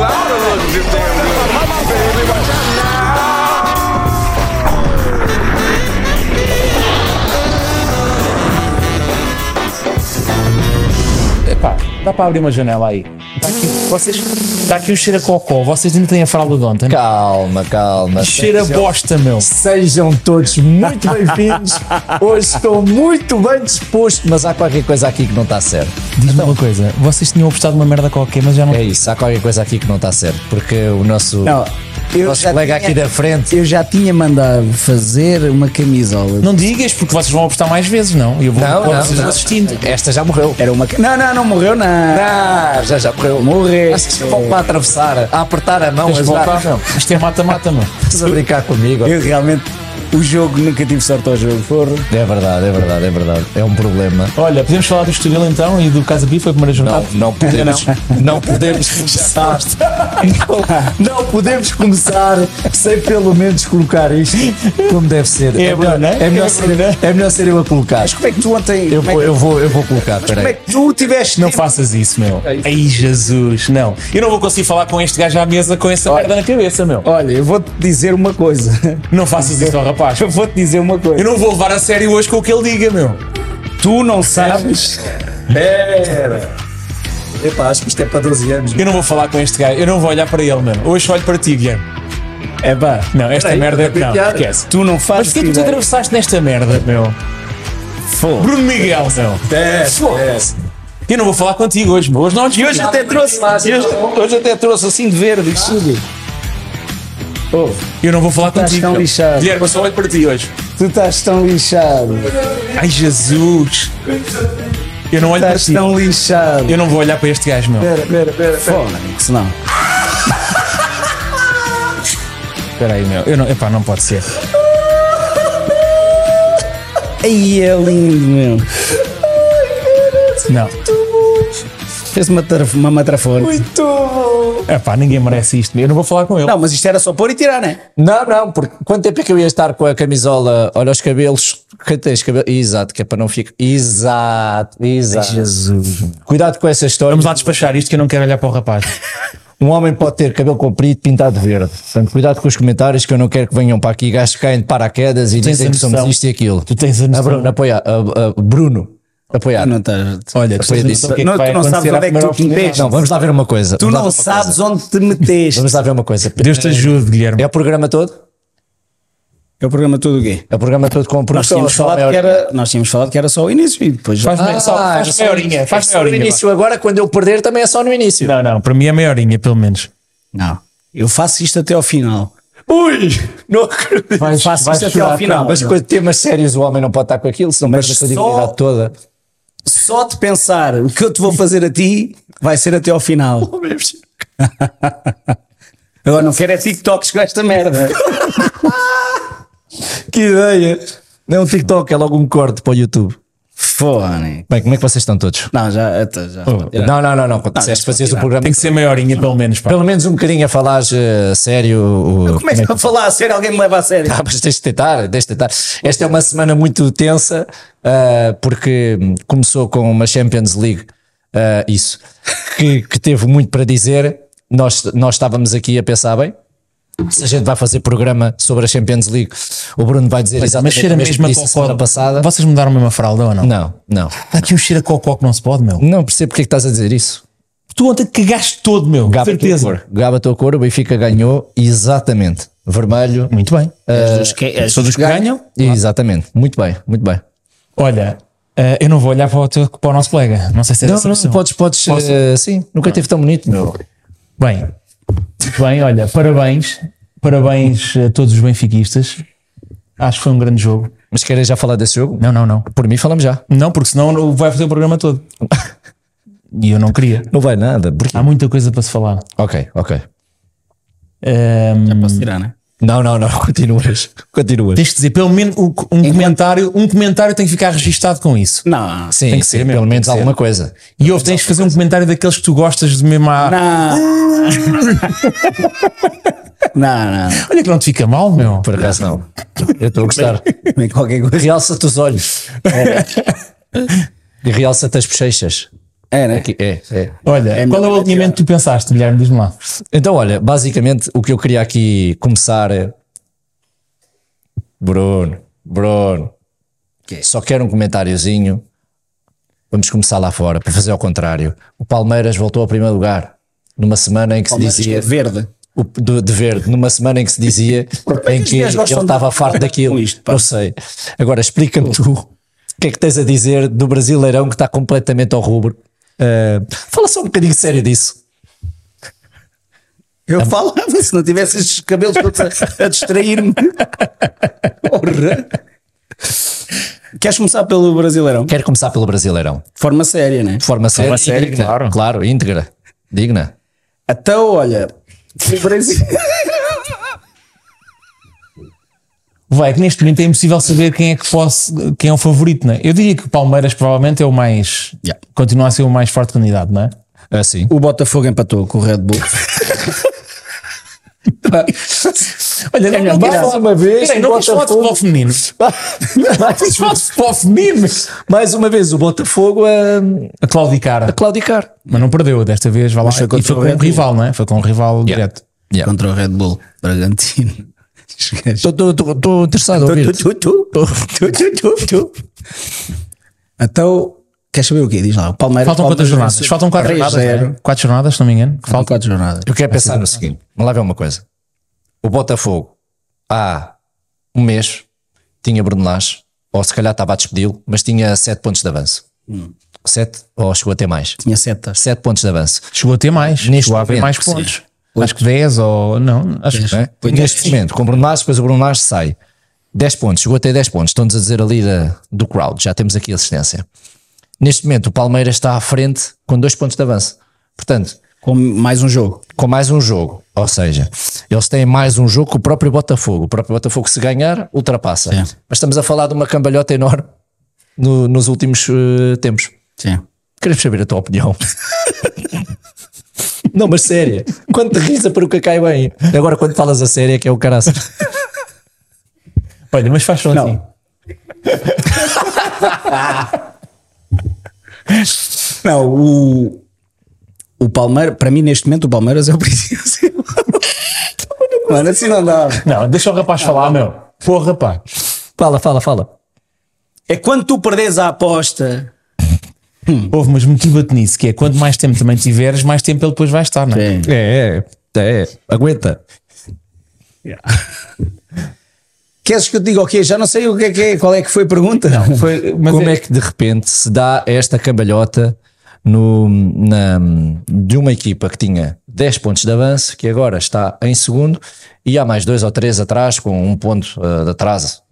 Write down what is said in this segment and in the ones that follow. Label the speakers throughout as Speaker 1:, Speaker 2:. Speaker 1: look just damn good.
Speaker 2: Epá, dá para abrir uma janela aí. Está aqui, vocês, está aqui um cheiro a cocó. Vocês ainda têm a fralda de ontem. né?
Speaker 3: Calma, calma.
Speaker 2: Cheira a bosta, meu.
Speaker 3: Sejam todos muito bem-vindos. Hoje estou muito bem disposto, mas há qualquer coisa aqui que não está certo.
Speaker 2: Diz-me uma coisa. Vocês tinham apostado uma merda qualquer, mas já não.
Speaker 3: Então. É isso, há qualquer coisa aqui que não está certo, porque o nosso,
Speaker 4: Não, eu
Speaker 3: nosso
Speaker 4: já
Speaker 3: colega
Speaker 4: tinha-
Speaker 3: aqui da frente.
Speaker 4: Eu já tinha mandado fazer uma camisola.
Speaker 2: Não digas, porque vocês vão apostar mais vezes, não? E eu vou
Speaker 3: Não, não,
Speaker 2: vocês
Speaker 3: não.
Speaker 2: vão assistindo.
Speaker 3: Esta já morreu.
Speaker 4: Era uma. ca- Não, não, não morreu, não.
Speaker 3: Ah, já já morreu.
Speaker 4: Morreu.
Speaker 3: Achas que vão para atravessar, a apertar a mão,
Speaker 2: Tens de
Speaker 3: a jogar?
Speaker 2: voltar. Isto é mata-mata, meu.
Speaker 3: Estás a brincar comigo?
Speaker 4: Eu realmente. O jogo, nunca tive sorte ao jogo. Porra.
Speaker 3: É verdade, é verdade, é verdade. É um problema.
Speaker 2: Olha, podemos falar do Estoril então e do Casa Pia foi a primeira
Speaker 3: Não,
Speaker 4: Tá.
Speaker 2: jornada?
Speaker 3: não podemos, não podemos começar. Não, não podemos começar sem pelo menos colocar isto como deve ser.
Speaker 2: É bom,
Speaker 3: melhor,
Speaker 2: não é?
Speaker 3: é, melhor
Speaker 2: É
Speaker 3: ser,
Speaker 2: bom, não é?
Speaker 3: é melhor ser eu a colocar.
Speaker 4: Mas como é que tu ontem.
Speaker 3: Eu
Speaker 4: como, é
Speaker 3: vou,
Speaker 4: que,
Speaker 3: eu vou, eu vou colocar,
Speaker 4: como é
Speaker 3: peraí.
Speaker 4: que tu tiveste.
Speaker 2: Não faças isso, meu.
Speaker 3: É
Speaker 2: Ai, Jesus, não. Eu não vou conseguir falar com este gajo à mesa com essa merda na cabeça, meu.
Speaker 4: Olha, eu vou-te dizer uma coisa.
Speaker 2: Não faças isso ao rapaz.
Speaker 4: Eu vou-te dizer uma coisa.
Speaker 2: Eu não vou levar a sério hoje com o que ele diga, meu.
Speaker 4: Tu não sabes.
Speaker 3: É. Epá, acho que isto é para 12 anos.
Speaker 2: Eu não vou falar com este gajo. Eu não vou olhar para ele, meu. Hoje olho para ti, Guilherme.
Speaker 4: É pá.
Speaker 2: Não, esta
Speaker 3: Peraí,
Speaker 2: merda é.
Speaker 3: vou
Speaker 2: Não,
Speaker 3: piar.
Speaker 2: esquece.
Speaker 4: Tu não
Speaker 2: Mas
Speaker 4: fazes.
Speaker 2: porquê que tu te
Speaker 4: ideia.
Speaker 2: atravessaste nesta merda, meu?
Speaker 4: Fogo.
Speaker 2: Bruno Miguel, meu.
Speaker 4: É,
Speaker 3: Foda-se.
Speaker 2: Eu não vou falar contigo hoje, meu. Hoje não
Speaker 4: E hoje até trouxe. Hoje, hoje até trouxe assim de verde. isto tudo. Oh,
Speaker 2: Eu não vou falar
Speaker 4: Estás
Speaker 2: contigo.
Speaker 4: tão
Speaker 2: meu.
Speaker 4: lixado.
Speaker 2: Guilherme, eu só olho para ti hoje.
Speaker 4: tu estás tão lixado.
Speaker 2: Ai, Jesus. Eu não olho para
Speaker 4: Estás
Speaker 2: ti.
Speaker 4: tão lixado.
Speaker 2: Eu não vou olhar para este gajo, meu.
Speaker 4: Pera, pera, pera. Fónix, não.
Speaker 2: Espera aí, meu. Eu não, epá, não pode ser.
Speaker 4: Aí é lindo, meu.
Speaker 2: Não.
Speaker 4: Fez uma, taraf- uma matrafona.
Speaker 2: Epá, ninguém merece isto. Eu não vou falar com ele.
Speaker 4: Não, mas isto era só pôr e tirar, né?
Speaker 3: Não, não, porque quanto tempo é que eu ia estar com a camisola? Olha os cabelos. Que tens cabelo? Exato, que é para não ficar. Exato, exato.
Speaker 2: Jesus.
Speaker 3: Cuidado com essa história.
Speaker 2: Vamos lá despachar isto que eu não quero olhar para o rapaz.
Speaker 3: Um homem pode ter cabelo comprido pintado de verde. Portanto, cuidado com os comentários que eu não quero que venham para aqui gajos que caem de paraquedas e
Speaker 2: Tens a
Speaker 3: dizem que somos
Speaker 2: noção.
Speaker 3: isto e aquilo.
Speaker 2: Tu tens a
Speaker 3: A
Speaker 2: noção.
Speaker 3: Bruno, apoia, a- a- Bruno, apoiar.
Speaker 4: Não estás.
Speaker 3: Ah, Olha,
Speaker 2: tu tens
Speaker 3: depois
Speaker 2: a
Speaker 3: disso.
Speaker 2: noção o que é que
Speaker 4: Não,
Speaker 2: vai
Speaker 4: tu não sabes
Speaker 2: acontecer à
Speaker 4: onde é que
Speaker 2: primeira
Speaker 4: tu te
Speaker 2: oportunidade?
Speaker 4: meteste.
Speaker 3: Não, vamos lá ver uma coisa.
Speaker 4: Tu
Speaker 3: Vamos lá
Speaker 4: não
Speaker 3: ver uma
Speaker 4: sabes
Speaker 3: coisa.
Speaker 4: onde te meteste.
Speaker 3: Vamos lá ver uma coisa.
Speaker 2: Deus te ajude, Guilherme.
Speaker 3: É o programa todo?
Speaker 4: É o programa todo o quê?
Speaker 3: É o programa todo com
Speaker 4: Nós
Speaker 3: produção.
Speaker 4: tínhamos,
Speaker 3: só é
Speaker 4: falado
Speaker 3: maior-
Speaker 4: que era, nós tínhamos falado que era só o início e depois.
Speaker 2: Faz,
Speaker 3: Ah,
Speaker 2: meia- só,
Speaker 3: é
Speaker 2: faz
Speaker 3: só
Speaker 2: meia horinha. Faz
Speaker 3: é
Speaker 2: meia
Speaker 3: só no
Speaker 2: horinha.
Speaker 3: início. Agora, quando eu perder, também é só no início.
Speaker 2: vá. Não, não, para mim é meia horinha, pelo menos.
Speaker 4: Não. Eu faço isto até ao final.
Speaker 3: Ui! Não acredito.
Speaker 2: Vais-
Speaker 4: faço
Speaker 2: vais
Speaker 4: isto até ao
Speaker 2: chorar,
Speaker 4: final.
Speaker 3: Mas com temas sérios, o homem não pode estar com aquilo, senão perde a sua
Speaker 4: só-
Speaker 3: dignidade toda.
Speaker 4: Só de pensar o que eu te vou fazer a ti vai ser até ao final. Agora não quero é TikToks com esta merda.
Speaker 3: Que ideia! Não é um TikTok, é logo um corte para o YouTube.
Speaker 4: Fone.
Speaker 3: Bem, como é que vocês estão todos?
Speaker 4: Não, já. até já.
Speaker 3: Não, não, não, não. Quando disseste fazeres o programa,
Speaker 2: Tem que ser meia horinha, pelo menos. Pá.
Speaker 3: pelo menos um bocadinho a falar eh, sério. o-
Speaker 4: Como é que estou a falar a sério? Alguém me leva a sério.
Speaker 3: Ah, mas tens de tentar, tens de tentar. Esta é uma semana muito tensa, ah, porque hum, começou com uma Champions League, ah, isso, que, que teve muito para dizer. Nós, nós estávamos aqui a pensar bem. Se a gente vai fazer programa sobre a Champions League, o Bruno vai dizer
Speaker 2: Mas
Speaker 3: exatamente
Speaker 2: cheira
Speaker 3: o mesmo
Speaker 2: mesmo
Speaker 3: que
Speaker 2: a
Speaker 3: disse semana
Speaker 2: cocó.
Speaker 3: passada.
Speaker 2: Vocês mudaram mesmo a fralda ou não?
Speaker 3: Não, não.
Speaker 2: Há aqui um cheiro a cocó que não se pode, meu.
Speaker 3: Não percebo porque é que estás a dizer isso.
Speaker 2: Tu ontem cagaste todo, meu.
Speaker 3: Gaba a tua
Speaker 2: certeza.
Speaker 3: cor. Gaba a tua cor, o Benfica ganhou exatamente. Vermelho.
Speaker 2: Muito bem.
Speaker 3: Uh,
Speaker 4: Todos
Speaker 2: Todos que ganham.
Speaker 3: Exatamente. Muito bem, muito bem.
Speaker 2: Olha, eh, eu não vou olhar para o, teu- para o nosso colega. Não sei se é
Speaker 3: Não,
Speaker 2: dessa
Speaker 3: não,
Speaker 2: opção.
Speaker 3: podes, podes.
Speaker 2: Posso?
Speaker 3: eh, sim, nunca teve tão bonito, meu.
Speaker 2: Bem, muito bem, olha, parabéns. Parabéns a todos os benfiquistas. Acho que foi um grande jogo.
Speaker 3: Mas querem já falar desse jogo?
Speaker 2: Não, não, não.
Speaker 3: Por mim, falamos já.
Speaker 2: Não, porque senão vai fazer o programa todo. E eu não queria.
Speaker 3: Não vai nada. Porque...
Speaker 2: Há muita coisa para se falar.
Speaker 3: Ah, Ok, ok.
Speaker 2: Ahm,
Speaker 4: Posso tirar, né?
Speaker 3: Não, não, não. Continuas. Continuas.
Speaker 2: tens que dizer, pelo menos um, um comentário, um comentário tem que ficar registado com isso.
Speaker 4: Não.
Speaker 3: Sim,
Speaker 2: tem que ser
Speaker 3: sim,
Speaker 2: mesmo,
Speaker 3: pelo
Speaker 2: tem
Speaker 3: menos
Speaker 2: que ser.
Speaker 3: alguma coisa.
Speaker 2: E houve, tens que fazer um comentário daqueles que tu gostas de mesmo à...
Speaker 4: Não. não, não.
Speaker 2: Olha que não te fica mal, meu.
Speaker 3: Por acaso não. Eu estou a gostar.
Speaker 4: Como é que qualquer coisa.
Speaker 3: Realça-te os olhos. E realça-te as É. bochechas.
Speaker 4: É, né?
Speaker 3: Aqui, é, é.
Speaker 2: Olha,
Speaker 4: É
Speaker 2: qual é
Speaker 4: melhor
Speaker 2: o
Speaker 4: é
Speaker 2: alinhamento que tu pensaste, Guilherme? Diz-me lá.
Speaker 3: Então, olha, basicamente o que eu queria aqui começar é. Bruno, Bruno,
Speaker 4: Quê?
Speaker 3: só quero um comentáriozinho. Vamos começar lá fora, para fazer ao contrário. O Palmeiras voltou ao primeiro lugar numa semana em que se
Speaker 4: Palmeiras que é
Speaker 3: dizia
Speaker 4: verde.
Speaker 3: o, do, de verde, numa semana em que se dizia em
Speaker 4: é os
Speaker 3: que ele
Speaker 4: gajos gostam de-
Speaker 3: estava farto daquilo.
Speaker 4: com isto, pá?
Speaker 3: não sei. Agora explica-me tu o que é que tens a dizer do brasileirão que está completamente ao rubro. Eh, fala só um bocadinho sério disso.
Speaker 4: Eu falava, se não tivesse estes cabelos todos a, a distrair-me. Porra. Queres começar pelo Brasileirão?
Speaker 3: Quero começar pelo brasileirão.
Speaker 4: De forma séria, né?
Speaker 3: De forma séria,
Speaker 2: séria,
Speaker 3: e digna.
Speaker 2: claro.
Speaker 3: íntegra, digna.
Speaker 4: Até Então, olha, o Brasil.
Speaker 2: Vai, que neste momento é impossível saber quem é que fosse, quem é o favorito, não é? Eu diria que o Palmeiras provavelmente é o mais,
Speaker 4: Yeah.
Speaker 2: continua a ser o mais forte candidato, não é?
Speaker 3: Assim.
Speaker 4: O Botafogo empatou com o Red Bull. É
Speaker 2: Olha, não, não,
Speaker 3: mais
Speaker 2: queres-
Speaker 3: uma vez,
Speaker 2: Peraí, não queres falar de futebol feminino? Queres falar de futebol feminino?
Speaker 3: Mais uma vez o Botafogo ah, a,
Speaker 2: A claudicar,
Speaker 3: claudicar.
Speaker 2: mas não perdeu, desta vez, vai lá.
Speaker 4: foi
Speaker 2: e
Speaker 4: contra
Speaker 2: foi
Speaker 4: o
Speaker 2: com um
Speaker 4: Red Bull.
Speaker 2: rival, não é? Foi com um rival direto.
Speaker 3: Yeah.
Speaker 4: Contra o Red Bull Bragantino.
Speaker 3: Estou interessado a ouvir.
Speaker 4: Então, queres saber o quê? Diz lá. O Palmeiras.
Speaker 2: Faltam quantas
Speaker 4: Palmeiras
Speaker 2: jornadas?
Speaker 4: venceu
Speaker 2: Faltam quatro
Speaker 4: 3-0.
Speaker 2: jornadas, não é? Quatro jornadas, se não me engano. que
Speaker 4: Faltam
Speaker 2: Falta.
Speaker 4: quatro jornadas.
Speaker 3: Eu quero pensar no seguinte: vamos lá ver uma coisa. O Botafogo, há um mês, tinha Bruno Lage, ou se calhar estava a despedi-lo, mas tinha 7 pontos de avanço. 7, ou chegou a ter mais.
Speaker 4: Tinha setas.
Speaker 3: 7 pontos de avanço.
Speaker 2: Chegou a ter mais.
Speaker 3: Neste
Speaker 2: Chegou a haver
Speaker 3: momento,
Speaker 2: mais
Speaker 3: sim.
Speaker 2: pontos. Acho que 10 ou. Não, acho que.
Speaker 3: não é?
Speaker 4: Pois
Speaker 3: Neste momento, com o Bruno Lage, depois o Bruno Lage sai. 10 pontos, chegou até 10 pontos. Estão-nos a dizer ali da- do crowd, já temos aqui assistência. Neste momento, o Palmeiras está à frente com 2 pontos de avanço. Portanto,
Speaker 4: Com mais um jogo.
Speaker 3: com mais um jogo, ou seja, eles têm mais um jogo que o próprio Botafogo. O próprio Botafogo, se ganhar, ultrapassa.
Speaker 4: Sim.
Speaker 3: Mas estamos a falar de uma cambalhota enorme no- nos últimos eh, tempos.
Speaker 4: Sim.
Speaker 3: Queremos saber a tua opinião. Não, mas séria. Quando te risa para o que cai bem. Agora, quando falas a séria, é que é o caraças.
Speaker 2: Olha, mas faz só assim.
Speaker 4: Não.
Speaker 2: Assim.
Speaker 4: Não, o. O Palmeiras, para mim, neste momento, o Palmeiras é o principal. Mano, assim não dá.
Speaker 2: Não, deixa o rapaz falar, meu. Porra, pá.
Speaker 3: Fala, fala, fala.
Speaker 4: É quando tu perdes a aposta.
Speaker 2: Houve, mas motiva-te nisso, que é quanto mais tempo também tiveres, mais tempo ele depois vai estar, não é?
Speaker 4: Sim.
Speaker 3: É, é, é. Aguenta.
Speaker 4: Queres que eu te diga o quê? Já não sei o que é que é, qual é que foi a pergunta. Não, foi,
Speaker 2: Mas
Speaker 3: Como
Speaker 2: é-
Speaker 3: é... que de repente se dá esta cambalhota no, na, de uma equipa que tinha 10 pontos de avanço, que agora está em segundo, e há mais dois ou três atrás, com um ponto eh, de atraso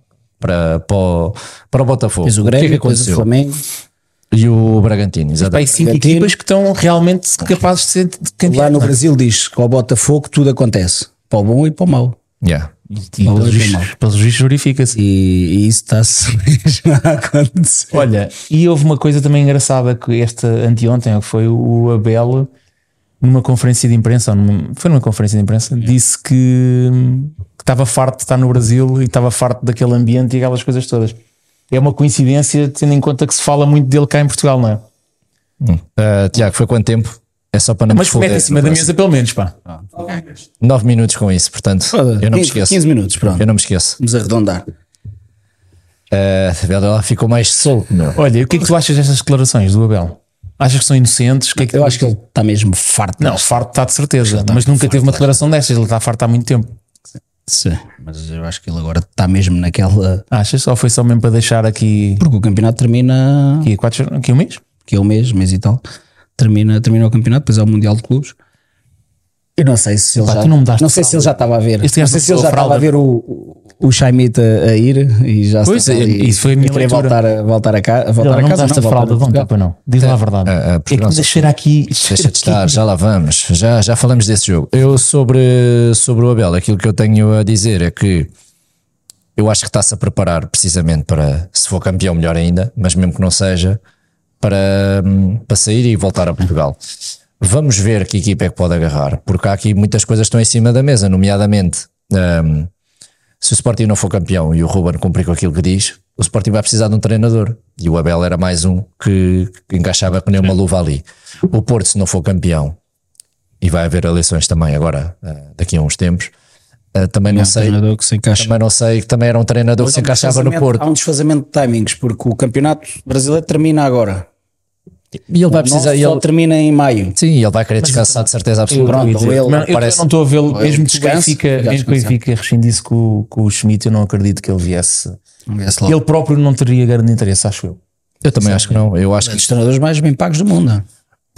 Speaker 3: para, para, o, para o Botafogo.
Speaker 4: o
Speaker 3: que é
Speaker 4: Grêmio,
Speaker 3: que
Speaker 4: depois o é
Speaker 3: aconteceu?
Speaker 4: Flamengo.
Speaker 3: E o Bragantino,
Speaker 2: Pá, e
Speaker 3: exatamente.
Speaker 2: cinco
Speaker 4: Bragantino.
Speaker 2: equipas que estão realmente capazes de ser de
Speaker 4: Lá
Speaker 2: campeão.
Speaker 4: no Brasil diz que ao Botafogo tudo acontece. Para o bom e para o mau.
Speaker 3: Yeah.
Speaker 2: E pelos
Speaker 4: Hoje é
Speaker 2: vistos- pelos vistos verifica-se.
Speaker 4: E, e isso está-se mesmo a acontecer.
Speaker 2: Olha, e houve uma coisa também engraçada que esta anteontem, que foi o Abel, numa conferência de imprensa, ou numa- foi numa conferência de imprensa, disse que, que estava farto de estar no Brasil e estava farto daquele ambiente e aquelas coisas todas. É uma coincidência, tendo em conta que se fala muito dele cá em Portugal, não é?
Speaker 3: Eh, Tiago, foi quanto tempo? É só para não
Speaker 2: Mas
Speaker 3: me
Speaker 2: mete em cima da mesa, pelo menos, pá.
Speaker 4: Ah.
Speaker 3: 9 minutos com isso, portanto, eu não me
Speaker 4: 15
Speaker 3: esqueço.
Speaker 4: 15 minutos, pronto.
Speaker 3: Eu não me esqueço.
Speaker 4: Vamos arredondar.
Speaker 3: Eh, ela ficou mais solto, meu.
Speaker 2: Olha, e o que é que tu achas destas declarações do Abel? Achas que são inocentes? O Que é que
Speaker 4: Eu
Speaker 2: tu-
Speaker 4: acho que ele está mesmo farto.
Speaker 2: Não, farto está de certeza, mas nunca teve uma declaração destas, ele está farto há muito tempo.
Speaker 4: Sim, mas eu acho que ele agora está mesmo naquela.
Speaker 2: Achas? Ou foi só mesmo para deixar aqui,
Speaker 4: Porque o campeonato termina.
Speaker 2: aqui, quatro, aqui um mês?
Speaker 4: que é o mês, mês e tal, termina, termina o campeonato, depois há o Mundial de Clubes. Eu não sei se ele
Speaker 2: Pá,
Speaker 4: já
Speaker 2: tu não me daste
Speaker 4: sei se ele já estava a ver.
Speaker 2: Este gajo
Speaker 4: não sei
Speaker 2: não
Speaker 4: se
Speaker 2: falou
Speaker 4: ele já estava
Speaker 2: fralda.
Speaker 4: a ver o, o, o Chaimita a ir e já
Speaker 2: Pois,
Speaker 4: estava ali.
Speaker 2: isso foi a minha
Speaker 4: Eu queria
Speaker 2: leitura.
Speaker 4: voltar a, voltar a, ca, a voltar
Speaker 2: Não,
Speaker 4: a
Speaker 2: não
Speaker 4: casa.
Speaker 2: daste a
Speaker 4: voltar
Speaker 2: fralda
Speaker 4: a
Speaker 2: de ontem,
Speaker 4: Portugal.
Speaker 2: pois tipo, não. Diz lá a verdade.
Speaker 3: é, é,
Speaker 2: É que
Speaker 3: Portugal,
Speaker 2: me deixar aqui.
Speaker 3: Deixa de estar, já lá vamos, já, já falamos desse jogo. Eu sobre, sobre o Abel, aquilo que eu tenho a dizer é que eu acho que está-se a preparar precisamente para, se for campeão, melhor ainda, mas mesmo que não seja, para, hum, para sair e voltar a Portugal. Vamos ver que equipa é que pode agarrar, porque há aqui muitas coisas que estão em cima da mesa, nomeadamente hum, se o Sporting não for campeão e o Ruben cumprir com aquilo que diz, o Sporting vai precisar de um treinador. E o Abel era mais um que, que encaixava com nenhuma luva ali. O Porto, se não for campeão, e vai haver eleições também agora, eh, daqui a uns tempos, eh, também não
Speaker 4: um
Speaker 3: sei.
Speaker 4: treinador que se encaixa.
Speaker 3: Também não sei, também era um treinador
Speaker 5: é
Speaker 3: que se encaixava no
Speaker 5: Desfazamento- Há
Speaker 3: Porto.
Speaker 5: um desfazamento de timings, porque o campeonato brasileiro termina agora.
Speaker 3: E ele vai
Speaker 5: O nosso
Speaker 3: precisar. e
Speaker 5: só
Speaker 3: ele-
Speaker 5: termina em maio.
Speaker 3: Sim, ele vai querer descansar de certeza absoluta.
Speaker 5: Pronto,
Speaker 2: Quer dizer,
Speaker 5: ele
Speaker 2: mas eu
Speaker 3: parece- é
Speaker 2: não estou a vê-lo,
Speaker 5: ele
Speaker 2: mesmo que o
Speaker 5: descansa,
Speaker 2: Benfica,
Speaker 5: já
Speaker 2: mesmo que o
Speaker 5: descansa.
Speaker 2: Benfica rescindisse com, o- com o Schmidt, eu não acredito que ele viesse.
Speaker 4: Vê se lá.
Speaker 2: Ele próprio não teria grande interesse, acho eu.
Speaker 3: Eu também acho que não. Eu acho que
Speaker 4: Dos treinadores mais bem pagos do mundo.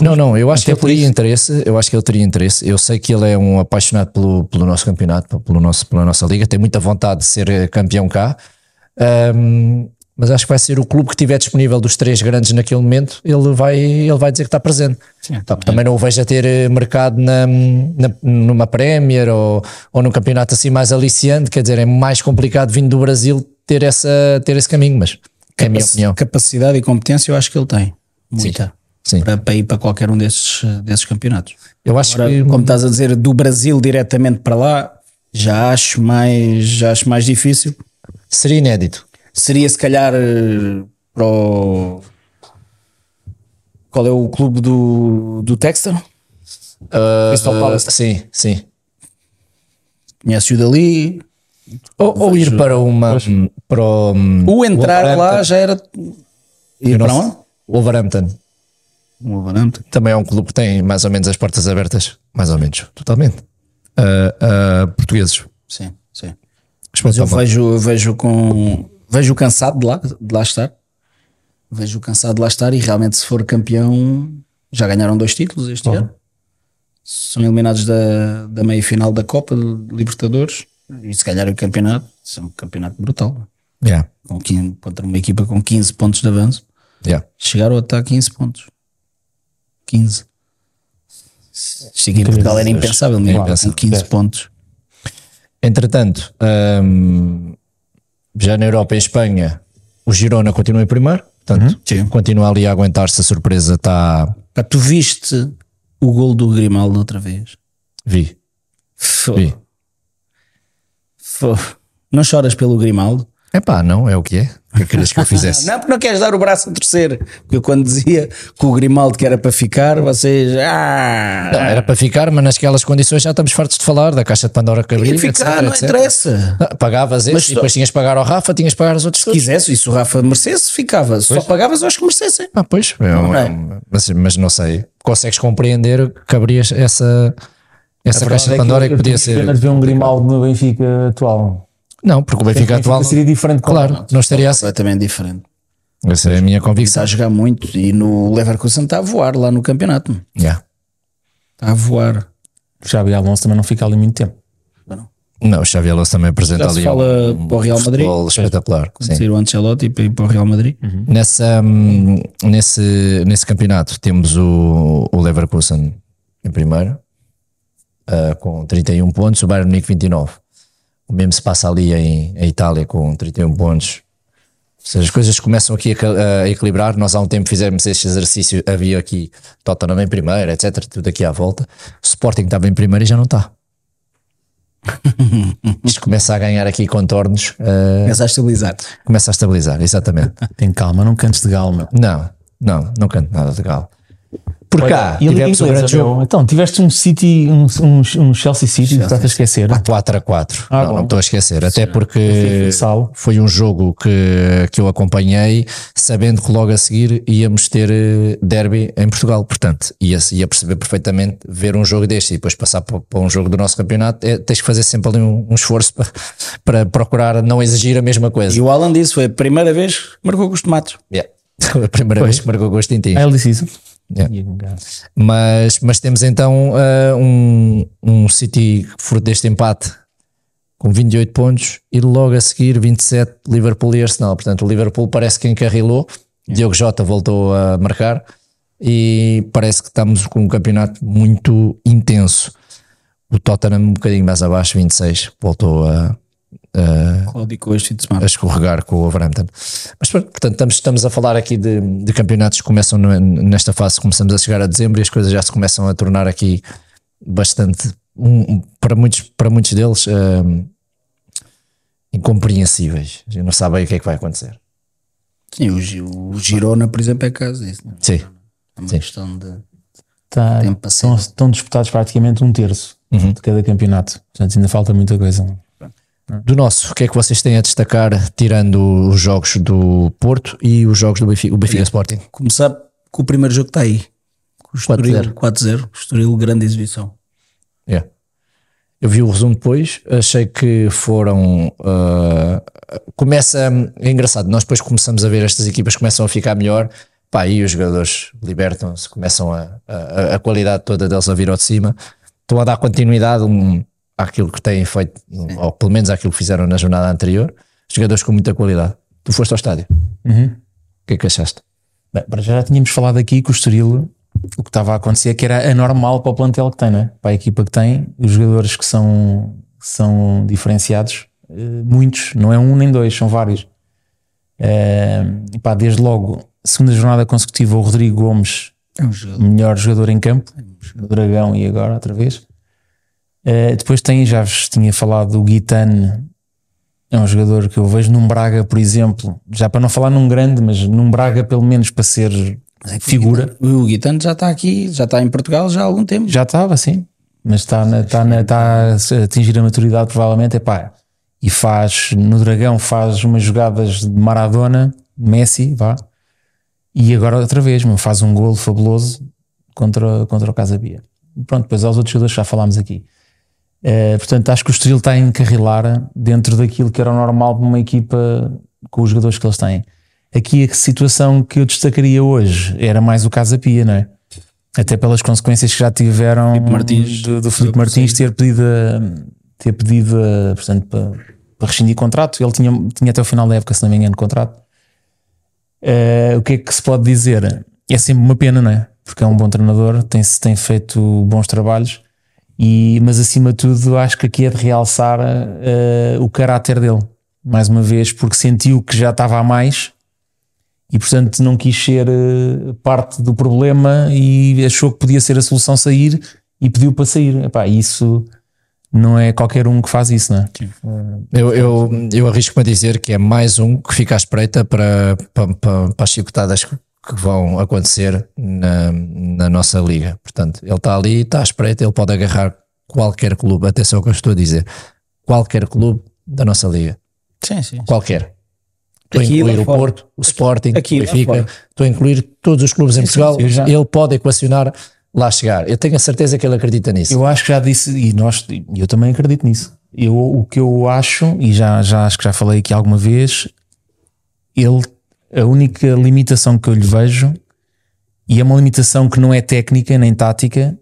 Speaker 3: Não, não, eu acho que ele teria interesse, eu acho que ele teria interesse. Eu sei que ele é um apaixonado pelo, pelo nosso campeonato, pelo nosso, pela nossa liga, tem muita vontade de ser eh, campeão cá, Ahm, mas acho que vai ser o clube que tiver disponível dos três grandes naquele momento, ele vai, ele vai dizer que está presente. Tá, também não o vejo a ter eh, mercado na, na- numa Premier ou, ou num campeonato assim mais aliciante, quer dizer, é mais complicado vindo do Brasil ter, essa, ter esse caminho, mas é a minha opinião.
Speaker 4: Capacidade e competência eu acho que ele tem. Muita.
Speaker 3: Sim.
Speaker 4: Para, para ir para qualquer um desses, eh, desses campeonatos.
Speaker 3: Eu acho
Speaker 4: Agora,
Speaker 3: que
Speaker 4: como estás a dizer, do Brasil diretamente para lá, já acho mais, já acho mais difícil.
Speaker 3: seria inédito.
Speaker 4: Seria se calhar eh, para o... Qual é o clube do, do Texter?
Speaker 3: Ah, sim, sim.
Speaker 4: Conhece-o dali.
Speaker 3: Ou, ou ir para uma. Para o,
Speaker 4: O entrar lá já era. E para onde?
Speaker 3: Wolverhampton.
Speaker 4: O Wolverhampton.
Speaker 3: Também é um clube que tem mais ou menos as portas abertas. Mais ou menos, totalmente. a a portugueses.
Speaker 4: Sim, sim.
Speaker 3: Mas
Speaker 4: Mas eu
Speaker 3: pronto,
Speaker 4: vejo, eu vejo com. Vejo cansado de lá, de lá estar. Vejo cansado de lá estar e realmente, se for campeão, já ganharam dois títulos este ano. São eliminados da, da meia final da Copa de Libertadores e se calhar o campeonato. Isso é um campeonato brutal.
Speaker 3: yeah,
Speaker 4: Com 15, contra uma equipa com 15 pontos de avanço,
Speaker 3: yeah.
Speaker 4: chegaram a estar a 15 pontos. 15. Isto aqui em Portugal era impensável, mesmo, com
Speaker 3: impensável.
Speaker 4: 15 pontos.
Speaker 3: Entretanto, hum, já na Europa e Espanha, o Girona continua em primeiro. Portanto,
Speaker 4: Uhum, Sim.
Speaker 3: continua ali a aguentar-se. A surpresa tá- está.
Speaker 4: Pá, tu viste o gol do Grimaldo outra vez?
Speaker 3: Vi,
Speaker 4: Fô.
Speaker 3: vi.
Speaker 4: Fô. Não choras pelo Grimaldo?
Speaker 3: É pá, não, é o que é. O que é que querias que eu fizesse?
Speaker 4: Não, porque não queres dar o braço a torcer. Porque eu quando dizia que o Grimaldo que era para ficar, vocês.
Speaker 3: Não,
Speaker 4: Ah,
Speaker 3: Então, era para ficar, mas naquelas condições já estamos fartos de falar da caixa de Pandora que abriu,
Speaker 4: ia ficar, não
Speaker 3: etc, etc.
Speaker 4: interessa.
Speaker 3: Ah, Pagavas esse
Speaker 4: Mas
Speaker 3: e depois tinhas de pagar ao Rafa, tinhas de pagar aos outros
Speaker 4: Se
Speaker 3: todos.
Speaker 4: quisesse, e se o Rafa merecesse, ficava. Se Só pagavas aos que merecessem.
Speaker 3: Ah, pois, é um- é um- mas, mas não sei. Consegues compreender que abrias essa, essa
Speaker 4: é
Speaker 2: é
Speaker 3: caixa de Pandora e que podia ser.
Speaker 2: Apenas ver um Grimaldo no Benfica atual.
Speaker 3: Não, porque o Benfica atual.
Speaker 2: seria diferente.
Speaker 3: Claro, não estaria assim.
Speaker 4: Completamente diferente.
Speaker 3: Essa é a minha convicção.
Speaker 4: Está a jogar muito e no Leverkusen está a voar lá no campeonato.
Speaker 3: Yeah.
Speaker 4: Está a voar.
Speaker 2: O Xabi Alonso também não fica ali muito tempo.
Speaker 3: Não, o Xavi Alonso também apresenta
Speaker 4: Já se
Speaker 3: ali
Speaker 4: fala
Speaker 3: um,
Speaker 4: para o Real Madrid.
Speaker 3: futebol espetacular. Sim. Uhum.
Speaker 4: Sair o Ancelotti para ir para o Real Madrid.
Speaker 3: Nessa, hum, nesse, nesse campeonato temos o, o Leverkusen em primeiro ah, com 31 pontos, o Bayern Munique 29. O mesmo se passa ali em, em Itália com 31 pontos. Ou seja, as coisas começam aqui a, ca- a equilibrar. Nós há um tempo fizemos este exercício, havia aqui Tottenham em primeiro, etc. Tudo aqui à volta. O Sporting estava em primeiro e já não está. Isto começa a ganhar aqui contornos, ah,
Speaker 4: Começa a estabilizar.
Speaker 3: começa a estabilizar, exatamente.
Speaker 2: Ah, Tem calma, não cantes de galo, meu.
Speaker 3: Não, não, não canto nada de galo. Por cá,
Speaker 2: E a Liga
Speaker 3: tivemos um
Speaker 2: Inglesa,
Speaker 3: grande jogo
Speaker 2: meu? Então, tiveste um City, um, um, um Chelsea City, que estás a esquecer.
Speaker 3: 4 a 4.
Speaker 2: Ah,
Speaker 3: não,
Speaker 2: bom.
Speaker 3: não me estou a esquecer. Até
Speaker 2: Sim,
Speaker 3: porque
Speaker 2: futsal.
Speaker 3: foi um jogo que, que eu acompanhei, sabendo que logo a seguir íamos ter eh, derby em Portugal. Portanto, ia, ia perceber perfeitamente ver um jogo deste e depois passar para, para um jogo do nosso campeonato. é- tens que fazer sempre ali um, um esforço para, para procurar não exigir a mesma coisa.
Speaker 4: E o Alan disse: foi a primeira vez que marcou com os tomates.
Speaker 3: Yeah. A primeira vez que marcou gosto em ti.
Speaker 2: Ah, ele disse isso.
Speaker 3: Yeah.
Speaker 2: E-
Speaker 3: Mas, mas temos então ah, um, um City fruto deste empate com 28 pontos e logo a seguir 27 Liverpool e Arsenal. Portanto, o Liverpool parece que encarrilou, Diogo Jota voltou a marcar e parece que estamos com um campeonato muito intenso. O Tottenham, um bocadinho mais abaixo, 26, voltou a, É.
Speaker 4: Cláudio Costa e de semana.
Speaker 3: a escorregar com o Overhampton. Mas pronto, portanto, estamos, estamos a falar aqui de, de campeonatos que começam no- nesta fase, começamos a chegar a dezembro e as coisas já se começam a tornar aqui bastante, um- um- para, muitos, para muitos deles, hum, incompreensíveis. A gente não sabe bem o que é que vai acontecer.
Speaker 1: Sim, o, Gi- o Girona, por exemplo, é caso disso. não é?
Speaker 3: Sim.
Speaker 1: É uma
Speaker 3: Sim.
Speaker 1: questão de.
Speaker 2: Tá-
Speaker 1: Tempo a
Speaker 2: estão, estão disputados praticamente um terço de cada campeonato. Portanto, ainda falta muita coisa.
Speaker 3: Do nosso, o que é que vocês têm a destacar, tirando os jogos do Porto e os jogos do Benfica, o Benfica Sporting?
Speaker 1: Começar com o primeiro jogo que está aí. Com o Estoril
Speaker 3: 4-0.
Speaker 1: 4-0. Estoril, grande exibição.
Speaker 3: Yeah. É. Eu vi o resumo depois, achei que foram. ah, começa. É engraçado, nós depois começamos a ver estas equipas começam a ficar melhor, pá, e os jogadores libertam-se, começam a, a, a qualidade toda deles a vir ao de cima, estão a dar continuidade um, àquilo que têm feito, um, ou pelo menos àquilo que fizeram na jornada anterior, jogadores com muita qualidade. Tu foste ao estádio, o que é que achaste?
Speaker 2: Bem, para já já tínhamos falado aqui que o Estoril, o que estava a acontecer, que era anormal para o plantel que tem, né? para a equipa que tem, os jogadores que são, que são diferenciados, eh, muitos, não é um nem dois, são vários. Eh, e pá, desde logo, segunda jornada consecutiva, o Rodrigo Gomes,
Speaker 1: É um jogo.
Speaker 2: melhor jogador em campo, no Dragão e agora outra vez. Eh, depois tem, já vos tinha falado, o Guitane é um jogador que eu vejo num Braga, por exemplo, já para não falar num grande, mas num Braga pelo menos para ser figura,
Speaker 1: O Guitano já está aqui, já está em Portugal já há algum tempo.
Speaker 2: já estava assim, mas está, na, está, na- está a atingir a maturidade provavelmente, é pá, e faz, no Dragão faz umas jogadas de Maradona, Messi, vá, e agora outra vez, meu, faz um golo fabuloso contra, contra o Casabia. Pronto, depois aos outros jogadores que já falámos aqui. Eh, portanto, acho que o Estoril está a encarrilar dentro daquilo que era o normal para uma equipa com os jogadores que eles têm. Aqui a situação que eu destacaria hoje era mais o Casapia, não é? Até pelas consequências que já tiveram
Speaker 1: Martins.
Speaker 2: do, do Filipe Martins ter pedido, a- ter pedido a- portanto, para, para rescindir contrato. Ele tinha, tinha até o final da época, se não me engano, contrato. Eh, o que é que se pode dizer? É sempre uma pena, não é? Porque é um bom treinador, tem, tem feito bons trabalhos, e, mas acima de tudo acho que aqui é de realçar eh, o caráter dele, mais uma vez, porque sentiu que já estava a mais e portanto não quis ser eh, parte do problema e achou que podia ser a solução sair e pediu para sair. Epá, isso não é qualquer um que faz isso, não é?
Speaker 3: Eu, eu, eu arrisco-me a dizer que é mais um que fica à espreita para, para, para, para as chicotadas que que vão acontecer na, na nossa liga. Portanto, ele está ali, está à espreita, ele pode agarrar qualquer clube. Atenção ao que eu estou a dizer. Qualquer clube da nossa liga.
Speaker 1: Sim, sim.
Speaker 3: Qualquer. Estou a
Speaker 4: Aqui lá
Speaker 2: é
Speaker 3: incluir o
Speaker 4: fora.
Speaker 3: Porto, o Sporting,
Speaker 4: aqui
Speaker 3: o
Speaker 4: lá
Speaker 3: Benfica,
Speaker 4: fora.
Speaker 3: estou a incluir todos os clubes em Portugal.
Speaker 2: eu já-
Speaker 3: Ele pode equacionar lá chegar. Eu tenho a certeza que ele acredita nisso.
Speaker 2: Eu acho que já disse, e nós, e eu também acredito nisso. Eu, o que eu acho, e já, já acho que já falei aqui alguma vez, ele, a única limitação que eu lhe vejo, e é uma limitação que não é técnica nem tática,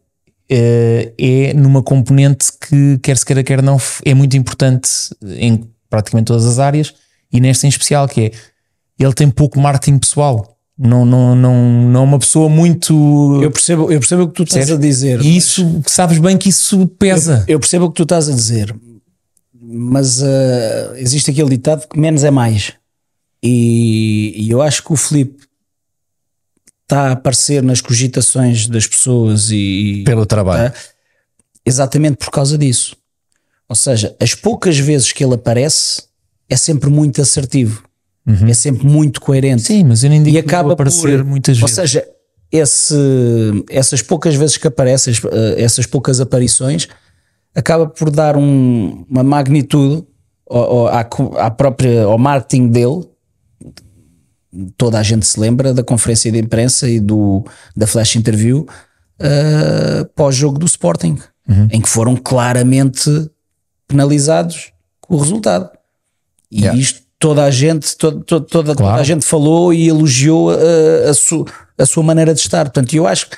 Speaker 2: eh, é numa componente que, quer se queira, quer não, f- é muito importante em praticamente todas as áreas, e nesta em especial, que é ele tem pouco marketing pessoal. Não, não, não, não é uma pessoa muito
Speaker 4: Eu percebo, eu percebo o que tu estás
Speaker 2: Percebes?
Speaker 4: a dizer.
Speaker 2: e isso, sabes bem que isso pesa.
Speaker 4: Eu percebo o que tu estás a dizer, mas
Speaker 1: eh,
Speaker 4: ah, existe aquele ditado que menos é mais. E, e eu acho que o Filipe
Speaker 1: tá
Speaker 4: está a aparecer nas cogitações das pessoas e
Speaker 3: Pelo
Speaker 2: Ah,
Speaker 3: trabalho.
Speaker 4: exatamente por causa disso. Ou seja, as poucas vezes que ele aparece é sempre muito assertivo, é sempre muito coerente.
Speaker 2: Sim, mas eu nem digo
Speaker 4: e acaba
Speaker 2: aparecer
Speaker 4: por,
Speaker 2: muitas
Speaker 4: ou
Speaker 2: vezes.
Speaker 4: seja, esse- essas poucas vezes que aparece, es- eh, essas poucas aparições, acaba por dar um- uma magnitude ao, ao- à, co- à própria, ao marketing dele. Toda a gente se lembra da conferência de imprensa e do, da flash interview eh, pós-jogo do Sporting, em que foram claramente penalizados com o resultado. E
Speaker 3: Yeah.
Speaker 4: isto toda a gente, to- to- toda, toda
Speaker 2: Claro.
Speaker 4: a gente falou e elogiou uh, a, su- a sua maneira de estar. Portanto, eu acho que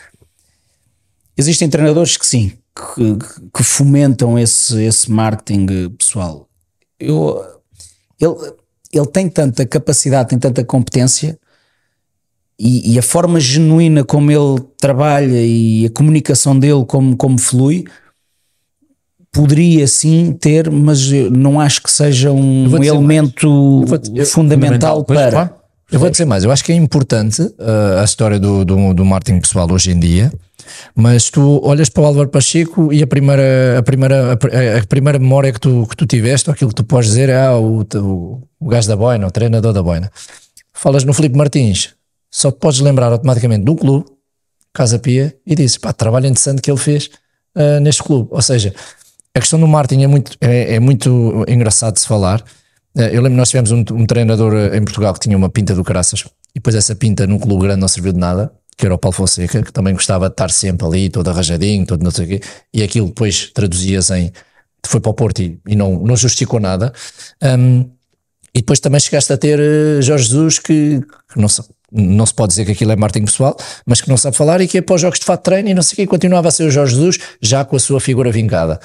Speaker 4: existem treinadores que sim, que, que fomentam esse, esse marketing uh, pessoal. Eu, ele, ele tem tanta capacidade, tem tanta competência e, e a forma genuína como ele trabalha e a comunicação dele como, como flui poderia sim ter, mas eu não acho que seja um
Speaker 3: vou dizer mais.
Speaker 4: elemento
Speaker 3: vou dizer-
Speaker 4: fundamental,
Speaker 2: Pois,
Speaker 4: para
Speaker 2: claro.
Speaker 3: Eu vou dizer mais, eu acho que é importante uh, a história do, do, do marketing pessoal hoje em dia, mas tu olhas para o Álvaro Pacheco e a primeira, a primeira, a, pri- a primeira memória que tu, que tu tiveste, ou aquilo que tu podes dizer é ah, o, o, o gajo da boina, o treinador da boina. falas no Filipe Martins, só te podes lembrar automaticamente de um clube, Casa Pia, e dizes, pá, trabalho interessante que ele fez ah, neste clube. Ou seja, a questão do Martin é muito, é, é muito engraçado de se falar. Eh, Eu lembro que nós tivemos um, um treinador eh, em Portugal que tinha uma pinta do caraças e depois essa pinta num clube grande não serviu de nada, que era o Paulo Fonseca, que também gostava de estar sempre ali, todo arranjadinho, todo não sei o quê, e aquilo depois traduzias em foi para o Porto e, e não, não justificou nada. Ahm, e depois também chegaste a ter eh, Jorge Jesus, que, que não, sa- não se pode dizer que aquilo é marketing pessoal, mas que não sabe falar e que é após jogos de fato de treino e não sei o quê, e continuava a ser o Jorge Jesus, já com a sua figura vingada.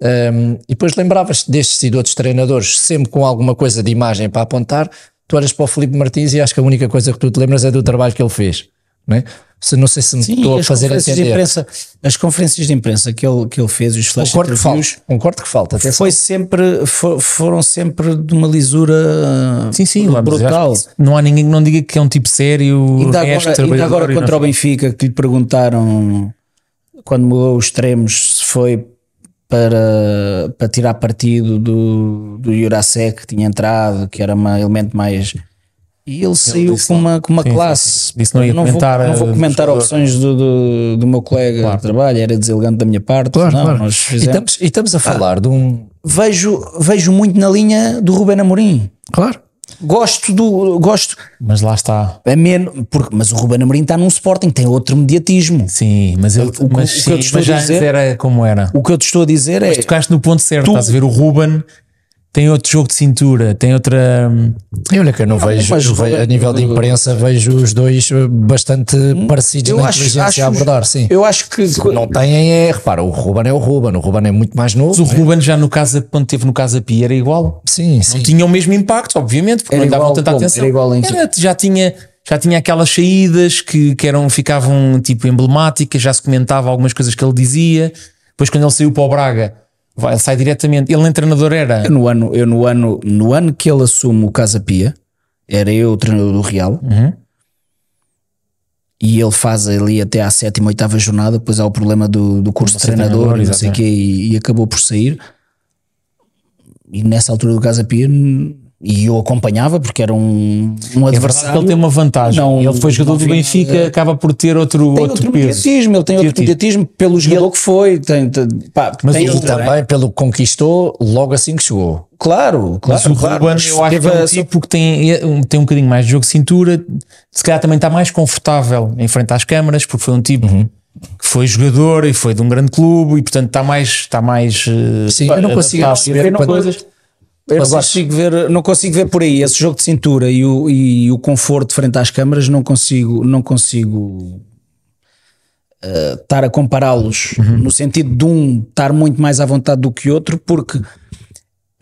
Speaker 3: Um, e depois lembravas destes e de outros treinadores, sempre com alguma coisa de imagem para apontar, tu olhas para o Filipe Martins e acho que a única coisa que tu te lembras é do trabalho que ele fez. Não, é? Se, não sei se me
Speaker 4: Sim,
Speaker 3: estou a
Speaker 4: as
Speaker 3: fazer
Speaker 4: conferências de
Speaker 3: entender.
Speaker 4: imprensa, as conferências de imprensa que ele, que ele fez, os flash
Speaker 3: Concordo que falta.
Speaker 4: interviews,
Speaker 3: Concordo que falta. atenção.
Speaker 4: foi sempre, fo- foram sempre de uma lisura
Speaker 2: Ah, Sim, sim, vamos,
Speaker 4: brutal.
Speaker 2: acho que Não há ninguém que não diga que é um tipo sério,
Speaker 4: Ainda
Speaker 2: resto,
Speaker 4: agora, ainda
Speaker 2: trabalhador
Speaker 4: agora
Speaker 2: e não
Speaker 4: contra o Benfica, que lhe perguntaram quando mudou os extremos se foi para, para tirar partido do, do Jurasek que tinha entrado, que era um elemento mais. E ele saiu
Speaker 2: disse
Speaker 4: com uma, com uma
Speaker 2: Sim, sim,
Speaker 4: classe.
Speaker 2: sim. Disse não ia
Speaker 4: Eu vou-
Speaker 2: comentar,
Speaker 4: não vou,
Speaker 2: eh,
Speaker 4: comentar
Speaker 2: jogador.
Speaker 4: opções do, do, do meu colega de trabalho, era deselegante da minha parte.
Speaker 3: Claro,
Speaker 4: não,
Speaker 3: claro.
Speaker 4: nós
Speaker 3: E
Speaker 4: fizemos.
Speaker 3: estamos, e estamos a
Speaker 4: Ah.
Speaker 3: falar de um.
Speaker 4: vejo, vejo muito na linha do Ruben Amorim.
Speaker 3: Claro.
Speaker 4: Gosto do. Gosto.
Speaker 2: Mas lá está.
Speaker 4: É menos, porque, mas o Ruben Amorim está num Sporting, tem outro mediatismo.
Speaker 2: Sim, mas, ele,
Speaker 4: o que-
Speaker 2: mas,
Speaker 4: o que
Speaker 2: sim,
Speaker 4: eu te estou
Speaker 2: mas
Speaker 4: a
Speaker 2: já
Speaker 4: dizer- é,
Speaker 2: antes era como era.
Speaker 4: O que eu te estou a dizer é.
Speaker 2: Tocaste no ponto certo, estás a ver o Ruben tem outro jogo de cintura, tem outra. hum,
Speaker 3: E olha que eu não, vejo,
Speaker 4: mas-
Speaker 3: vejo- a nível de imprensa, vejo os dois eh, bastante
Speaker 2: Hum,
Speaker 3: parecidos
Speaker 4: Eu
Speaker 3: na
Speaker 4: acho-
Speaker 3: inteligência a
Speaker 4: acho-
Speaker 3: abordar, sim.
Speaker 4: Eu acho que.
Speaker 3: Não têm é, repara, o Ruben é o Ruben, o Ruben é muito mais
Speaker 2: Mas o
Speaker 3: novo.
Speaker 2: Ruben já no casa, quando teve no Casa Pia era igual.
Speaker 3: Sim, sim.
Speaker 2: Não tinha o mesmo impacto, obviamente, porque
Speaker 4: Era
Speaker 2: não davam
Speaker 4: igual
Speaker 2: tanta
Speaker 4: como?
Speaker 2: atenção.
Speaker 4: Era igual em quê?
Speaker 2: Era, já tinha já tinha aquelas saídas que, que eram, ficavam tipo emblemáticas, já se comentava algumas coisas que ele dizia. Depois, quando ele saiu para o Braga, vai, ele sai diretamente. Ele, nem treinador, era.
Speaker 4: Eu no ano, eu no ano, no ano que ele assume o Casa Pia, era eu o treinador do Real.
Speaker 2: Uhum.
Speaker 4: E ele faz ali até à sétima, oitava jornada, depois há o problema do, do curso de
Speaker 2: ser
Speaker 4: treinador,
Speaker 2: treinador,
Speaker 4: e não sei
Speaker 2: exatamente.
Speaker 4: quê, e, e acabou por sair. E nessa altura do Casa Pia, n- e eu acompanhava porque era um, um
Speaker 2: É verdade que
Speaker 4: adversário.
Speaker 2: ele tem uma vantagem.
Speaker 4: Não-
Speaker 2: ele foi jogador
Speaker 4: não
Speaker 2: do
Speaker 4: vi
Speaker 2: Benfica,
Speaker 4: nada.
Speaker 2: acaba por ter outro,
Speaker 4: Tem
Speaker 2: outro,
Speaker 4: outro
Speaker 2: peso.
Speaker 4: mediatismo, ele tem outro mediatismo pelo jogador que foi. Tem, tem- pá,
Speaker 2: Mas
Speaker 4: tem
Speaker 2: o-
Speaker 3: E
Speaker 4: outra,
Speaker 3: também pelo que conquistou logo assim que chegou.
Speaker 4: Claro, claro.
Speaker 2: Mas o
Speaker 4: Ah, claro,
Speaker 2: Ruben,
Speaker 4: mas
Speaker 2: eu acho que
Speaker 4: teve
Speaker 2: é um
Speaker 4: a-
Speaker 2: tipo que tem, é, um- tem um bocadinho mais de jogo de cintura, se calhar também está mais confortável em frente às câmaras, porque foi um tipo que foi jogador e foi de um grande clube e portanto está mais. Está mais eh,
Speaker 3: Sim, eu não consigo
Speaker 2: adaptado.
Speaker 3: perceber
Speaker 2: Eu não
Speaker 3: quando-
Speaker 2: consigo-
Speaker 4: Eu não
Speaker 3: Mas acho-
Speaker 4: consigo, ver, não consigo ver por aí esse jogo de cintura e o, e o conforto frente às câmaras. Não consigo, não consigo eh, estar a compará-los
Speaker 2: Uhum.
Speaker 4: no sentido de um estar muito mais à vontade do que outro, porque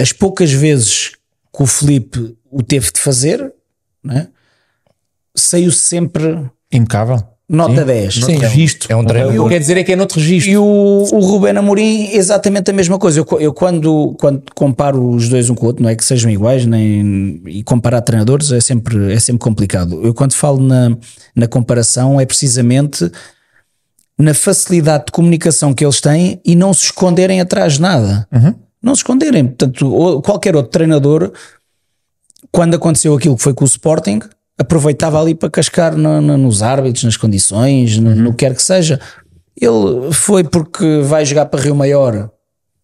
Speaker 4: as poucas vezes que o Felipe o teve de fazer né, saiu sempre
Speaker 2: Impecável.
Speaker 4: nota Então, 10.
Speaker 2: Noutro registro.
Speaker 3: é um
Speaker 2: O que eu
Speaker 3: treinador.
Speaker 2: quero dizer é que é noutro registro.
Speaker 4: E o, o Ruben Amorim, exatamente a mesma coisa. Eu, co- eu quando, quando comparo os dois um com o outro, não é que sejam iguais, nem, e comparar treinadores é sempre, é sempre complicado. Eu quando falo na, na comparação é precisamente na facilidade de comunicação que eles têm e não se esconderem atrás de nada. Não se esconderem. Portanto, ou- qualquer outro treinador, quando aconteceu aquilo que foi com o Sporting, aproveitava ali para cascar na- na- nos árbitros, nas condições, no, no que quer que seja. Ele foi porque vai jogar para Rio Maior.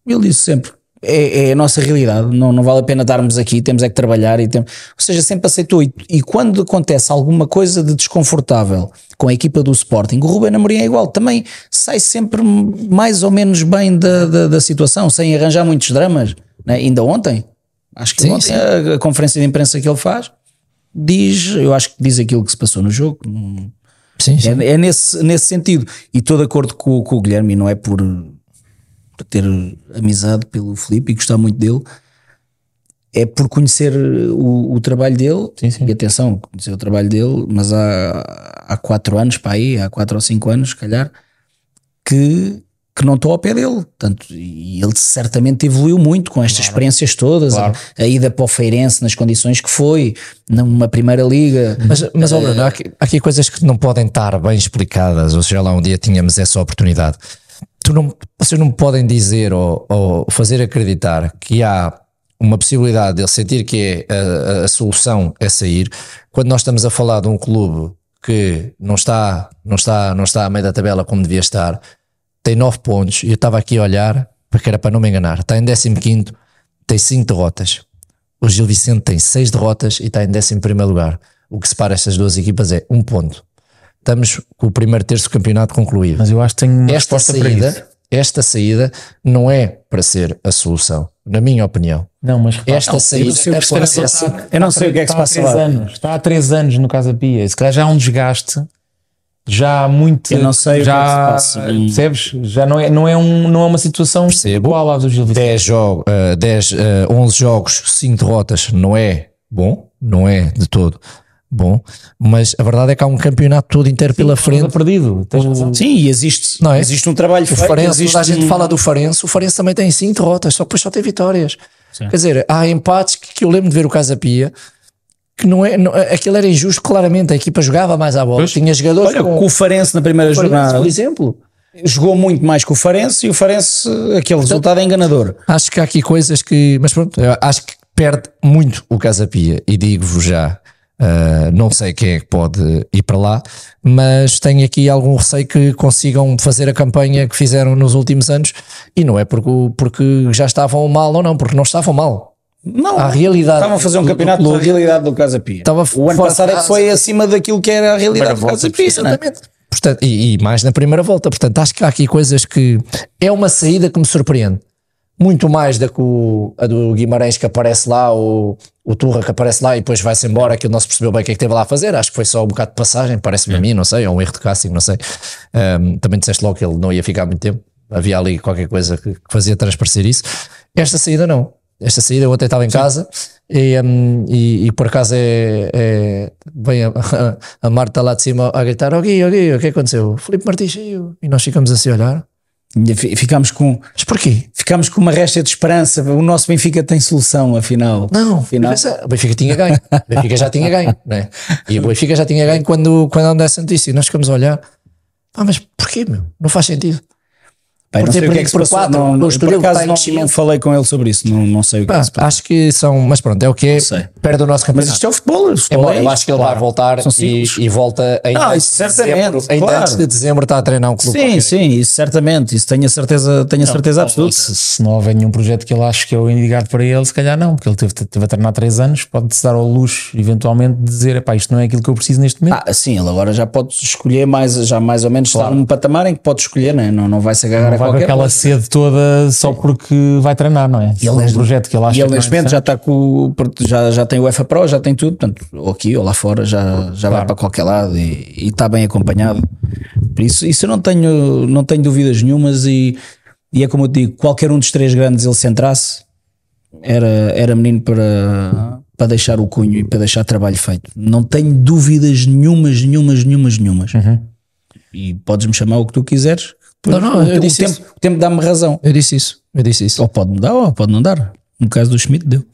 Speaker 4: Ele disse sempre: é, é a nossa realidade, não, não vale a pena darmos aqui, temos é que trabalhar. E tem... Ou seja, sempre aceitou. E, e quando acontece alguma coisa de desconfortável com a equipa do Sporting, o Ruben Amorim é igual, também sai sempre mais ou menos bem da, da, da situação, sem arranjar muitos dramas. né? Ainda ontem, acho que ontem, A, a conferência de imprensa que ele faz diz, eu acho que diz aquilo que se passou no jogo,
Speaker 3: Sim, sim.
Speaker 4: é, é nesse, nesse sentido. E estou de acordo com, com o Guilherme, e não é por, por ter amizade pelo Felipe e gostar muito dele, é por conhecer o, o trabalho dele. E atenção, conhecer o trabalho dele, mas há, há quatro anos para aí, há quatro ou cinco anos, se calhar, que, que não estou ao pé dele. Portanto, e ele certamente evoluiu muito com estas experiências todas. A, a ida para o Feirense nas condições que foi, numa primeira liga.
Speaker 3: Mas, mas ó, Bruno, há aqui, há aqui coisas que não podem estar bem explicadas, ou seja, lá um dia tínhamos essa oportunidade. Tu não, vocês não me podem dizer ou, ou fazer acreditar que há uma possibilidade de ele sentir que é a, a- a solução é sair, quando nós estamos a falar de um clube que não está, não está, não está a meio da tabela como devia estar, tem 9 pontos, e eu estava aqui a olhar, porque era para não me enganar, está em 15 tem 5 derrotas. O Gil Vicente tem 6 derrotas e está em 11 lugar. O que separa estas duas equipas é um ponto. Estamos com o primeiro terço do campeonato concluído
Speaker 2: Mas eu acho que tenho uma
Speaker 3: esta
Speaker 2: resposta para isso.
Speaker 3: saída, esta saída não é para ser a solução, na minha opinião.
Speaker 2: Não, mas repara,
Speaker 3: Esta
Speaker 2: não,
Speaker 3: saída
Speaker 2: eu percebo
Speaker 3: é
Speaker 2: que este
Speaker 3: para-
Speaker 2: treinador está-
Speaker 4: Eu não sei o que é que se
Speaker 2: está há
Speaker 4: passa
Speaker 2: três
Speaker 4: lá.
Speaker 2: Anos, está há três anos no Casa Pia. Se calhar já há um desgaste, já há muito.
Speaker 4: Eu não sei o que é que se
Speaker 2: já,
Speaker 4: passa.
Speaker 2: Percebes? Já não é, não é, um, não é uma situação
Speaker 3: Percebo.
Speaker 2: igual à do Gil Vicente.
Speaker 3: 10 jogos, 10, eh, 11 jogos, 5 derrotas não é bom, não é de todo bom, mas a verdade é que há um campeonato todo inteiro pela
Speaker 2: Está
Speaker 3: frente.
Speaker 2: perdido. Tens razão.
Speaker 4: Sim, e existe,
Speaker 3: Não é?
Speaker 4: existe um trabalho
Speaker 3: O
Speaker 4: feito.
Speaker 3: Farense,
Speaker 4: existe
Speaker 3: toda a gente
Speaker 4: um-
Speaker 3: fala do Farense, o Farense também tem 5 derrotas, só que depois só tem vitórias. Quer dizer, há empates que, que eu lembro de ver o Casa Pia. Que não é, não, aquilo era injusto, claramente. A equipa jogava mais à bola, tinha jogadores
Speaker 4: Olha,
Speaker 3: com-
Speaker 4: com o Farense na primeira
Speaker 3: Farense,
Speaker 4: jornada.
Speaker 3: por exemplo.
Speaker 4: Jogou muito mais que o Farense e o Farense, aquele resultado é enganador.
Speaker 3: Acho que há aqui coisas que. Mas pronto, eu acho que perde muito o Casapia. E digo-vos já, ah, não sei quem é que pode ir para lá, mas tenho aqui algum receio que consigam fazer a campanha que fizeram nos últimos anos. E não é porque, porque já estavam mal ou não, porque não estavam mal.
Speaker 4: Não,
Speaker 3: A realidade.
Speaker 4: estavam a fazer um
Speaker 3: do- do
Speaker 4: campeonato
Speaker 3: clube-
Speaker 4: pela realidade do Casa Pia.
Speaker 3: Estava
Speaker 4: o ano
Speaker 3: fora
Speaker 4: passado
Speaker 3: de
Speaker 4: é que
Speaker 3: casa.
Speaker 4: foi acima daquilo que era a
Speaker 3: primeira
Speaker 4: realidade do
Speaker 3: volta,
Speaker 4: Casa Pia. não é?
Speaker 3: exatamente. Portanto, e, e mais na primeira volta. Portanto, acho que há aqui coisas que. É uma saída que me surpreende. Muito mais da que o, a do Guimarães que aparece lá, o, o Turra que aparece lá e depois vai-se embora, que não se percebeu bem o que é que teve lá a fazer. Acho que foi só um bocado de passagem, parece-me a mim, não sei, ou um erro de casting, não sei. Ahm, também disseste logo que ele não ia ficar muito tempo. Havia ali qualquer coisa que, que fazia transparecer isso. Esta saída não. Esta saída eu ontem estava em casa e, hum, e- e por acaso é, é- vem a, a Marta lá de cima a gritar: Oh Gui, oh Gui, o que aconteceu? O Filipe Martins saiu. E nós ficamos assim a olhar.
Speaker 4: E fi- Ficámos com,
Speaker 3: Mas porquê?
Speaker 4: ficámos com uma resta de esperança. O nosso Benfica tem solução, afinal.
Speaker 3: Não,
Speaker 4: Afinal.
Speaker 3: mas é essa- o Benfica tinha ganho. O Benfica já tinha ganho, né? E o Benfica já tinha ganho quando, quando andou essa notícia. E nós ficamos a olhar: Ah, mas porquê, meu? Não faz sentido.
Speaker 4: Pá,
Speaker 3: por
Speaker 4: não
Speaker 3: ter
Speaker 4: sei o que é que
Speaker 3: perdido
Speaker 4: se
Speaker 3: por
Speaker 4: passou.
Speaker 3: quatro,
Speaker 4: não,
Speaker 3: o
Speaker 4: não, por
Speaker 3: Estoril está
Speaker 4: acaso
Speaker 3: em
Speaker 4: não,
Speaker 3: descimento.
Speaker 4: não falei com ele sobre isso. Não, não sei o que
Speaker 3: Pá,
Speaker 4: é que se passou.
Speaker 3: acho que são. Mas pronto, é o que é.
Speaker 4: sei.
Speaker 3: Perde o nosso
Speaker 4: Mas
Speaker 3: campeonato.
Speaker 4: isto é o futebol. o futebol
Speaker 3: Embora
Speaker 4: é
Speaker 3: eu acho que ele vai voltar
Speaker 4: São
Speaker 3: e,
Speaker 4: ciclos.
Speaker 3: e volta ainda,
Speaker 4: Ah,
Speaker 3: antes
Speaker 4: isso
Speaker 3: de dezembro,
Speaker 4: certamente,
Speaker 3: ainda
Speaker 4: claro.
Speaker 3: antes de dezembro está a treinar um clube
Speaker 4: Sim,
Speaker 3: qualquer.
Speaker 4: sim, isso certamente. Isso tenho a certeza, tenho a certeza absoluta.
Speaker 2: Se, se não houver nenhum projeto que ele ache que é o indicado para ele, se calhar não, porque ele teve, teve a treinar três anos, pode-se dar ao luxo, eventualmente, de dizer: "Epá, isto não é aquilo que eu preciso neste momento.
Speaker 4: Ah, sim, ele agora já pode escolher mais, já mais ou menos está num patamar em que pode escolher, né? não, não vai se agarrar
Speaker 2: Não
Speaker 4: a
Speaker 2: vai com
Speaker 4: qualquer
Speaker 2: aquela
Speaker 4: coisa.
Speaker 2: sede toda só porque vai treinar, não é? E ele é um projeto que ele acha
Speaker 4: E é. ele
Speaker 2: que não é
Speaker 4: neste momento já está com o- já, já tem o UEFA Pro, já tem tudo, portanto, ou aqui ou lá fora, já, já vai para qualquer lado e, e está bem acompanhado. Por isso, isso eu não tenho, não tenho dúvidas nenhumas e, e é como eu digo, qualquer um dos três grandes ele se entrasse, era, era menino para, para deixar o cunho e para deixar trabalho feito. Não tenho dúvidas nenhumas, nenhumas, nenhumas, nenhumas. E podes-me chamar o que tu quiseres.
Speaker 3: Uhum. Não, não,
Speaker 4: o,
Speaker 3: eu
Speaker 4: te- o
Speaker 3: disse
Speaker 4: tempo, o tempo dá-me razão.
Speaker 3: Eu disse isso, eu disse isso.
Speaker 4: Ou pode mudar ou pode não dar. No caso do Schmidt deu.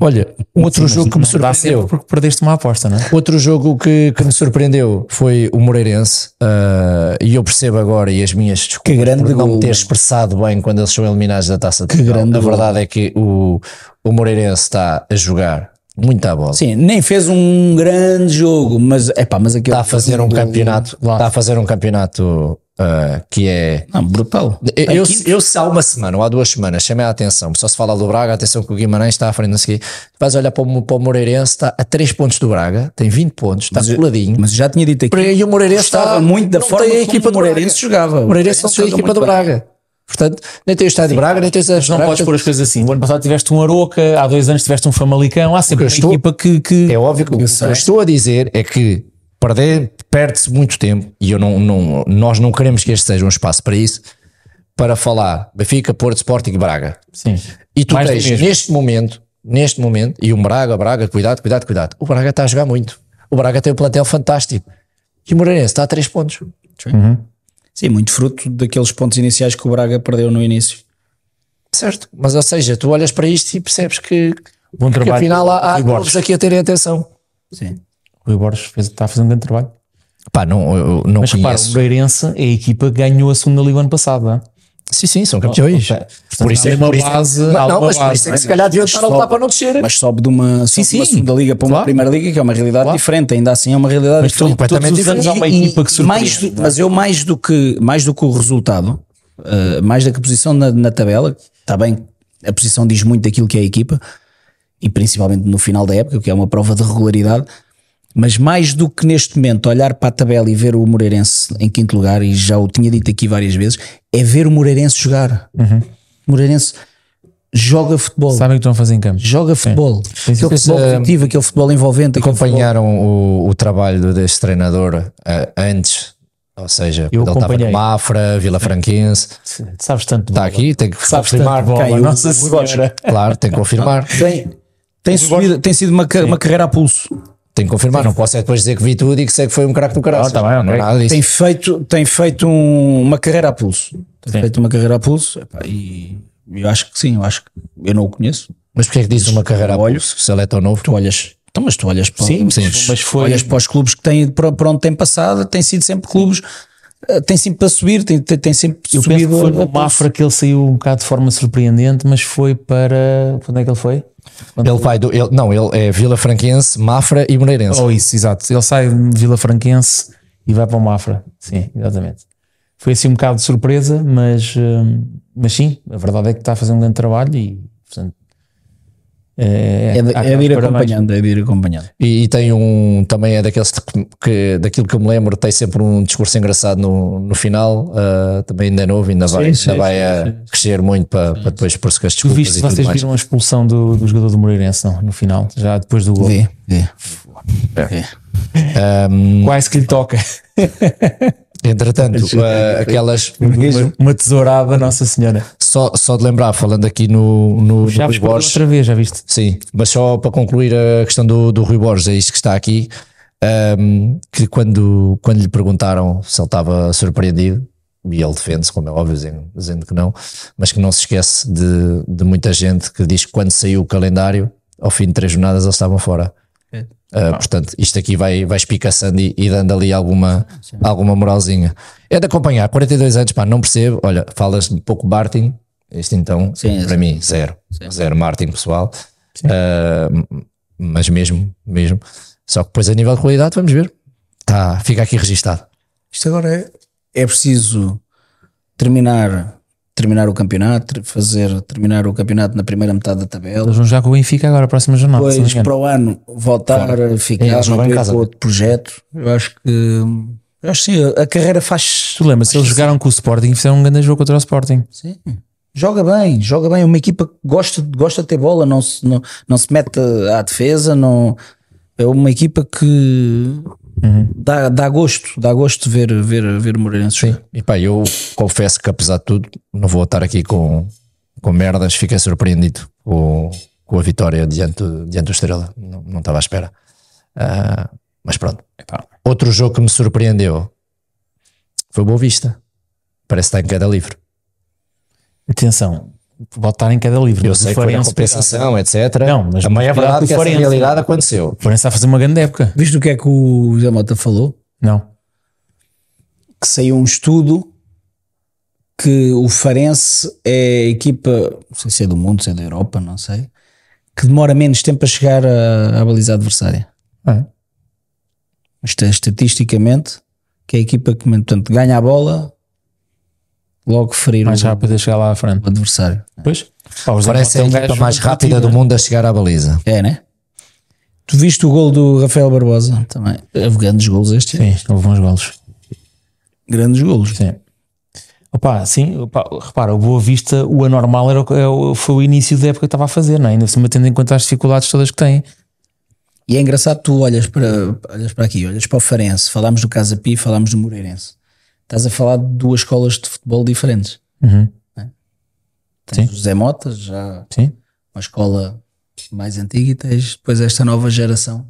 Speaker 3: Olha, um outro
Speaker 2: Mas
Speaker 3: jogo que me
Speaker 2: não dá sempre
Speaker 3: surpreendeu.
Speaker 2: porque perdeste uma aposta, não é?
Speaker 3: Outro jogo que, que me surpreendeu foi o Moreirense, ah, e eu percebo agora e as minhas desculpas
Speaker 4: Que grande
Speaker 3: por não me
Speaker 4: gol.
Speaker 3: ter expressado bem quando eles são eliminados da taça de
Speaker 4: Que
Speaker 3: Portugal.
Speaker 4: grande
Speaker 3: A
Speaker 4: gol.
Speaker 3: verdade é que o, o Moreirense está a jogar muito à bola.
Speaker 4: Sim, nem fez um grande jogo, mas é pá, mas aquele
Speaker 3: Está a fazer um campeonato, está a fazer um campeonato ah, que é
Speaker 4: Não, brutal.
Speaker 3: Eu, eu,
Speaker 4: Aqui-
Speaker 3: eu se há uma semana ou há duas semanas chamei a atenção, só se fala do Braga, atenção que o Guimarães está à frente, não sei o quê. Vais olhar para o, para o Moreirense, está a 3 pontos do Braga, tem 20 pontos, está coladinho.
Speaker 4: mas já tinha dito aqui.
Speaker 3: E o Moreirense
Speaker 4: Gostava
Speaker 3: está,
Speaker 4: muito da
Speaker 3: não
Speaker 4: forma
Speaker 3: tem a
Speaker 4: como
Speaker 3: equipa
Speaker 4: o Moreirense
Speaker 3: do Braga.
Speaker 4: jogava.
Speaker 3: O Moreirense não tem a
Speaker 4: joga
Speaker 3: equipa
Speaker 4: muito
Speaker 3: do
Speaker 4: bem.
Speaker 3: Braga. Portanto, nem tem o estádio de Braga, nem tem os
Speaker 2: Mas não podes pôr as coisas assim. O ano passado tiveste um Aroca, há dois anos tiveste um Famalicão, há sempre
Speaker 3: eu
Speaker 2: uma
Speaker 3: estou-
Speaker 2: equipa que. que-
Speaker 3: É óbvio que o que eu estou a dizer é que perder- perde-se muito tempo e eu não, não- nós não queremos que este seja um espaço para isso, para falar Benfica, Porto, Sporting e Braga.
Speaker 2: Sim.
Speaker 3: E tu
Speaker 2: Mais do
Speaker 3: tens
Speaker 2: mesmo.
Speaker 3: neste momento, neste momento, e o Braga, Braga, cuidado, cuidado, cuidado. O Braga está a jogar muito. O Braga tem um plantel fantástico. E o Moreirense está a 3 pontos.
Speaker 4: Sim, muito fruto daqueles pontos iniciais que o Braga perdeu no início.
Speaker 3: Certo. Mas ou seja, tu olhas para isto e percebes que,
Speaker 2: Bom
Speaker 3: que
Speaker 2: trabalho.
Speaker 3: afinal há, há
Speaker 2: Rui
Speaker 3: clubes
Speaker 2: Borges.
Speaker 3: aqui a terem atenção.
Speaker 4: Sim.
Speaker 2: Rui Borges fez- está a fazer um grande trabalho.
Speaker 3: Pá, não, eu não
Speaker 2: Mas repara, o
Speaker 3: conheço.
Speaker 2: Moreirense é a equipa que ganhou a segunda liga o ano passado. não é?
Speaker 3: Sim, sim, são campeões.
Speaker 2: Ok.
Speaker 3: Por isso
Speaker 2: há
Speaker 3: é
Speaker 2: uma
Speaker 3: por isso-
Speaker 2: base-
Speaker 3: Mas
Speaker 2: há
Speaker 3: não,
Speaker 2: uma
Speaker 3: mas por
Speaker 2: base,
Speaker 3: isso é
Speaker 2: não é?
Speaker 3: que se calhar deviam estar a lutar para não descer.
Speaker 1: Mas sobe de uma,
Speaker 3: Sim,
Speaker 1: sobe de uma
Speaker 3: sim.
Speaker 1: segunda liga para uma
Speaker 3: Claro.
Speaker 1: primeira liga, que é uma realidade
Speaker 3: Claro.
Speaker 1: diferente, ainda assim é uma realidade
Speaker 3: Mas
Speaker 1: diferente.
Speaker 3: completamente
Speaker 1: Todos os anos
Speaker 3: diferente.
Speaker 1: há uma
Speaker 3: E- e-
Speaker 1: equipa que surpreende,
Speaker 4: mais do-
Speaker 1: não é?
Speaker 4: mas eu mais do que mais do que o resultado, eh, mais da que a posição na, na tabela, está bem, a posição diz muito daquilo que é a equipa, e principalmente no final da época, que é uma prova de regularidade, mas mais do que neste momento olhar para a tabela e ver o Moreirense em quinto lugar, e já o tinha dito aqui várias vezes, é ver o Moreirense jogar.
Speaker 3: Uhum.
Speaker 4: O Moreirense joga futebol.
Speaker 2: Sabem o que estão a fazer em campo.
Speaker 4: Joga futebol, aquele
Speaker 3: Vocês,
Speaker 4: futebol
Speaker 3: eh,
Speaker 4: positivo, aquele futebol envolvente, aquele futebol-
Speaker 3: acompanharam o, o trabalho deste treinador eh, antes, ou seja,
Speaker 2: Eu
Speaker 3: quando ele estava
Speaker 2: acompanhei.
Speaker 3: no Mafra, Vila Franquense,
Speaker 2: Sabes tanto.
Speaker 3: está aqui, tem que
Speaker 2: Sabes
Speaker 3: confirmar,
Speaker 2: tanto, bola.
Speaker 4: Quem? O-
Speaker 2: Nossa
Speaker 4: o Gorges.
Speaker 2: Senhora.
Speaker 3: claro, tem que confirmar,
Speaker 4: tem, tem, subido- tem sido uma, ca- uma carreira a pulso.
Speaker 3: tem que confirmar, não posso é depois dizer que vi tudo e que sei que foi um craque do caralho,
Speaker 2: Ah, tá bem,
Speaker 3: não é
Speaker 2: ok.
Speaker 3: nada disso.
Speaker 4: Tem feito, tem feito um- uma carreira a pulso. Tem
Speaker 2: Sim.
Speaker 4: feito uma carreira a pulso epá, e eu acho que sim, eu acho que eu não o conheço.
Speaker 3: Mas porquê é que diz uma carreira a
Speaker 4: Olho.
Speaker 3: pulso, se ele é tão novo?
Speaker 4: Tu olhas, então, mas tu olhas para,
Speaker 3: Sim, sim.
Speaker 2: Mas foi.
Speaker 4: olhas para os clubes que têm para, para onde tem passado, tem sido sempre clubes, eh, tem sempre para subir, tem, tem, tem sempre
Speaker 2: Eu penso que
Speaker 4: subido
Speaker 2: foi
Speaker 4: a- a
Speaker 2: no
Speaker 4: pulso.
Speaker 2: Mafra que ele saiu um bocado de forma surpreendente, mas foi para. Onde é que ele foi? Quando-
Speaker 3: Ele vai do, ele- não, ele é Vila Franquense, Mafra e Moreirense.
Speaker 2: Oh, isso, exato. Ele sai de Vila Franquense e vai para o Mafra. Sim, exatamente. Foi assim um bocado de surpresa, mas, hum, mas sim, a verdade é que está a fazer um grande trabalho e, portanto. É,
Speaker 4: É de,
Speaker 2: há
Speaker 4: é de ir
Speaker 2: parabéns.
Speaker 4: acompanhando, é de ir acompanhando.
Speaker 3: E, e tem um, também é daqueles que, que- daquilo que eu me lembro, tem sempre um discurso engraçado no, no final, ah, também ainda é novo, ainda vai, ainda vai a crescer muito para, para depois pôr se com as
Speaker 2: Tu
Speaker 3: desculpas
Speaker 2: viste,
Speaker 3: e tudo
Speaker 2: vocês
Speaker 3: mais.
Speaker 2: viram a expulsão do, do jogador do Moreirense, não? No final, já depois do gol.
Speaker 4: Vê, vê.
Speaker 2: Quase que lhe toca.
Speaker 3: Entretanto, ah, aquelas,
Speaker 2: Uma, uma tesourada, Nossa Senhora.
Speaker 3: só, só de lembrar, falando aqui no, no, no
Speaker 2: Já
Speaker 3: Rui
Speaker 2: vos perdeu
Speaker 3: Borges,
Speaker 2: outra vez, já viste?
Speaker 3: Sim, mas só para concluir a questão do, do Rui Borges, é isto que está aqui, ahm, que quando, quando lhe perguntaram se ele estava surpreendido, e ele defende-se, como é óbvio, dizendo, dizendo que não, mas que não se esquece de, de muita gente que diz que quando saiu o calendário, ao fim de três jornadas eles estavam fora. Ah, portanto, isto aqui vai, vai espicaçando e, e dando ali alguma, alguma moralzinha. É de acompanhar, 42 anos, pá, não percebo. Olha, falas de pouco Martin, este então, para mim, zero. Zero Martin, pessoal. Ah, m- mas mesmo, mesmo. Só que depois a nível de qualidade, vamos ver. Tá, fica aqui registado.
Speaker 4: Isto agora é, é preciso terminar, terminar o campeonato, ter- fazer terminar o campeonato na primeira metade da tabela.
Speaker 2: Eles vão já com o Benfica agora, a próxima jornada. se não me
Speaker 4: Depois
Speaker 2: engano.
Speaker 4: para o ano voltar a
Speaker 3: É,
Speaker 4: ficar
Speaker 3: eles não vão em
Speaker 4: ir
Speaker 3: casa.
Speaker 4: para outro projeto. Eu acho que eu acho que sim, a carreira faz
Speaker 2: Tu lembras, eles jogaram com o Sporting e fizeram um grande jogo contra o Sporting.
Speaker 4: sim. Joga bem, joga bem. É Uma equipa que gosta, gosta de ter bola, não se, não, não se mete à defesa. Não, é uma equipa que
Speaker 2: Uhum.
Speaker 4: dá, dá gosto, dá gosto de ver, ver, ver o Moreirense. jogar.
Speaker 3: E pá, eu confesso que apesar de tudo, não vou estar aqui com, com merdas, fiquei surpreendido com, com a vitória diante, do- diante do Estrela. Não, não estava à espera. Ah, mas pronto. Outro jogo que me surpreendeu foi o Boa Vista. Parece que está em queda livre.
Speaker 2: Atenção, pode estar em cada livro.
Speaker 3: Eu
Speaker 2: mas o
Speaker 3: sei que foi a
Speaker 2: Farense-
Speaker 3: compensação, etc.
Speaker 2: Não, mas
Speaker 3: a maior
Speaker 2: mas
Speaker 3: verdade é que
Speaker 2: o
Speaker 3: essa
Speaker 2: Farense-
Speaker 3: realidade aconteceu.
Speaker 2: O Farense está a fazer uma grande época.
Speaker 4: Viste o que é que o José Mota falou?
Speaker 2: Não.
Speaker 4: que saiu um estudo que o Farense é a equipa, não sei se é do mundo, se é da Europa, não sei, que demora menos tempo a chegar à, à baliza adversária.
Speaker 2: É.
Speaker 4: Esta- Estatisticamente, que é a equipa que portanto, ganha a bola, logo ferir
Speaker 2: Mais
Speaker 4: o,
Speaker 2: rápido a chegar lá à frente.
Speaker 4: o adversário.
Speaker 2: Depois, pá, o Zé
Speaker 3: Uhum. Parece a
Speaker 2: Mota é um
Speaker 3: equipa
Speaker 2: gajo
Speaker 3: mais
Speaker 2: muito
Speaker 3: rápida do
Speaker 2: rápido.
Speaker 3: mundo a chegar à baliza.
Speaker 4: É, né? Tu viste o gol do Rafael Barbosa também. Houve grandes golos este. ano.
Speaker 2: Sim, houve bons golos.
Speaker 4: Grandes golos.
Speaker 2: Sim. Opa, sim, opa, repara, o Boa Vista, o anormal era, o que- é o- foi o início da época que estava a fazer, não é? ainda se tendo em conta as dificuldades todas que tem.
Speaker 4: E é engraçado, tu olhas para, olhas para aqui, olhas para o Farense, falámos do Casa Pi, falámos do Moreirense. Estás a falar de duas escolas de futebol diferentes. Né?
Speaker 2: Uhum.
Speaker 4: Tens o Zé Mota, já
Speaker 2: Sim,
Speaker 4: uma escola mais antiga, e tens depois esta nova geração.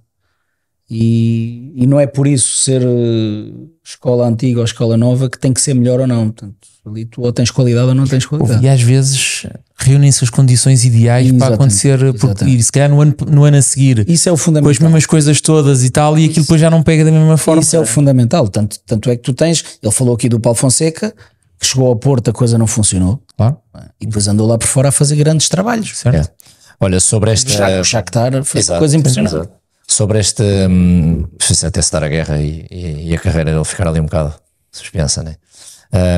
Speaker 4: E, e não é por isso ser eh, escola antiga ou escola nova que tem que ser melhor ou não. Portanto, ali tu ou tens qualidade ou não tens qualidade.
Speaker 2: e às vezes reúnem-se as condições ideais para
Speaker 4: é. Exatamente,
Speaker 2: acontecer, porque
Speaker 4: exatamente.
Speaker 2: e se calhar no ano, no ano a seguir,
Speaker 4: Isso é o
Speaker 2: com as
Speaker 4: fundamental.
Speaker 2: mesmas coisas todas e tal, e aquilo depois já não pega da mesma forma.
Speaker 4: é Isso é o fundamental. Tanto, tanto é que tu tens, ele falou aqui do Paulo Fonseca,
Speaker 1: que chegou ao Porto, a coisa não funcionou.
Speaker 2: Claro.
Speaker 1: E depois andou lá por fora a fazer grandes trabalhos.
Speaker 2: Certo?
Speaker 3: É. Olha, sobre esta.
Speaker 1: O Shakhtar foi
Speaker 3: Exato.
Speaker 1: uma coisa impressionante.
Speaker 3: Sobre este. Hum, fiz até se dar a guerra e, e- e a carreira dele ficar ali um bocado suspensa, né?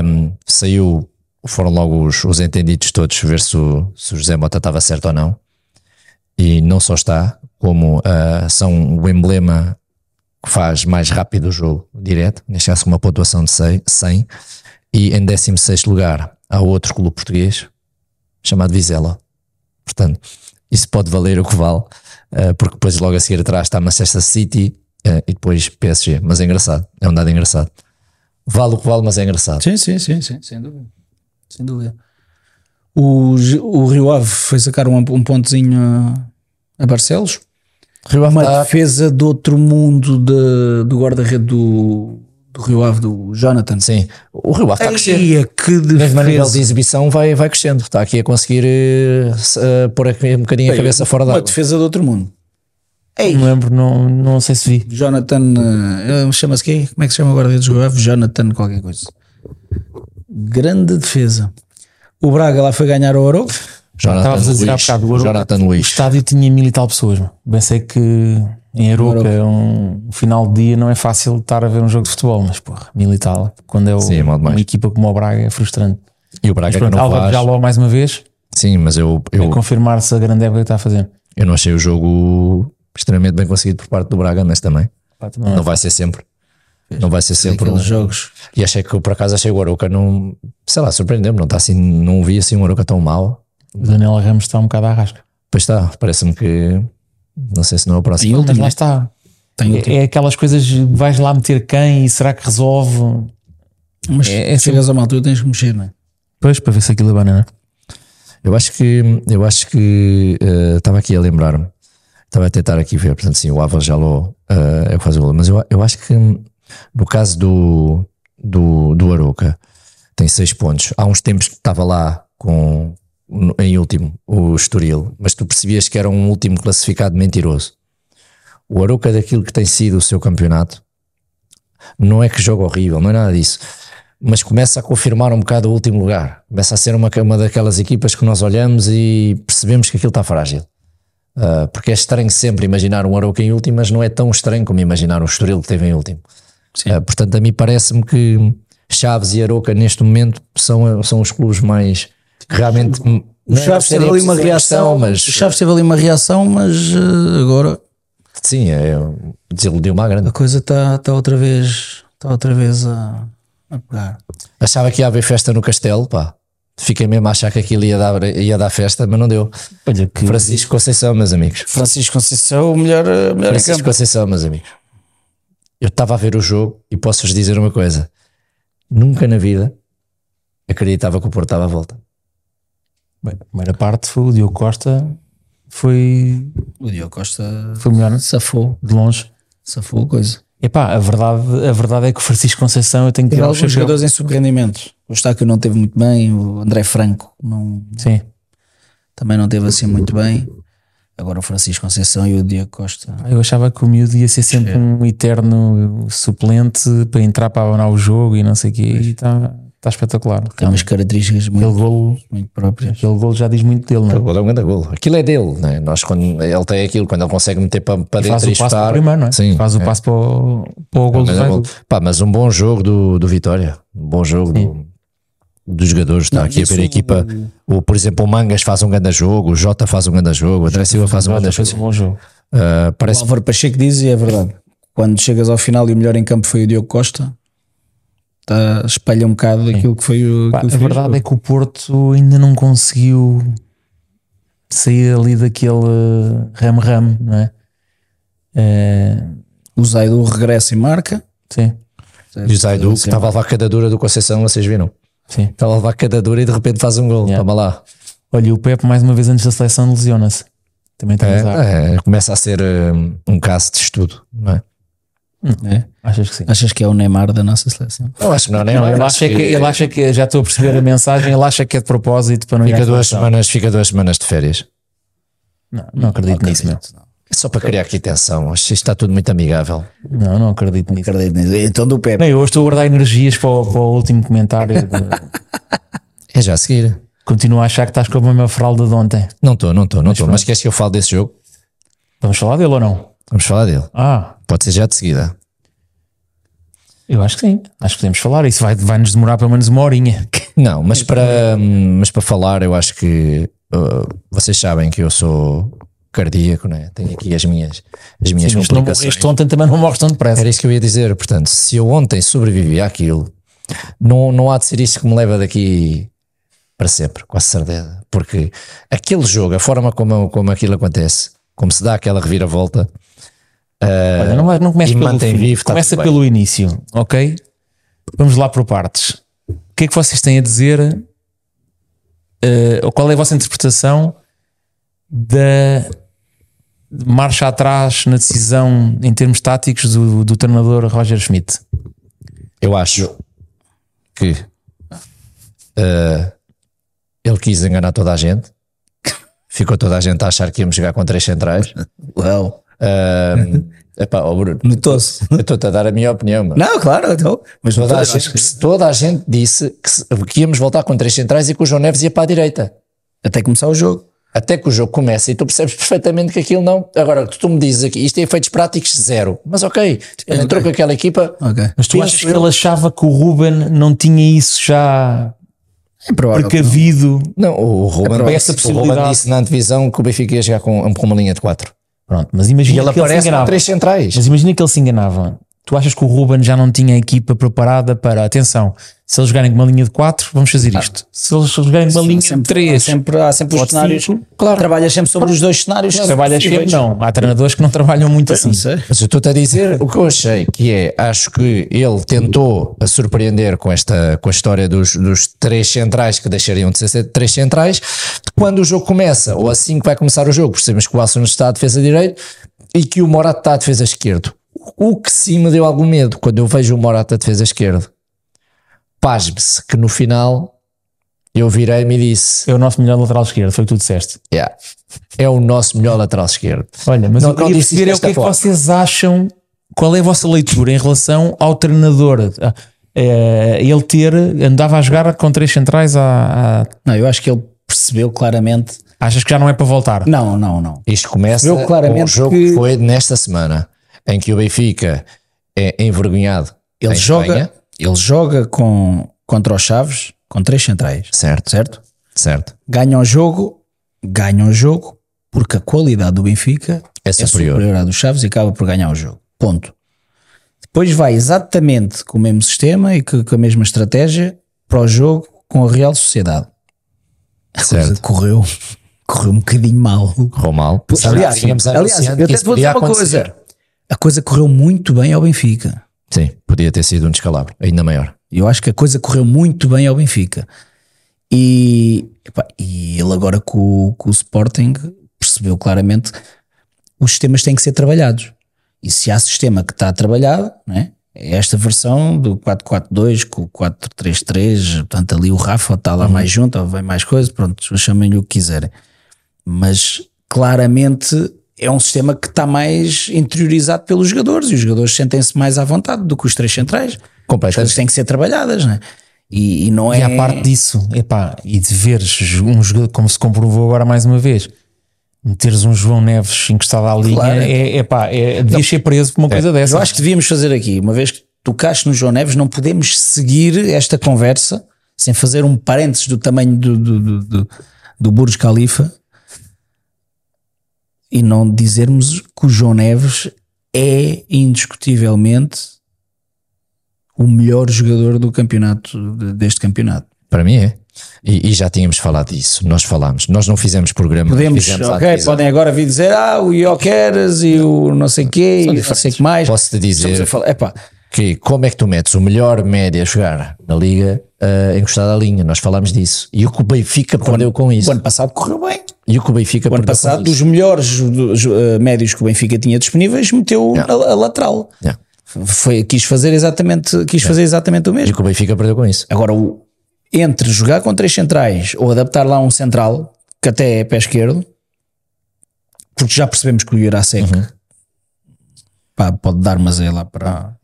Speaker 3: Hum, saiu. Foram logo os, os entendidos todos ver se o, se o José Mota estava certo ou não. E não só está, como ah, são o emblema que faz mais rápido o jogo direto, neste caso com uma pontuação de 100, 100 e em 16 lugar há outro clube português chamado Vizela. Portanto, isso pode valer o que vale, eh, porque depois logo a seguir atrás está Manchester City eh, e depois PSG. Mas é engraçado, é um dado engraçado. Vale o que vale, mas é engraçado.
Speaker 4: Sim, sim, sim, sim, sem dúvida. Sem dúvida. O, G- o Rio Ave foi sacar um, um pontozinho a, a Barcelos.
Speaker 3: Rio Ave
Speaker 4: Uma
Speaker 3: está-
Speaker 4: defesa do outro mundo de, do guarda-rede do, do Rio Ave, do Jonathan.
Speaker 3: Sim, o Rio
Speaker 2: É,
Speaker 3: Ave está a crescer.
Speaker 4: Eia, que
Speaker 3: Mesmo a nível de
Speaker 4: defesa.
Speaker 3: exibição vai, vai crescendo. Está aqui a conseguir eh, se- eh, pôr aqui um bocadinho a cabeça fora da
Speaker 4: Uma
Speaker 3: água.
Speaker 4: defesa do outro mundo.
Speaker 3: é
Speaker 2: Não me lembro, não, não sei se vi.
Speaker 4: Jonathan, eh, ele chama-se quem? Como é que se chama o guarda-redes do Rio Ave? Jonathan qualquer coisa. Grande defesa. O Braga lá foi ganhar o Ouro.
Speaker 3: Jonathan
Speaker 2: Estava-vos a dizer há
Speaker 3: Luís.
Speaker 2: bocado, o Tá. Euro-
Speaker 3: Jonathan
Speaker 2: O
Speaker 3: Luís.
Speaker 2: estádio tinha mil e tal pessoas. meu. Bem sei que em Europa um, um final de dia não é fácil estar a ver um jogo de futebol, mas porra, mil e tal. Quando é o-
Speaker 3: Sim, é mal demais.
Speaker 2: uma equipa como o Braga é frustrante.
Speaker 3: E o Braga
Speaker 2: Mas
Speaker 3: que
Speaker 2: pronto, É
Speaker 3: não
Speaker 2: Álvaro
Speaker 3: faz.
Speaker 2: Jaló mais uma vez
Speaker 3: Sim, mas eu,
Speaker 2: a
Speaker 3: eu,
Speaker 2: confirmar-se a grande época que está a fazer.
Speaker 3: eu não achei o jogo extremamente bem conseguido por parte do Braga, mas também.
Speaker 2: Pá, também
Speaker 3: Não vai ser sempre. Não vai ser sempre um
Speaker 4: Aqueles jogos.
Speaker 3: E achei que por acaso achei o Aroca não, sei lá, surpreendeu-me, não está assim, não vi assim um Aroca tão mal.
Speaker 2: O Daniel Ramos está um bocado à rasca.
Speaker 3: Pois está, parece-me que não sei se não é o próximo.
Speaker 2: Mas lá está.
Speaker 4: Tem
Speaker 2: É, é aquelas coisas, de vais lá meter quem e será que resolve?
Speaker 4: Mas
Speaker 2: É- é
Speaker 4: chegas a uma altura tens que mexer, não é?
Speaker 2: Pois, para ver se aquilo é banana.
Speaker 3: Eu acho que eu acho que eh, estava aqui a lembrar-me, estava a tentar aqui ver, portanto, sim, o Ava Jaló eh, é o que faz o gol, mas eu, eu acho que hum, no caso do, do, do Aroca tem seis pontos. Há uns tempos que estava lá com em último o Estoril, mas tu percebias que era um último classificado mentiroso. O Aroca daquilo que tem sido o seu campeonato não é que joga horrível, não é nada disso. Mas começa a confirmar um bocado o último lugar. Começa a ser uma, uma daquelas equipas que nós olhamos e percebemos que aquilo está frágil. Ah, porque é estranho sempre imaginar um Arouca em último, mas não é tão estranho como imaginar o Estoril que teve em último. Ah, portanto, a mim parece-me que Chaves e Arouca neste momento são, são os clubes mais que realmente. é
Speaker 4: O Chaves teve ali uma reação,
Speaker 3: mas
Speaker 4: O Chaves teve ali uma reação, mas eh, agora
Speaker 3: sim, é, desiludiu-me à grande.
Speaker 4: a coisa está tá outra vez, está outra vez a, a pegar.
Speaker 3: Achava que ia haver festa no castelo, pá. Fiquei mesmo a achar que aquilo ia dar, ia dar festa, mas não deu.
Speaker 2: Olha, que
Speaker 3: Francisco Conceição, meus amigos.
Speaker 4: Francisco Conceição, o melhor, eh, melhor em
Speaker 3: Francisco
Speaker 4: campo.
Speaker 3: Conceição, meus amigos. Eu estava a ver o jogo e posso-vos dizer uma coisa. Nunca na vida acreditava que o Porto estava à volta.
Speaker 2: Bem, a primeira parte foi o Diogo Costa, foi,
Speaker 4: O Diogo Costa
Speaker 2: foi melhor, não? é?
Speaker 4: safou,
Speaker 2: de longe.
Speaker 4: safou a coisa.
Speaker 2: Epá, a verdade, a verdade é que o Francisco Conceição eu tenho que
Speaker 4: Teve
Speaker 2: tirar o
Speaker 4: alguns
Speaker 2: chapéu.
Speaker 4: jogadores em subrendimento. O Estácio não teve muito bem, o André Franco não,
Speaker 2: Sim,
Speaker 4: também não teve assim muito bem. Agora o Francisco Conceição e o Diogo Costa.
Speaker 2: eu achava que o miúdo ia ser sempre um eterno suplente para entrar para abanar o jogo e não sei o quê. E está tá espetacular.
Speaker 4: Tem umas características
Speaker 2: Aquele
Speaker 4: muito,
Speaker 2: golo,
Speaker 4: muito próprias.
Speaker 2: aquele golo já diz muito dele,
Speaker 3: O
Speaker 2: não é?
Speaker 3: golo é um grande golo. Aquilo é dele, né? Nós, quando ele tem aquilo, quando ele consegue meter para, para
Speaker 2: E Faz
Speaker 3: dentro e
Speaker 2: o passo para o
Speaker 3: chutar.
Speaker 2: primeiro, não é?
Speaker 3: Sim,
Speaker 2: Faz o
Speaker 3: é.
Speaker 2: passo para o, para o golo do
Speaker 3: Mas é bom.
Speaker 2: Zaidu.
Speaker 3: Pá, mas um bom jogo do, do Vitória, um bom jogo do- dos jogadores. Está aqui a ver a equipa.
Speaker 2: é
Speaker 3: O, por exemplo, o Mangas faz um grande jogo, o Jota faz um grande jogo, o André Silva faz um grande
Speaker 2: Fez um
Speaker 3: jogo.
Speaker 2: bom jogo.
Speaker 3: Ah,
Speaker 4: O
Speaker 3: parece
Speaker 4: Álvaro Pacheco diz e é verdade. Quando chegas ao final e o melhor em campo foi o Diogo Costa, tá, espalha um bocado aquilo que foi o.
Speaker 2: Pá, a
Speaker 4: aquilo que foi o
Speaker 2: verdade
Speaker 4: jogo.
Speaker 2: é que o Porto ainda não conseguiu sair ali daquele ramo-ramo, não é? É,
Speaker 4: o Zaidu regressa e marca.
Speaker 2: sim,
Speaker 3: E o Zaidu, que estava a levar cada dura do Conceição, vocês viram?
Speaker 2: sim.
Speaker 3: Estava a levar cada dura e de repente faz um gol.
Speaker 2: Yeah.
Speaker 3: Toma lá.
Speaker 2: Olha, e o Pepe mais uma vez antes da seleção lesiona-se. Também tem azar.
Speaker 3: É, é, começa a ser um, um caso de estudo, não é?
Speaker 4: É.
Speaker 2: Achas que sim?
Speaker 4: Achas que é o Neymar da nossa seleção?
Speaker 3: Eu acho que não, nem
Speaker 2: Não,
Speaker 3: eu
Speaker 2: ele
Speaker 3: acho
Speaker 2: acha, que, ele acha que, já estou a perceber a mensagem, ele acha que é de propósito para não ir à
Speaker 3: fica duas
Speaker 2: seleção.
Speaker 3: semanas, fica duas semanas de férias.
Speaker 2: Não, não acredito nisso, meu.
Speaker 3: É Só para criar aqui tensão, acho que isto está tudo muito amigável.
Speaker 2: Não, não acredito nisso.
Speaker 4: Acredito nisso. Então do Pepe.
Speaker 2: Não, eu hoje estou a guardar energias para o, para o último comentário. de-
Speaker 3: É já a seguir.
Speaker 2: Continuo a achar que estás com a mesma fralda de ontem.
Speaker 3: Não estou, não estou, não estou. Mas queres que eu fale desse jogo?
Speaker 2: Vamos falar dele ou não?
Speaker 3: Vamos falar dele.
Speaker 2: Ah,
Speaker 3: Pode ser já de seguida.
Speaker 2: eu acho que sim. Acho que podemos falar. Isso vai- vai-nos demorar pelo menos uma horinha.
Speaker 3: Não, mas para, hum, mas para falar, eu acho que uh, vocês sabem que eu sou cardíaco, né? tenho aqui as minhas, as minhas
Speaker 2: Sim, mas tu não
Speaker 3: complicações.
Speaker 2: morreste ontem também não morres tão depressa.
Speaker 3: Era isso que eu ia dizer, portanto, se eu ontem sobrevivi àquilo, não, não há de ser isto que me leva daqui para sempre, com a certeza. Porque aquele jogo, a forma como, como aquilo acontece, como se dá aquela reviravolta,
Speaker 2: Olha, não, vai- não comece
Speaker 3: e
Speaker 2: pelo
Speaker 3: mantém
Speaker 2: fim,
Speaker 3: vivo, tá
Speaker 2: começa
Speaker 3: tudo bem.
Speaker 2: pelo início, ok? Vamos lá por partes. O que é que vocês têm a dizer? eh, ou qual é a vossa interpretação da marcha atrás na decisão em termos táticos do, do treinador Roger Schmidt?
Speaker 3: eu acho que uh, ele quis enganar toda a gente, ficou toda a gente a achar que íamos jogar com três centrais.
Speaker 4: Uau.
Speaker 3: Um, epá, ó Bruno,
Speaker 4: Notou-se.
Speaker 3: eu estou-te a dar a minha opinião, mano.
Speaker 4: Não, claro, então. Mas
Speaker 3: Toda a,
Speaker 4: notou-se.
Speaker 3: gente, toda a gente disse que, se- que íamos voltar com três centrais e que o João Neves ia para a direita.
Speaker 4: Até começar o jogo.
Speaker 3: Até que o jogo começa e tu percebes perfeitamente que aquilo não. Agora, tu me dizes aqui, isto é efeitos práticos zero. Mas ok, ele entrou com aquela equipa.
Speaker 4: Ok.
Speaker 2: Mas tu
Speaker 3: Penso
Speaker 2: achas que
Speaker 3: eu-
Speaker 2: ele achava que o Ruben não tinha isso já
Speaker 4: É provável. que não.
Speaker 2: precavido?
Speaker 3: Não, o Ruben,
Speaker 2: para essa
Speaker 3: o Ruben
Speaker 2: possibilidade.
Speaker 3: disse na antevisão que o Benfica ia jogar com, com uma linha de quatro.
Speaker 2: Pronto, mas
Speaker 3: E
Speaker 2: imagina
Speaker 3: ele
Speaker 2: que ele se
Speaker 3: aparece com
Speaker 2: enganava.
Speaker 3: três centrais.
Speaker 2: Mas imagina que ele se enganava. Tu achas que o Ruben já não tinha a equipa preparada para atenção? Se eles jogarem com uma linha de 4, vamos fazer isto. Se eles jogarem com uma linha de
Speaker 4: Sempre-
Speaker 2: 3,
Speaker 4: Sempre, há sempre os
Speaker 2: Ou de
Speaker 4: cenários.
Speaker 2: cinco.
Speaker 4: Claro. Trabalhas sempre sobre os dois cenários.
Speaker 2: trabalhas
Speaker 4: possíveis.
Speaker 2: sempre. Não, há treinadores que não trabalham muito assim.
Speaker 4: Não sei.
Speaker 3: Mas eu estou-te a dizer o que eu achei, que é, acho que ele tentou a surpreender com esta com a história dos, dos três centrais que deixariam de ser- ser três centrais, quando o jogo começa, ou assim que vai começar o jogo, percebemos que o Alisson está à defesa direito e que o Morata está à defesa esquerdo. O que sim me deu algum medo quando eu vejo o Morata à defesa esquerdo. Pasme-se que no final eu virei-me e disse:
Speaker 2: É o nosso melhor lateral esquerdo, foi o que tu disseste.
Speaker 3: "Yeah, é o nosso melhor lateral esquerdo.
Speaker 2: Olha, mas
Speaker 3: Não-
Speaker 2: eu queria
Speaker 3: não disse
Speaker 2: perceber é o
Speaker 3: desta
Speaker 2: que é que
Speaker 3: forma.
Speaker 2: vocês acham, qual é a vossa leitura em relação ao treinador? Ah, eh, ele ter, andava a jogar com três centrais, à, à-
Speaker 4: Não, eu acho que ele percebeu claramente.
Speaker 2: achas que já não é para voltar?
Speaker 4: Não, não, não.
Speaker 3: Isto começa
Speaker 4: Eu claramente
Speaker 3: com o jogo que...
Speaker 4: que-
Speaker 3: foi nesta semana, em que o Benfica é envergonhado.
Speaker 4: Ele
Speaker 3: em
Speaker 4: joga,
Speaker 3: Espanha,
Speaker 4: ele joga com, contra os Chaves com três centrais,
Speaker 3: certo,
Speaker 4: certo?
Speaker 3: certo.
Speaker 4: Ganha o jogo, ganha o jogo porque a qualidade do Benfica
Speaker 3: É
Speaker 4: é superior,
Speaker 3: superior.
Speaker 4: à dos Chaves e acaba por ganhar o jogo. Ponto. Depois vai exatamente com o mesmo sistema e co- com a mesma estratégia para o jogo com a Real Sociedade. A coisa
Speaker 3: Certo.
Speaker 4: correu, correu um bocadinho mal.
Speaker 3: Correu mal.
Speaker 4: Aliás,
Speaker 3: Tínhamos
Speaker 4: aliás,
Speaker 3: anunciado
Speaker 4: eu
Speaker 3: que
Speaker 4: até
Speaker 3: isso
Speaker 4: te vou dizer
Speaker 3: podia
Speaker 4: uma
Speaker 3: acontecer.
Speaker 4: coisa. A coisa correu muito bem ao Benfica.
Speaker 3: Sim, podia ter sido um descalabro, ainda maior.
Speaker 4: Eu acho que a coisa correu muito bem ao Benfica. E, epá, e ele agora com, com o Sporting percebeu claramente os sistemas têm que ser trabalhados. E se há sistema que está trabalhado, né, é esta versão do 4-4-2 com o 4-3-3, portanto ali o Rafa está lá mais junto, ou vem mais coisa, pronto, chamem-lhe o que quiserem. Mas claramente é um sistema que está mais interiorizado pelos jogadores e os jogadores sentem-se mais à vontade do que os três centrais. As coisas
Speaker 3: Completamente.
Speaker 4: têm que ser trabalhadas, né? E, e não é.
Speaker 2: E à parte disso, epá, e de veres um jogador, como se comprovou agora mais uma vez, meteres um João Neves encostado à linha,
Speaker 4: Claro.
Speaker 2: é, epá, é, devias ser preso por uma coisa dessa.
Speaker 4: Eu acho que devíamos fazer aqui, uma vez que tocaste no João Neves, não podemos seguir esta conversa sem fazer um parênteses do tamanho do, do, do, do, do Burj Khalifa e não dizermos que o João Neves é indiscutivelmente o melhor jogador do campeonato, de- deste campeonato.
Speaker 3: Para mim é. E, e já tínhamos falado disso. Nós falámos. Nós não fizemos programa.
Speaker 4: Podemos,
Speaker 3: fizemos a
Speaker 4: ok,
Speaker 3: antevisão.
Speaker 4: podem agora vir dizer ah, o Ioqueras e o não sei quê, e não sei o que mais.
Speaker 3: Posso-te
Speaker 4: Estamos a
Speaker 3: dizer
Speaker 4: falar, epá,
Speaker 3: que como é que tu metes o melhor média a jogar na liga ah, encostado à linha? Nós falámos disso. E o que o Benfica perdeu com isso.
Speaker 4: o ano passado correu bem.
Speaker 3: E o que o Benfica
Speaker 4: O ano
Speaker 3: perdeu com
Speaker 4: passado,
Speaker 3: isso.
Speaker 4: dos melhores ju- ju- eh, médios que o Benfica tinha disponíveis, meteu um
Speaker 3: Yeah.
Speaker 4: a, a lateral.
Speaker 3: Yeah.
Speaker 4: Foi, quis fazer exatamente, quis fazer exatamente o
Speaker 3: E o
Speaker 4: mesmo.
Speaker 3: que o Benfica perdeu com isso.
Speaker 4: Agora, o- entre jogar com três centrais ou adaptar lá um central, que até é pé esquerdo,
Speaker 1: porque já percebemos que o Jurasek
Speaker 3: Uhum.
Speaker 1: pá, pode dar mas é lá para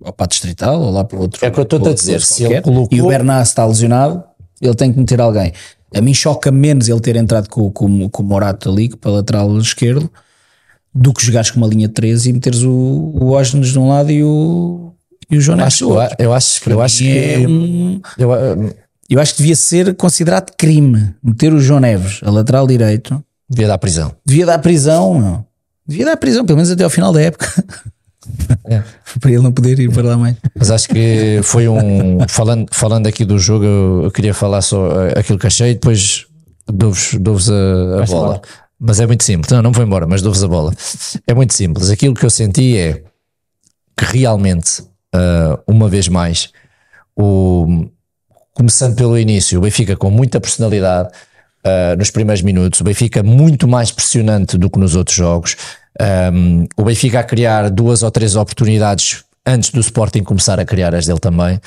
Speaker 1: ou para a Distrital ou lá para outro.
Speaker 3: É o que eu estou-te
Speaker 1: para
Speaker 3: a
Speaker 1: outro
Speaker 3: dizer, se ele
Speaker 1: qualquer.
Speaker 3: colocou-
Speaker 1: E o Bernard está lesionado, ele tem que meter alguém. A mim choca menos ele ter entrado com, com, com o Morato ali, que para lateral esquerdo, do que jogares com uma linha 13 e meteres o, o Osnes de um lado e o, e o João Neves do
Speaker 3: Acho,
Speaker 1: outro.
Speaker 3: eu acho, eu acho
Speaker 1: É
Speaker 3: que.
Speaker 1: um-
Speaker 3: Eu, eh,
Speaker 1: eu acho que devia ser considerado crime meter o João Neves a lateral direito.
Speaker 3: devia dar prisão.
Speaker 1: Devia dar prisão, meu. Devia dar prisão, pelo menos até ao final da época.
Speaker 3: É.
Speaker 1: Para ele não poder ir para lá mais.
Speaker 3: Mas acho que foi um. falando, falando aqui do jogo, eu, eu queria falar só eh, aquilo que achei e depois dou-vos dou-vos a, a bola. Mas é muito simples. Não, não vou embora, mas dou-vos a bola. É muito simples. Aquilo que eu senti é que realmente, eh, uma vez mais, o, começando pelo início, o Benfica com muita personalidade ah, nos primeiros minutos, o Benfica é muito mais pressionante do que nos outros jogos, Ahm, o Benfica a criar duas ou três oportunidades antes do Sporting começar a criar as dele também,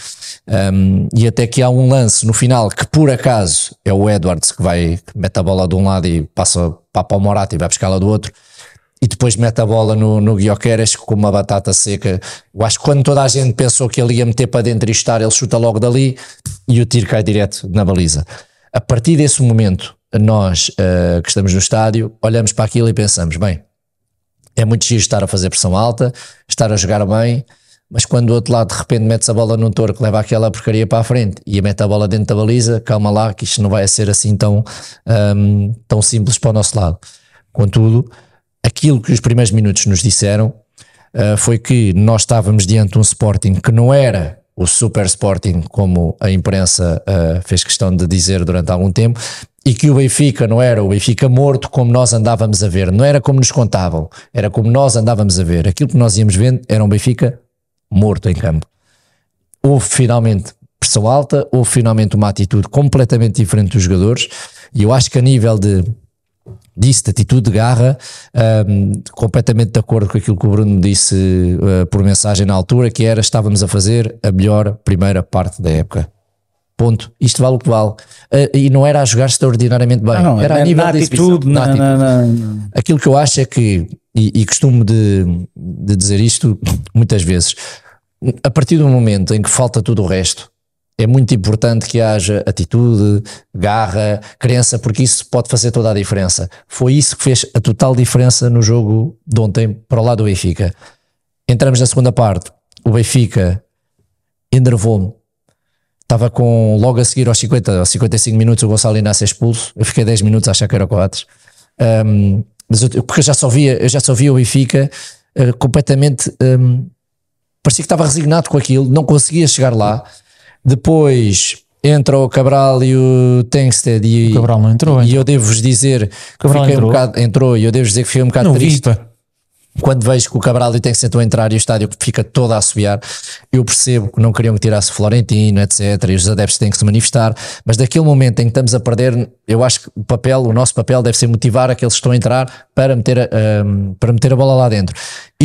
Speaker 3: Ahm, e até que há um lance no final que por acaso é o Edwards que vai, que mete a bola de um lado e passa para o Morata e vai buscá-la do outro, e depois mete a bola no, no Guioqueras com uma batata seca. Eu acho que quando toda a gente pensou que ele ia meter para dentro e estar, ele chuta logo dali e o tiro cai direto na baliza. A partir desse momento, nós eh, que estamos no estádio, olhamos para aquilo e pensamos: bem, é muito giro estar a fazer pressão alta, estar a jogar bem, mas quando do outro lado de repente metes a bola num touro que leva aquela porcaria para a frente e mete a bola dentro da baliza, calma lá, que isto não vai ser assim tão, hum, tão simples para o nosso lado. Contudo, aquilo que os primeiros minutos nos disseram uh, foi que nós estávamos diante de um Sporting que não era o Super Sporting, como a imprensa uh, fez questão de dizer durante algum tempo, e que o Benfica não era o Benfica morto como nós andávamos a ver, não era como nos contavam, era como nós andávamos a ver. Aquilo que nós íamos vendo era um Benfica morto em campo houve finalmente pressão alta, houve finalmente uma atitude completamente diferente dos jogadores, e eu acho que a nível de disso, de atitude de garra, hum, completamente de acordo com aquilo que o Bruno disse eh, por mensagem na altura, que era estávamos a fazer a melhor primeira parte da época. Ponto. Isto vale o que vale. Eh, e não era a jogar extraordinariamente bem.
Speaker 1: Ah, Não,
Speaker 3: era a
Speaker 1: na-
Speaker 3: nível
Speaker 1: na
Speaker 3: de exibição,
Speaker 1: atitude,
Speaker 3: na
Speaker 1: na-
Speaker 3: atitude.
Speaker 1: na- na-
Speaker 3: Aquilo que eu acho é que, e, e costumo de, de dizer isto muitas vezes, a partir do momento em que falta tudo o resto, é muito importante que haja atitude, garra, crença, porque isso pode fazer toda a diferença. Foi isso que fez a total diferença no jogo de ontem para o lado do Benfica. Entramos na segunda parte, o Benfica enervou-me. Estava com logo a seguir aos 50 ou 55 minutos o Gonçalo Inácio é expulso. Eu fiquei 10 minutos a achar que era 4. mas eu, porque eu já só via, eu já só via o Benfica eh, completamente hum, parecia que estava resignado com aquilo, não conseguia chegar lá. Depois entra o Cabral e o Tengsted e,
Speaker 2: O Cabral não entrou,
Speaker 3: e eu devo-vos dizer que
Speaker 2: Cabral
Speaker 3: fiquei
Speaker 2: entrou.
Speaker 3: um bocado, entrou e eu devo-vos dizer que fiquei um bocado
Speaker 2: Não
Speaker 3: triste
Speaker 2: vi, pá.
Speaker 3: quando vejo que o Cabral e tem que sentar a entrar e o estádio fica todo a assobiar, eu percebo que não queriam que tirasse o Florentino, etc. E os adeptos têm que se manifestar, mas daquele momento em que estamos a perder, eu acho que o papel, o nosso papel deve ser motivar aqueles que estão a entrar para meter a, hum, para meter a bola lá dentro.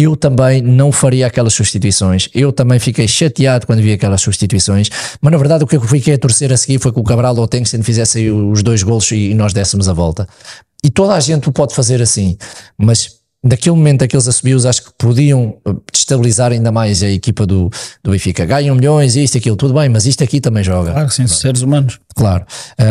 Speaker 3: Eu também não faria aquelas substituições, eu também fiquei chateado quando vi aquelas substituições, mas na verdade o que eu fiquei a torcer a seguir foi que o Cabral ou o Tengsten fizessem os dois golos e nós dessemos a volta. E toda a gente o pode fazer assim, mas daquele momento aqueles assobios acho que podiam eh, destabilizar ainda mais a equipa do, do Benfica. Ganham milhões, isto, aquilo, tudo bem, mas isto aqui também joga
Speaker 1: Claro que sim, seres humanos.
Speaker 3: claro.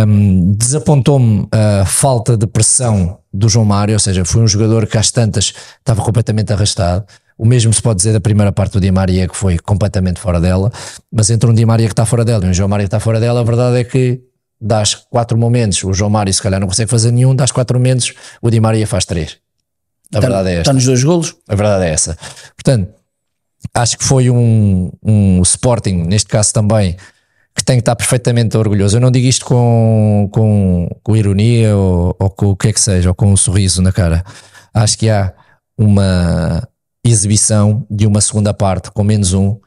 Speaker 3: Hum, Desapontou-me a falta de pressão do João Mário, ou seja, foi um jogador que às tantas estava completamente arrastado. O mesmo se pode dizer da primeira parte do Di Maria, que foi completamente fora dela, mas entre um Di Maria que está fora dela e um João Mário que está fora dela, a verdade é que das quatro momentos, o João Mário se calhar não consegue fazer nenhum, das quatro momentos, o Di Maria faz três. A verdade é esta.
Speaker 1: Está Tá nos dois golos.
Speaker 3: A verdade é essa. Portanto, acho que foi um, um Sporting, neste caso também, que tem que estar perfeitamente orgulhoso. Eu não digo isto com, com, com ironia ou, ou com o que é que seja, ou com um sorriso na cara. Acho que há uma exibição de uma segunda parte com menos um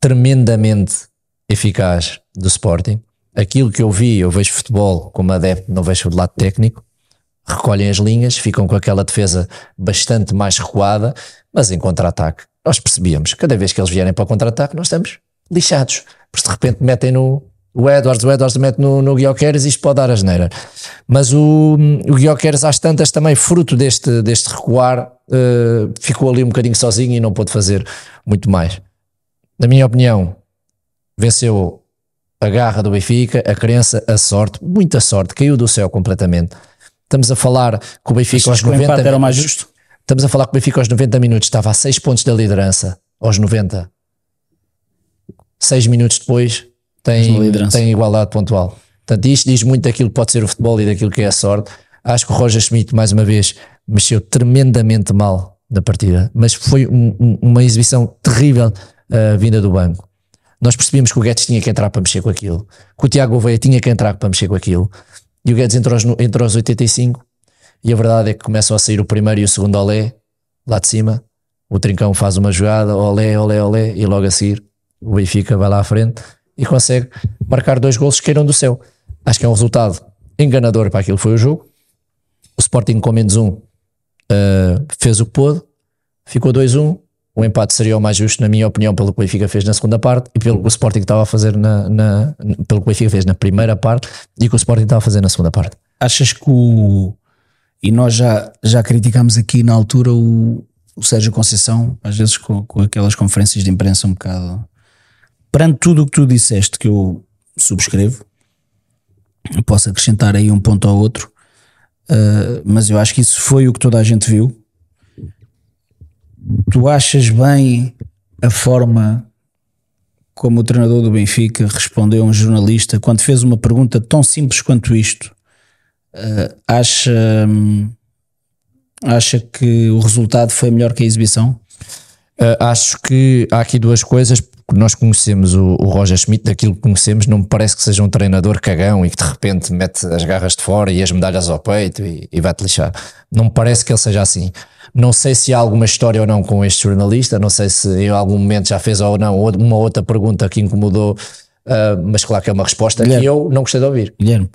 Speaker 3: tremendamente eficaz do Sporting. Aquilo que eu vi, eu vejo futebol como adepto, não vejo do lado técnico recolhem as linhas, ficam com aquela defesa bastante mais recuada, mas em contra-ataque nós percebíamos, cada vez que eles vierem para o contra-ataque, nós estamos lixados, porque de repente metem no o Edwards, o Edwards mete no, no Guioqueres e isto pode dar asneira. Mas o, o Guioqueres às tantas também, fruto deste, deste recuar, eh, ficou ali um bocadinho sozinho e não pôde fazer muito mais. Na minha opinião, venceu a garra do Benfica, a crença, a sorte, muita sorte, caiu do céu completamente. Estamos a falar que o Benfica aos
Speaker 4: que o
Speaker 3: 90
Speaker 4: empate era o mais
Speaker 3: minutos-
Speaker 4: justo?
Speaker 3: Estamos a falar que o Benfica aos 90 minutos estava a 6 pontos da liderança, aos 90. 6 minutos depois tem,
Speaker 4: Na liderança.
Speaker 3: tem igualdade pontual. Portanto, isto diz muito daquilo que pode ser o futebol e daquilo que é a sorte. Acho que o Roger Schmidt, mais uma vez, mexeu tremendamente mal na partida, mas foi um- um- uma exibição terrível ah, vinda do banco. Nós percebíamos que o Guedes tinha que entrar para mexer com aquilo, que o Tiago Gouveia tinha que entrar para mexer com aquilo, e o Guedes entrou aos, no- entrou aos 85 e a verdade é que começam a sair o primeiro e o segundo olé, lá de cima. O Trincão faz uma jogada, olé, olé, olé, e logo a seguir o Benfica vai lá à frente e consegue marcar dois golos que eram do céu. Acho que é um resultado enganador para aquilo que foi o jogo. O Sporting com menos um eh, fez o que pôde, ficou 2-1. O empate seria o mais justo, na minha opinião, pelo que o Benfica fez na segunda parte e pelo que o Sporting estava a fazer na, na- pelo que o Benfica fez na primeira parte e que o Sporting estava a fazer na segunda parte.
Speaker 4: Achas que o. E nós já, já criticámos aqui na altura o, o Sérgio Conceição, às vezes com, com aquelas conferências de imprensa um bocado. Perante tudo o que tu disseste, que eu subscrevo, eu posso acrescentar aí um ponto ao outro, ah, mas eu acho que isso foi o que toda a gente viu. Tu achas bem a forma como o treinador do Benfica respondeu a um jornalista quando fez uma pergunta tão simples quanto isto? acha, hum, acha que o resultado foi melhor que a exibição?
Speaker 3: Uh, acho que há aqui duas coisas. porque Nós conhecemos o, o Roger Schmidt, daquilo que conhecemos, não me parece que seja um treinador cagão e que de repente mete as garras de fora e as medalhas ao peito e, e vai-te lixar. Não me parece que ele seja assim. Não sei se há alguma história ou não com este jornalista, não sei se em algum momento já fez ou não ou- uma outra pergunta que incomodou, uh, mas claro que é uma resposta que eu não gostei de ouvir.
Speaker 4: Guilherme,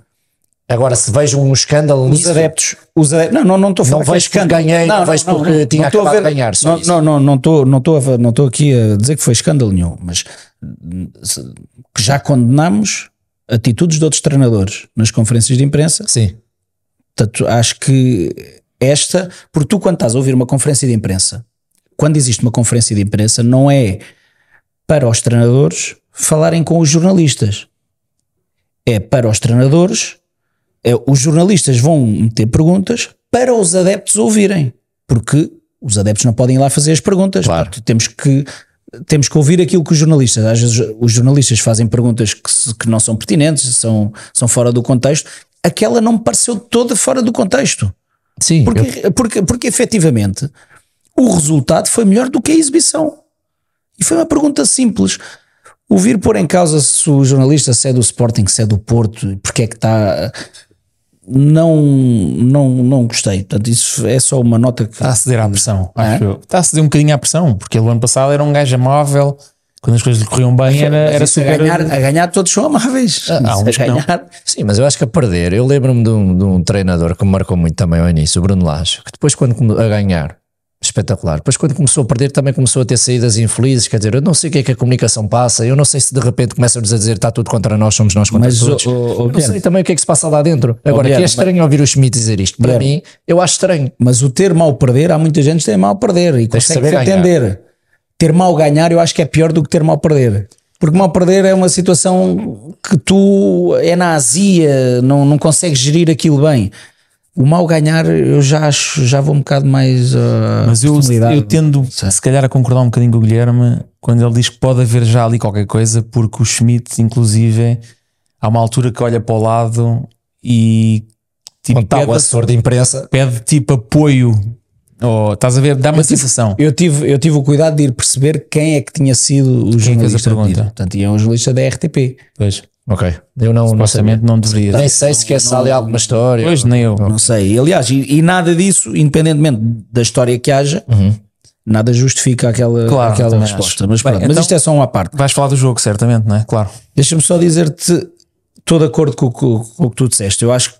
Speaker 3: Agora, se vejo um escândalo
Speaker 4: os
Speaker 3: nisso,
Speaker 4: adeptos, os adeptos, não, não, não estou a falar
Speaker 3: Não
Speaker 4: que é
Speaker 3: vejo porque
Speaker 4: escândalo.
Speaker 3: ganhei, não vejo porque tinha
Speaker 4: estou a
Speaker 3: acabado de ganhar, só
Speaker 4: Não,
Speaker 3: isso.
Speaker 4: não, não, não estou, não estou, a- não estou aqui a dizer que foi escândalo nenhum, mas hum, se- que já condenamos atitudes de outros treinadores nas conferências de imprensa.
Speaker 3: sim,
Speaker 4: Portanto, acho que esta, porque tu quando estás a ouvir uma conferência de imprensa, quando existe uma conferência de imprensa, não é para os treinadores falarem com os jornalistas. É para os treinadores, é, os jornalistas vão meter perguntas para os adeptos ouvirem, porque os adeptos não podem ir lá fazer as perguntas.
Speaker 3: Claro.
Speaker 4: Portanto, temos que temos que ouvir aquilo que os jornalistas, às vezes os jornalistas fazem perguntas que, se- que não são pertinentes, são, são fora do contexto. Aquela não me pareceu toda fora do contexto.
Speaker 3: sim, eu-
Speaker 4: Porque, porque, porque efetivamente o resultado foi melhor do que a exibição. E foi uma pergunta simples. O vir pôr em causa se o jornalista se é do Sporting, se é do Porto, porque é que está. Não, não, não gostei. Portanto, isso é só uma nota que.
Speaker 2: Está a ceder à pressão, acho eu. Está a ceder um bocadinho à pressão, porque ele o ano passado era um gajo amável, quando as coisas lhe corriam bem, era,
Speaker 4: Mas
Speaker 2: era
Speaker 4: isso a
Speaker 2: super.
Speaker 4: ganhar, a ganhar todos são amáveis.
Speaker 2: há
Speaker 4: Isso
Speaker 2: uns
Speaker 4: a
Speaker 2: que não.
Speaker 4: ganhar.
Speaker 3: Sim, mas eu acho que a perder, eu lembro-me de um, de um treinador que me marcou muito também ao início, o Bruno Lage, que depois quando come- a ganhar, espetacular, depois quando começou a perder também começou a ter saídas infelizes, quer dizer, eu não sei o que é que a comunicação passa, eu não sei se de repente começam-nos a dizer está tudo contra nós, somos nós contra
Speaker 4: Mas,
Speaker 3: todos.
Speaker 4: o- o- o
Speaker 3: eu não sei
Speaker 4: Guilherme.
Speaker 3: também o que é que se passa lá dentro. Agora, que é
Speaker 4: Guilherme,
Speaker 3: estranho ouvir o Schmidt dizer isto, para
Speaker 4: Guilherme.
Speaker 3: mim, eu acho estranho.
Speaker 4: Mas o ter mal perder, há muita gente que tem mal perder e
Speaker 3: Tens de
Speaker 4: consegue
Speaker 3: saber ganhar.
Speaker 4: entender. Ter mal ganhar, eu acho que é pior do que ter mal perder. Porque mal perder é uma situação que tu é na azia, não, não consegues gerir aquilo bem. O mal ganhar, eu já acho, já vou um bocado mais. ah,
Speaker 2: Mas eu,
Speaker 4: personalidade.
Speaker 2: eu tendo, se calhar, a concordar um bocadinho com o Guilherme quando ele diz que pode haver já ali qualquer coisa, porque o Schmidt, inclusive, há uma altura que olha para o lado e tipo,
Speaker 3: Quando está
Speaker 2: pede,
Speaker 3: o assessor de imprensa,
Speaker 2: pede, tipo apoio, ou estás a ver, dá uma sensação.
Speaker 4: Eu tive, eu tive o cuidado de ir perceber quem é que tinha sido o jornalista.
Speaker 2: pergunta?
Speaker 4: pedido. Portanto, e é um jornalista da RTP.
Speaker 2: Pois,
Speaker 3: ok, eu não, não sei,
Speaker 2: supostamente não
Speaker 3: nem
Speaker 2: deveria.
Speaker 3: sei se quer se há ali alguma história.
Speaker 2: Pois, nem eu.
Speaker 4: Não sei. E, Aliás, e, e nada disso, independentemente da história que haja, nada justifica aquela,
Speaker 2: Claro,
Speaker 4: aquela
Speaker 2: também
Speaker 4: resposta.
Speaker 2: acho.
Speaker 4: Mas,
Speaker 2: Bem,
Speaker 4: pronto, mas
Speaker 2: então-
Speaker 4: isto é só uma parte.
Speaker 2: Vais falar do jogo, certamente, não é? Claro.
Speaker 4: Deixa-me só dizer-te, estou de acordo com, o que- com o que tu disseste. Eu acho que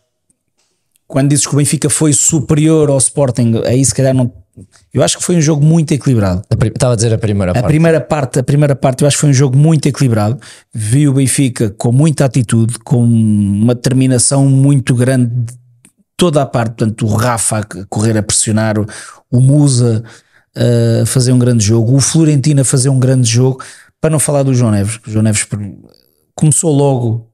Speaker 4: quando dizes que o Benfica foi superior ao Sporting, aí se calhar não, Eu acho que foi um jogo muito equilibrado.
Speaker 3: A prim- Estava a dizer a primeira
Speaker 4: A
Speaker 3: parte.
Speaker 4: primeira parte, a primeira parte eu acho que foi um jogo muito equilibrado. Vi o Benfica com muita atitude, com uma determinação muito grande de toda a parte, portanto, o Rafa a correr a pressionar, o- o Musa uh, a fazer um grande jogo, o Florentino a fazer um grande jogo, para não falar do João Neves, que o João Neves per- começou logo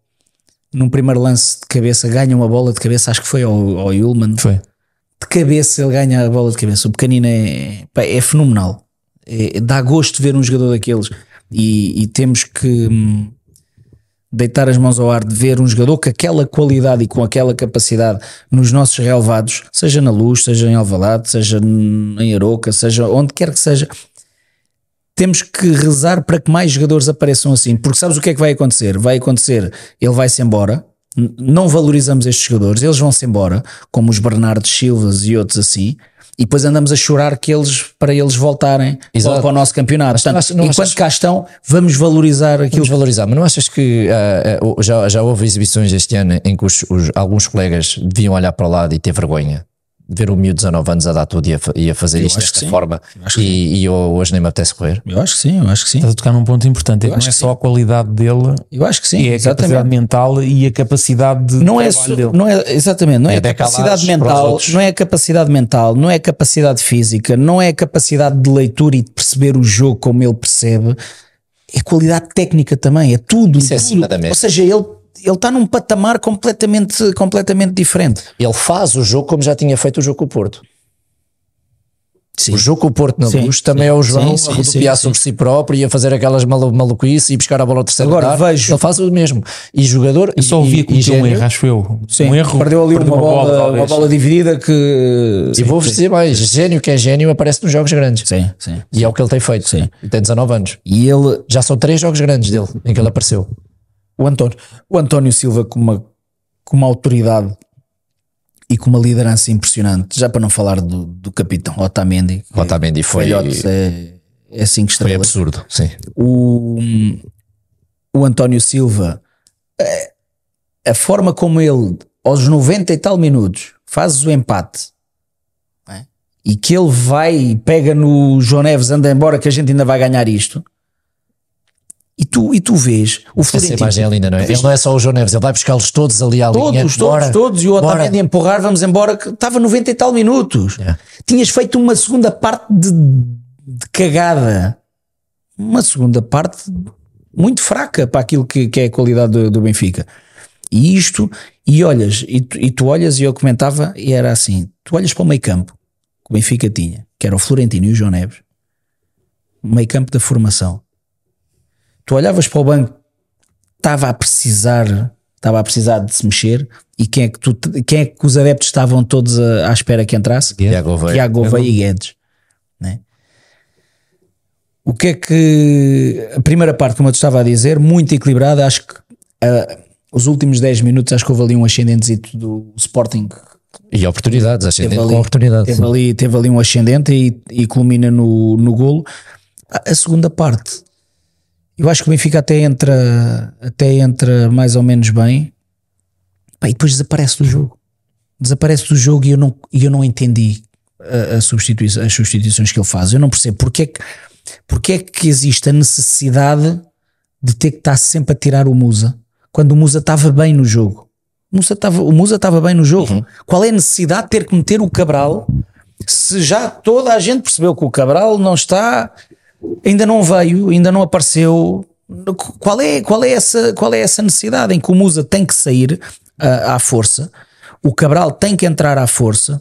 Speaker 4: num primeiro lance de cabeça, ganha uma bola de cabeça, acho que foi ao, ao Ullmann
Speaker 2: Foi.
Speaker 4: de cabeça ele ganha a bola de cabeça. O pequenino é, pá, é fenomenal. É- dá gosto ver um jogador daqueles. E, e temos que hum, deitar as mãos ao ar de ver um jogador com aquela qualidade e com aquela capacidade nos nossos relevados, seja na Luz, seja em Alvalade, seja n- em Aroca, seja onde quer que seja. Temos que rezar para que mais jogadores apareçam assim, porque sabes o que é que vai acontecer? Vai acontecer, ele vai-se embora, n- não valorizamos estes jogadores, eles vão-se embora, como os Bernardo Silvas e outros assim, e depois andamos a chorar que eles, para eles voltarem
Speaker 3: Exato.
Speaker 4: para, para o nosso campeonato. Portanto,
Speaker 3: achas- não
Speaker 4: enquanto
Speaker 3: achas-
Speaker 4: cá estão, vamos valorizar aquilo
Speaker 3: Vamos valorizar, mas não achas que ah, ah, já, já houve exibições este ano em que os- os- alguns colegas deviam olhar para o lado e ter vergonha? de Ver o miúdo de 19 anos a dar tudo e a, fa- e a fazer isto
Speaker 4: acho que
Speaker 3: desta
Speaker 4: sim.
Speaker 3: forma e, e eu hoje nem me apetece correr.
Speaker 4: Eu acho que sim, eu acho que sim.
Speaker 2: Estás a tocar num ponto importante, é que não
Speaker 4: acho
Speaker 2: é
Speaker 4: que
Speaker 2: só a qualidade dele,
Speaker 4: Eu acho que sim,
Speaker 2: é a capacidade
Speaker 4: exatamente.
Speaker 2: mental e a capacidade de
Speaker 4: Não é,
Speaker 2: trabalho
Speaker 4: su-
Speaker 2: dele.
Speaker 4: não é exatamente, não é,
Speaker 3: É
Speaker 4: a
Speaker 3: decalagem
Speaker 4: capacidade
Speaker 3: para os
Speaker 4: mental,
Speaker 3: outros.
Speaker 4: não é a capacidade mental, não é a capacidade física, não é a capacidade de leitura e de perceber o jogo como ele percebe. É qualidade técnica também, é tudo.
Speaker 3: Isso é
Speaker 4: tudo.
Speaker 3: acima da mesa.
Speaker 4: Ou seja, ele ele está num patamar completamente completamente diferente.
Speaker 3: Ele faz o jogo como já tinha feito o jogo com o Porto. O jogo com o Porto na
Speaker 4: Sim,
Speaker 3: luz também é o João
Speaker 4: sim,
Speaker 3: a
Speaker 4: sim,
Speaker 3: rodopiar sobre si próprio e a fazer aquelas malu maluquices e buscar a bola ao terceiro
Speaker 4: Agora,
Speaker 3: lugar.
Speaker 4: vejo-
Speaker 3: Ele faz o mesmo. E jogador
Speaker 2: Eu só
Speaker 3: e,
Speaker 2: ouvi
Speaker 3: e,
Speaker 2: que
Speaker 3: e
Speaker 2: cometeu um
Speaker 3: gênio.
Speaker 2: erro, acho eu.
Speaker 4: é Sim,
Speaker 2: um erro.
Speaker 4: perdeu ali uma, bola, uma
Speaker 2: talvez.
Speaker 4: bola dividida que
Speaker 3: E vou-vos dizer mais, gênio que é gênio aparece nos jogos grandes.
Speaker 4: Sim, sim.
Speaker 3: E é o que ele tem feito. Sim. E tem 19 anos.
Speaker 4: E ele
Speaker 3: Já são três jogos grandes dele em que ele apareceu.
Speaker 4: o António, o António Silva com uma, com uma autoridade e com uma liderança impressionante, já para não falar do, do capitão Otamendi, que
Speaker 3: Otamendi tá foi,
Speaker 4: Velhotes é, é cinco
Speaker 3: foi
Speaker 4: estrelas.
Speaker 3: absurdo. Sim.
Speaker 4: O, o António Silva, é, a forma como ele, aos 90 e tal minutos, faz o empate não é? e que ele vai e pega no João Neves, anda embora que a gente ainda vai ganhar isto. E tu, e tu vês o
Speaker 3: Essa
Speaker 4: Florentino
Speaker 3: imagem é linda, não é? Ele não é só o João Neves, ele vai buscá-los todos ali à linha.
Speaker 4: Todos, todos,
Speaker 3: Bora.
Speaker 4: todos. E o
Speaker 3: bora. É.
Speaker 4: Otamendi a empurrar, vamos embora, que estava 90 e tal minutos.
Speaker 3: Yeah.
Speaker 4: Tinhas feito uma segunda parte de, de cagada. Uma segunda parte muito fraca para aquilo que, que é a qualidade do, do Benfica. E isto, e olhas, e tu, e tu olhas, e eu comentava, e era assim: tu olhas para o meio campo que o Benfica tinha, que era o Florentino e o João Neves, meio campo da formação. Tu olhavas para o banco estava a precisar, estava a precisar de se mexer e quem é que, tu, quem é que os adeptos estavam todos a- à espera que entrasse?
Speaker 3: Tiago Gouveia.
Speaker 4: Tiago Gouveia e Guedes. né? O que é que a primeira parte, como eu te estava a dizer, muito equilibrada, acho que ah, os últimos 10 minutos acho que houve ali um ascendentezito do Sporting
Speaker 3: E oportunidades, ascendente
Speaker 4: Teve ali-
Speaker 3: com oportunidades.
Speaker 4: Teve ali, teve ali um ascendente e, e culmina no, no golo. A, a segunda parte, eu acho que o Benfica até entra, até entra mais ou menos bem Pá, e depois desaparece do jogo. Desaparece do jogo e eu não, e eu não entendi a, a substitui as substituições que ele faz. Eu não percebo porque é que, porque é que existe a necessidade de ter que estar sempre a tirar o Musa quando o Musa estava bem no jogo. O Musa estava- o Musa estava bem no jogo. Qual é a necessidade de ter que meter o Cabral se já toda a gente percebeu que o Cabral não está, ainda não veio, ainda não apareceu? Qual é, qual é, essa, qual é essa necessidade em que o Musa tem que sair ah, à força, o Cabral tem que entrar à força,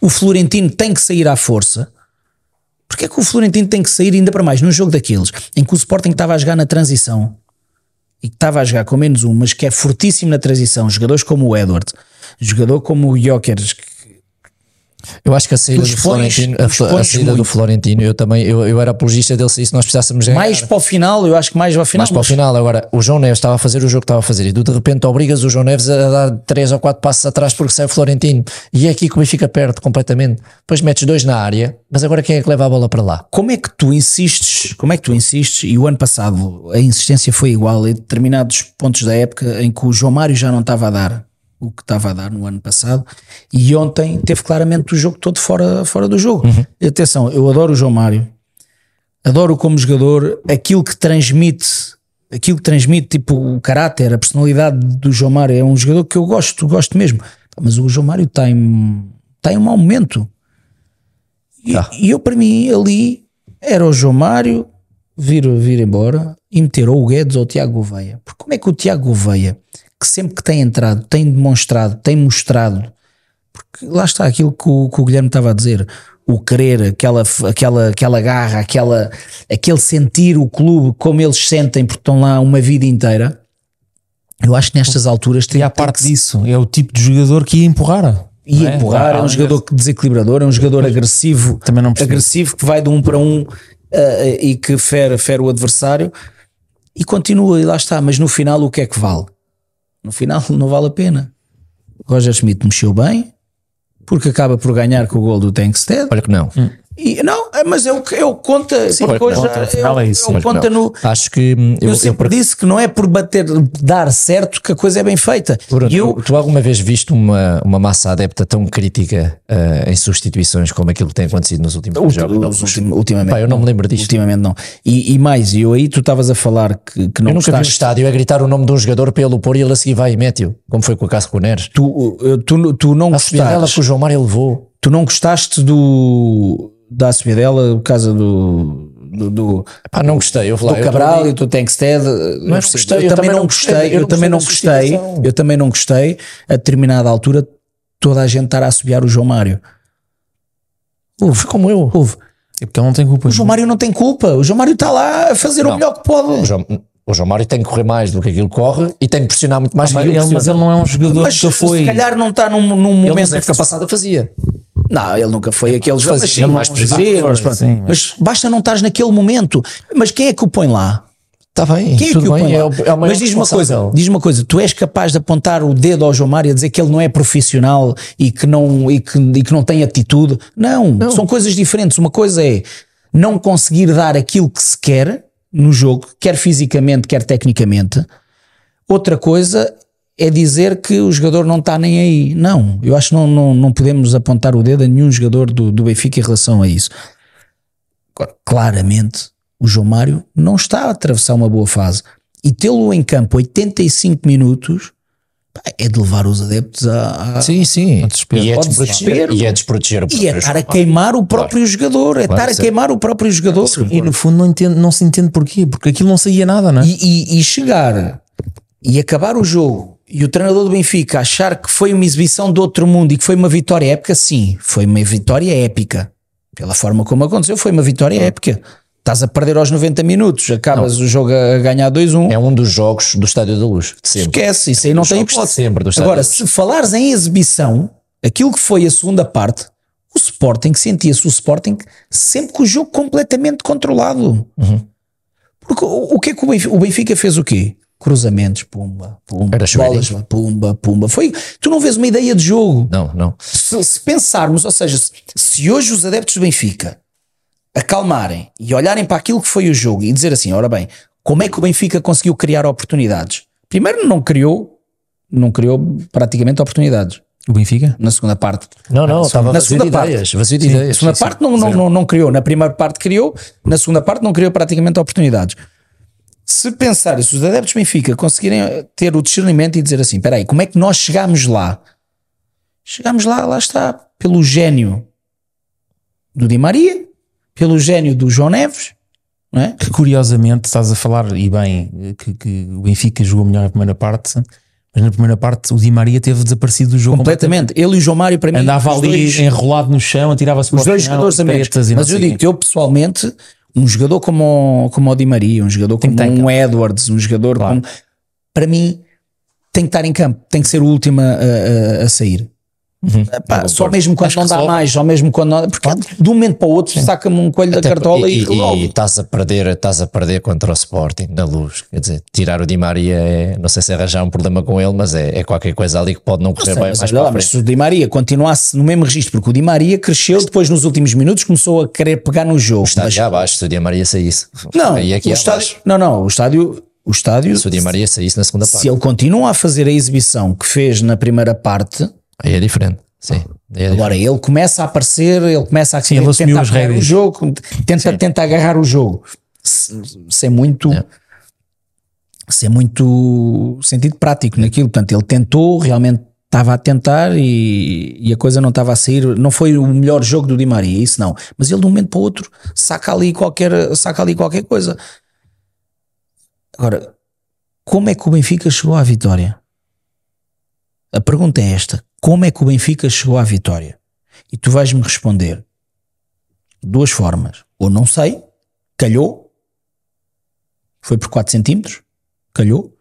Speaker 4: o Florentino tem que sair à força? Porque é que o Florentino tem que sair ainda para mais num jogo daqueles em que o Sporting estava a jogar na transição? e que estava a jogar com menos um, mas que é fortíssimo na transição, jogadores como o Edward, jogador como o Jokers, que-
Speaker 3: Eu acho que a saída
Speaker 4: Tu
Speaker 3: do
Speaker 4: expões-
Speaker 3: Florentino,
Speaker 4: tu
Speaker 3: a, fl- a
Speaker 4: expões
Speaker 3: saída do
Speaker 4: muito.
Speaker 3: Florentino, eu também, eu, eu era apologista dele se isso nós precisássemos ganhar.
Speaker 4: mais para o final, eu acho que mais para o final,
Speaker 3: Mas para o final, agora, o João Neves estava a fazer o jogo que estava a fazer e tu de repente obrigas o João Neves a dar três ou quatro passos atrás porque sai o Florentino e é aqui que o fica perto completamente. Depois metes dois na área, mas agora quem é que leva a bola para lá?
Speaker 4: como é que tu insistes? Como é que tu insistes? E o ano passado a insistência foi igual em determinados pontos da época em que o João Mário já não estava a dar. o que estava a dar no ano passado e ontem teve claramente o jogo todo fora, fora do jogo. Uhum. Atenção, eu adoro o João Mário, adoro como jogador, aquilo que transmite, aquilo que transmite, tipo o caráter, a personalidade do João Mário é um jogador que eu gosto, gosto mesmo. Mas o João Mário está em, está em um mau momento. E,
Speaker 3: Tá.
Speaker 4: e eu, para mim, ali era o João Mário vir, vir embora e meter ou o Guedes ou o Tiago Gouveia. Porque como é que o Tiago Gouveia, que sempre que tem entrado, tem demonstrado, tem mostrado, porque lá está aquilo que o, que o Guilherme estava a dizer, o querer, aquela, f- aquela, aquela garra, aquela, aquele sentir o clube como eles sentem, porque estão lá uma vida inteira. Eu acho que nestas alturas tem,
Speaker 2: E à
Speaker 4: tem
Speaker 2: parte
Speaker 4: que se
Speaker 2: disso, é o tipo de jogador que ia empurrar.
Speaker 4: e
Speaker 2: não é?
Speaker 4: empurrar,
Speaker 2: Há-
Speaker 4: é
Speaker 2: há
Speaker 4: um jogador que desequilibrador, é um jogador agressivo,
Speaker 2: Também não percebo.
Speaker 4: agressivo que vai de um para um eh, eh, e que fere, fere o adversário e continua e lá está, mas no final o que é que vale? No final não vale a pena. Roger Schmidt mexeu bem porque acaba por ganhar com o gol do Tankstead
Speaker 3: Olha que não.
Speaker 4: Hum. e não, eh, mas eu, eu conta uma
Speaker 3: olha,
Speaker 4: coisa,
Speaker 3: conta,
Speaker 2: afinal
Speaker 4: eu,
Speaker 2: é isso,
Speaker 4: eu
Speaker 3: Olha que
Speaker 4: conta
Speaker 3: não.
Speaker 4: no
Speaker 3: Acho que hum, eu,
Speaker 4: eu,
Speaker 3: eu,
Speaker 4: sempre disse que não é por bater, dar certo que a coisa é bem feita.
Speaker 3: Bruno,
Speaker 4: e eu,
Speaker 3: tu, tu alguma vez viste uma, uma massa adepta tão crítica ah, em substituições como aquilo que tem acontecido nos últimos
Speaker 4: Ulti-
Speaker 3: jogos?
Speaker 4: os ultim- ultimamente.
Speaker 3: Pá, eu não me lembro disto.
Speaker 4: Ultimamente não. E, e mais, eu aí tu estavas a falar que, que não
Speaker 3: Eu nunca vi um
Speaker 4: gostaste.
Speaker 3: estádio a gritar o nome de um jogador pelo pôr e ele a seguir vai e mete-o, como foi com o Cássio Neres.
Speaker 4: Tu, eh, tu, tu não
Speaker 3: A ela que
Speaker 4: gostaste.
Speaker 3: o João Mário levou.
Speaker 4: Tu não gostaste do da subidela por causa do. Do, do,
Speaker 3: Pá, não gostei. Eu, vou lá,
Speaker 4: do
Speaker 3: eu
Speaker 4: Cabral
Speaker 3: tô-
Speaker 4: e do Tankstead, eh, não é possível.
Speaker 3: gostei,
Speaker 4: eu também não gostei, eu também não gostei,
Speaker 3: justificação.
Speaker 4: eu também não gostei, a determinada altura toda a gente estar a assobiar o João Mário. Houve, como eu. Houve.
Speaker 2: É porque ele não tem culpa.
Speaker 4: O João Mário não tem culpa, o João Mário está lá a fazer o
Speaker 3: Não.
Speaker 4: melhor que pode.
Speaker 3: o João, o João Mário tem que correr mais do que aquilo que corre e tem que pressionar muito mais do
Speaker 2: mas,
Speaker 3: que
Speaker 2: ele,
Speaker 3: aquilo que
Speaker 2: mas
Speaker 3: pressiona.
Speaker 2: ele não é um jogador
Speaker 4: Ah, Mas
Speaker 2: que foi.
Speaker 4: se calhar não está num, num
Speaker 3: Ele
Speaker 4: momento.
Speaker 3: na
Speaker 4: em que
Speaker 3: época
Speaker 4: se-
Speaker 3: passada fazia.
Speaker 4: Não, ele nunca foi aquele jogador. Mas,
Speaker 3: fazia,
Speaker 4: sim,
Speaker 3: não
Speaker 4: mas,
Speaker 3: mais por
Speaker 4: fazia,
Speaker 2: fora,
Speaker 4: mas pronto.
Speaker 2: sim,
Speaker 4: Mas basta não estares naquele momento. Mas quem é que o põe lá?
Speaker 3: Está bem,
Speaker 4: Quem é que
Speaker 3: tudo
Speaker 4: o põe
Speaker 3: bem.
Speaker 4: lá?
Speaker 3: é o- é o maior
Speaker 4: mas diz uma coisa,
Speaker 3: responsável.
Speaker 4: diz uma coisa, tu és capaz de apontar o dedo ao João Mário e dizer que ele não é profissional e que não, e que, e que não tem atitude. Não, são coisas diferentes. Uma coisa é não conseguir dar aquilo que se quer no jogo, quer fisicamente, quer tecnicamente. Outra coisa é dizer que o jogador não está nem aí. Não, eu acho que não, não, não podemos apontar o dedo a nenhum jogador do, do Benfica em relação a isso. Agora, claramente, o João Mário não está a atravessar uma boa fase. E tê-lo em campo 85 minutos pá, é de levar os adeptos a. a-
Speaker 3: Sim, sim.
Speaker 2: desespero.
Speaker 3: E é
Speaker 4: Pode
Speaker 3: desproteger,
Speaker 4: desespero.
Speaker 3: e é desproteger o
Speaker 4: E é
Speaker 3: próprio
Speaker 4: estar
Speaker 3: João
Speaker 4: a queimar o próprio jogador. É
Speaker 3: Claro
Speaker 4: estar
Speaker 3: que
Speaker 4: a
Speaker 3: sim.
Speaker 4: queimar o próprio jogador.
Speaker 2: E no fundo não, entende, não se entende porquê, porque aquilo não saía nada, não é?
Speaker 4: E, e- e chegar e acabar o jogo e o treinador do Benfica achar que foi uma exibição do outro mundo e que foi uma vitória épica, sim, foi uma vitória épica. Pela forma como aconteceu, foi uma vitória épica. Estás a perder aos 90 minutos, acabas o jogo a a ganhar 2-1.
Speaker 3: É um dos jogos do Estádio da Luz, de sempre.
Speaker 4: Esquece, isso aí não
Speaker 3: Os
Speaker 4: tem
Speaker 3: jogos de
Speaker 4: hipótese.
Speaker 3: sempre do Estádio
Speaker 4: Agora,
Speaker 3: da Luz.
Speaker 4: se falares em exibição, aquilo que foi a segunda parte, o Sporting sentia-se o Sporting sempre com o jogo completamente controlado.
Speaker 3: Uhum.
Speaker 4: Porque o, o que é que o Benfica, o Benfica fez o quê? Cruzamentos, pumba, pumba,
Speaker 3: Era
Speaker 4: bolas, pumba, pumba. Foi, tu não vês uma ideia de jogo.
Speaker 3: Não, não.
Speaker 4: Se, se pensarmos, ou seja, se, se hoje os adeptos do Benfica acalmarem e olharem para aquilo que foi o jogo e dizer assim, ora bem, como é que o Benfica conseguiu criar oportunidades? Primeiro não criou, não criou praticamente oportunidades
Speaker 2: O Benfica?
Speaker 4: na segunda parte.
Speaker 3: Não, não, estava
Speaker 4: na
Speaker 3: vazio de
Speaker 4: segunda parte.
Speaker 3: ideias. Vazio de ideias.
Speaker 4: Na segunda
Speaker 3: sim, sim.
Speaker 4: parte não, não, não, não criou, na primeira parte criou, na segunda parte não criou praticamente oportunidades. Se pensarem, se os adeptos do Benfica conseguirem eh, ter o discernimento e dizer assim, espera aí, como é que nós chegámos lá? Chegámos lá, lá está, pelo gênio do Di Maria, pelo gênio do João Neves, não é?
Speaker 2: Que curiosamente estás a falar, e bem, que, que o Benfica jogou melhor na primeira parte, mas na primeira parte o Di Maria teve desaparecido do jogo completamente.
Speaker 4: Completamente. Ele e o João Mário, para mim,
Speaker 2: Andava
Speaker 4: os
Speaker 2: ali
Speaker 4: dois-
Speaker 2: enrolado no chão, atirava-se para
Speaker 4: os
Speaker 2: o
Speaker 4: dois
Speaker 2: chão,
Speaker 4: jogadores a menos.
Speaker 2: tretas e não
Speaker 4: Mas eu
Speaker 2: sei
Speaker 4: digo, eu pessoalmente, um jogador como o, como o Di Maria, um jogador como
Speaker 2: estar em
Speaker 4: um Edwards, um jogador
Speaker 2: Claro.
Speaker 4: como. Para mim, tem que estar em campo, tem que ser o último a, a- a sair.
Speaker 3: Uhum.
Speaker 4: Ah, Pá, só mesmo quando não dá
Speaker 2: resolve.
Speaker 4: mais, só mesmo quando não, porque de um momento para o outro saca-me um coelho da
Speaker 3: Até
Speaker 4: cartola
Speaker 3: porque-
Speaker 4: e,
Speaker 3: e,
Speaker 4: resolve. Tá,
Speaker 3: estás a perder, estás a perder contra o Sporting na luz. Quer dizer, tirar o Di Maria é, não sei se arranjar um problema com ele, mas é, é qualquer coisa ali que pode não correr
Speaker 4: Sim,
Speaker 3: bem
Speaker 4: mas,
Speaker 3: mais
Speaker 4: olha
Speaker 3: para
Speaker 4: lá,
Speaker 3: a
Speaker 4: mas
Speaker 3: frente.
Speaker 4: se o Di Maria continuasse no mesmo registro, porque o Di Maria cresceu depois nos últimos minutos, começou a querer pegar no jogo.
Speaker 3: Está já abaixo se o Di Maria saísse.
Speaker 4: Não,
Speaker 3: Aí é que
Speaker 4: o
Speaker 3: é
Speaker 4: estádio,
Speaker 3: abaixo.
Speaker 4: não, não, o estádio o estádio.
Speaker 3: Se o Di Maria saísse na segunda
Speaker 4: Se
Speaker 3: parte,
Speaker 4: ele continua a fazer a exibição que fez na primeira parte,
Speaker 3: aí é diferente. Sim, aí é diferente.
Speaker 4: agora ele começa a aparecer, ele começa a
Speaker 2: ele
Speaker 4: tentar
Speaker 2: assumiu as
Speaker 4: pegar
Speaker 2: rédeas.
Speaker 4: o jogo, tenta, tenta agarrar o jogo se- sem muito
Speaker 3: É.
Speaker 4: sem muito sentido prático naquilo. Portanto, ele tentou, realmente estava a tentar e, e a coisa não estava a sair. Não foi o melhor jogo do Di Maria, isso não. Mas ele de um momento para o outro saca ali qualquer, saca ali qualquer coisa. Agora, como é que o Benfica chegou à vitória? A pergunta é esta: como é que o Benfica chegou à vitória? E tu vais-me responder duas formas. Ou não sei, calhou, foi por 4 centímetros, calhou.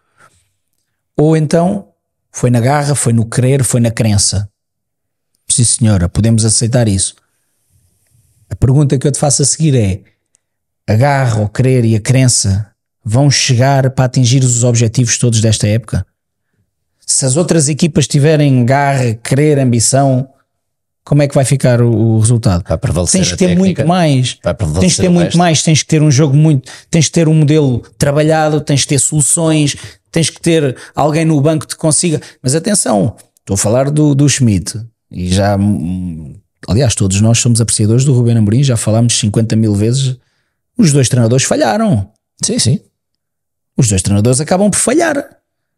Speaker 4: Ou então foi na garra, foi no querer, foi na crença. Sim, senhora, podemos aceitar isso. A pergunta que eu te faço a seguir é: a garra, o querer e a crença vão chegar para atingir os objetivos todos desta época? Se as outras equipas tiverem garra, querer, ambição, como é que vai ficar o, o resultado?
Speaker 3: Vai prevalecer
Speaker 4: Tens
Speaker 3: a
Speaker 4: que ter
Speaker 3: técnica.
Speaker 4: muito mais.
Speaker 3: Vai prevalecer
Speaker 4: Tens que ter
Speaker 3: o
Speaker 4: muito
Speaker 3: resto.
Speaker 4: mais, tens que ter um jogo muito, tens que ter um modelo trabalhado, tens que ter soluções, tens que ter alguém no banco que te consiga. Mas atenção, estou a falar do, do Schmidt e já, hum, aliás, todos nós somos apreciadores do Ruben Amorim, já falámos 50 mil vezes. Os dois treinadores falharam.
Speaker 3: Sim, sim.
Speaker 4: Os dois treinadores acabam por falhar.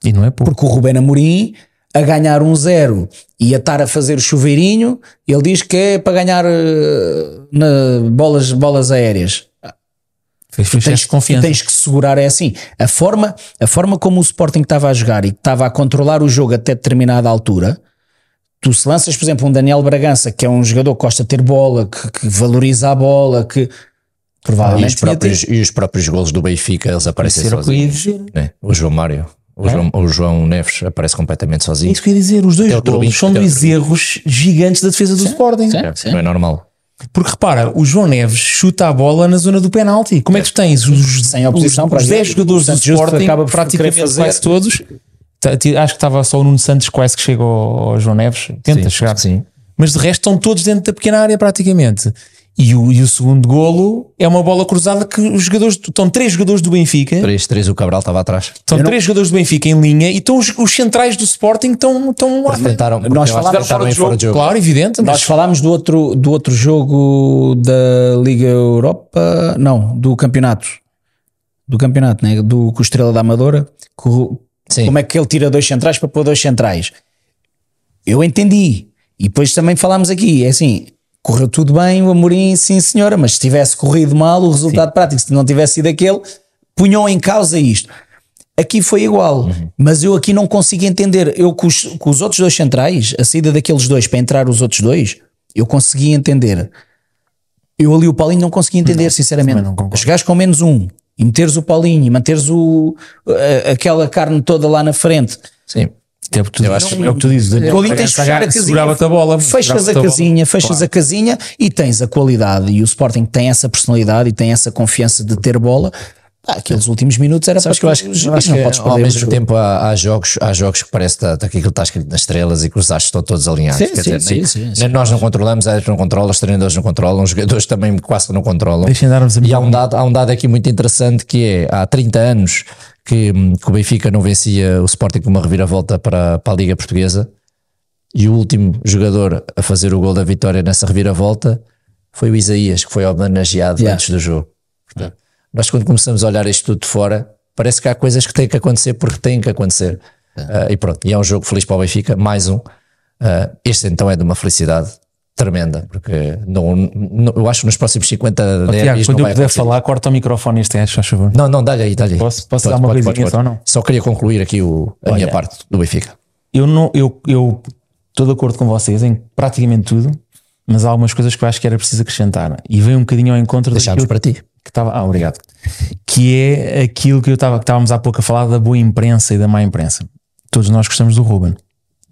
Speaker 2: E não é pouco.
Speaker 4: Porque o Ruben Amorim, a ganhar um zero e a estar a fazer o chuveirinho, ele diz que é para ganhar eh, na, bolas, bolas aéreas.
Speaker 2: Fez fez excesso de
Speaker 4: Tu
Speaker 2: confiança.
Speaker 4: tens que segurar é assim. A forma, a forma como o Sporting estava a jogar e que estava a controlar o jogo até determinada altura, tu se lanças, por exemplo, um Daniel Bragança, que é um jogador que gosta de ter bola, que, que valoriza a bola, que
Speaker 3: E
Speaker 4: provavelmente
Speaker 3: os,
Speaker 4: ia
Speaker 3: próprios,
Speaker 4: ter-
Speaker 3: e os próprios golos do Benfica, eles aparecem
Speaker 2: Isso era o que eu ia
Speaker 3: sozinhos.
Speaker 2: dizer.
Speaker 3: né? O João Mário,
Speaker 4: É?
Speaker 3: o, João, o João Neves aparece completamente
Speaker 2: É
Speaker 3: sozinho.
Speaker 2: isso que eu ia dizer. Os dois
Speaker 3: Até o Turbin,
Speaker 2: golos são
Speaker 3: até o
Speaker 2: dois
Speaker 3: Turbin.
Speaker 2: erros gigantes da defesa do Sporting.
Speaker 3: É, Não é normal.
Speaker 2: Porque repara, o João Neves chuta a bola na zona do penalti. Como é que tu tens os,
Speaker 4: Sem oposição,
Speaker 2: os, os
Speaker 4: praticamente.
Speaker 2: 10 jogadores do
Speaker 4: Portanto, justo
Speaker 2: Sporting
Speaker 4: acaba por
Speaker 2: praticamente
Speaker 4: querer fazer.
Speaker 2: quase todos? Tá, ti- Acho que estava só o Nuno Santos quase que chega ao, ao João Neves. Tenta
Speaker 3: Sim,
Speaker 2: chegar.
Speaker 3: Sim.
Speaker 2: Mas de resto estão todos dentro da pequena área praticamente. E o, e o segundo golo é uma bola cruzada que os jogadores, estão três jogadores do Benfica
Speaker 3: 3-3, o Cabral estava atrás.
Speaker 2: São três jogadores do Benfica em linha e estão os, os centrais do Sporting estão, estão lá.
Speaker 3: Tentaram, porque
Speaker 4: Nós
Speaker 3: eu acho que
Speaker 4: falámos
Speaker 3: tentaram
Speaker 4: fora
Speaker 3: ir
Speaker 4: de
Speaker 3: fora de jogo.
Speaker 2: Claro, evidente.
Speaker 4: Nós
Speaker 2: Mas
Speaker 4: falámos do outro, do outro jogo da Liga Europa, não, do campeonato. Do campeonato, né? do, com o Estrela da Amadora. que o-
Speaker 3: Sim.
Speaker 4: Como é que ele tira dois centrais para pôr dois centrais? Eu entendi. E depois também falámos aqui, é assim, correu tudo bem o Amorim, sim senhora, mas se tivesse corrido mal o resultado prático, se não tivesse sido aquele, punham em causa isto. Aqui foi igual, mas eu aqui não consigo entender. Eu com os, com os outros dois centrais, a saída daqueles dois para entrar os outros dois, eu consegui entender. Eu ali o Paulinho não consegui entender, sinceramente.
Speaker 2: também não concordo.
Speaker 4: Jogares com menos um e meteres o Paulinho e manteres o, a- aquela carne toda lá na frente.
Speaker 3: Sim.
Speaker 2: é o que tu
Speaker 3: Eu
Speaker 2: dizes.
Speaker 3: acho-
Speaker 2: É o que tu dizes.
Speaker 4: O Paulinho tens de fechar a casinha.
Speaker 2: Segurava-te a bola.
Speaker 4: Fechas
Speaker 2: segurava-te
Speaker 4: a
Speaker 2: bola.
Speaker 4: casinha, fechas a casinha e tens a qualidade. E o Sporting tem essa personalidade e tem essa confiança de ter bola. Ah, aqueles últimos minutos era
Speaker 3: Sabes
Speaker 4: para
Speaker 3: que eu acho que,
Speaker 4: tu-
Speaker 3: eu acho
Speaker 4: não
Speaker 3: que é,
Speaker 4: podes
Speaker 3: ao
Speaker 4: perder o
Speaker 3: mesmo
Speaker 4: jogo.
Speaker 3: tempo há, há jogos, há jogos que parece que tá- tá aquilo que está escrito nas estrelas e que os astros estão todos alinhados.
Speaker 4: Sim,
Speaker 3: Quer
Speaker 4: sim,
Speaker 3: dizer, nem-
Speaker 4: sim, sim,
Speaker 3: nem
Speaker 4: sim.
Speaker 3: nós não controlamos, árbitros não controlam, os treinadores não controlam, os jogadores também quase não controlam.
Speaker 2: Deixem darmos a
Speaker 3: E há um,
Speaker 2: mão.
Speaker 3: dado, há um dado aqui muito interessante que é há 30 anos que, hum, que o Benfica não vencia o Sporting com uma reviravolta para, para a Liga Portuguesa e o último jogador a fazer o gol da vitória nessa reviravolta foi o Isaías, que foi homenageado
Speaker 4: Yeah.
Speaker 3: antes do jogo. Portanto, Nós, quando começamos a olhar isto tudo de fora, parece que há coisas que têm que acontecer porque têm que acontecer. Ah, e pronto, e é um jogo feliz para o Benfica, mais um. Ah, este então é de uma felicidade tremenda, porque não, não- eu acho que nos próximos 50
Speaker 2: Ó, Tiago,
Speaker 3: derbys
Speaker 2: quando
Speaker 3: não
Speaker 2: eu
Speaker 3: vai
Speaker 2: puder
Speaker 3: acontecer.
Speaker 2: falar, corta o microfone este gajo, faz favor.
Speaker 3: Não, não, dá-lhe aí, dá-lhe aí.
Speaker 2: Posso- posso dar uma coisinha só, não?
Speaker 3: Só queria concluir aqui o, a minha parte do Benfica.
Speaker 2: Eu não, eu, eu estou de acordo com vocês em praticamente tudo, mas há algumas coisas que eu acho que era preciso acrescentar. E veio um bocadinho ao encontro
Speaker 3: Deixámos
Speaker 2: daquilo
Speaker 3: para ti.
Speaker 2: que estava. Ah, obrigado. Que é aquilo que eu estava, que estávamos há pouco a falar da boa imprensa e da má imprensa. Todos nós gostamos do Ruben.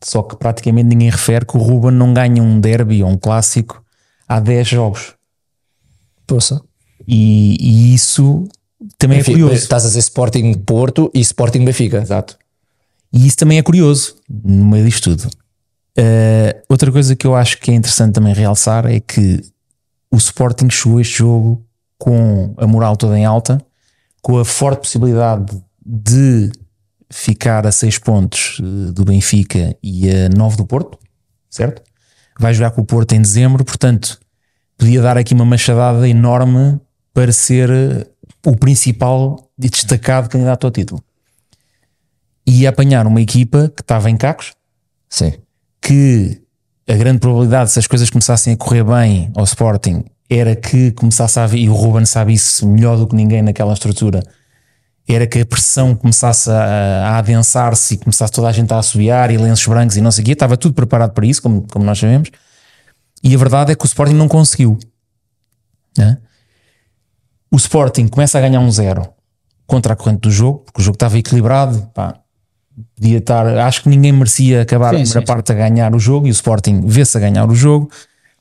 Speaker 2: Só que praticamente ninguém refere que o Ruben não ganha um derby ou um clássico há 10 jogos.
Speaker 3: Poça.
Speaker 2: E, e isso também é curioso.
Speaker 3: eh, estás a dizer Sporting Porto e Sporting Benfica.
Speaker 2: Exato. E isso também é curioso no meio disto tudo. Uh, outra coisa que eu acho que é interessante também realçar é que o Sporting chegou a este jogo com a moral toda em alta, com a forte possibilidade de ficar a 6 pontos eh, do Benfica e a 9 do Porto, certo? Vai jogar com o Porto em dezembro, portanto, podia dar aqui uma machadada enorme para ser eh, o principal e destacado candidato ao título. E apanhar uma equipa que estava em cacos,
Speaker 3: Sim.
Speaker 2: que a grande probabilidade, se as coisas começassem a correr bem ao Sporting, era que começasse a haver, e o Ruben sabe isso melhor do que ninguém naquela estrutura, era que a pressão começasse a, a adensar-se e começasse toda a gente a assobiar e lenços brancos e não sei o quê, estava tudo preparado para isso, como, como nós sabemos, e a verdade é que o Sporting não conseguiu. né? O Sporting começa a ganhar um zero contra a corrente do jogo, porque o jogo estava equilibrado, pá, podia estar. Acho que ninguém merecia acabar a
Speaker 1: Sim,
Speaker 2: primeira
Speaker 1: sim,
Speaker 2: parte a ganhar o jogo e o Sporting vê-se a ganhar o jogo,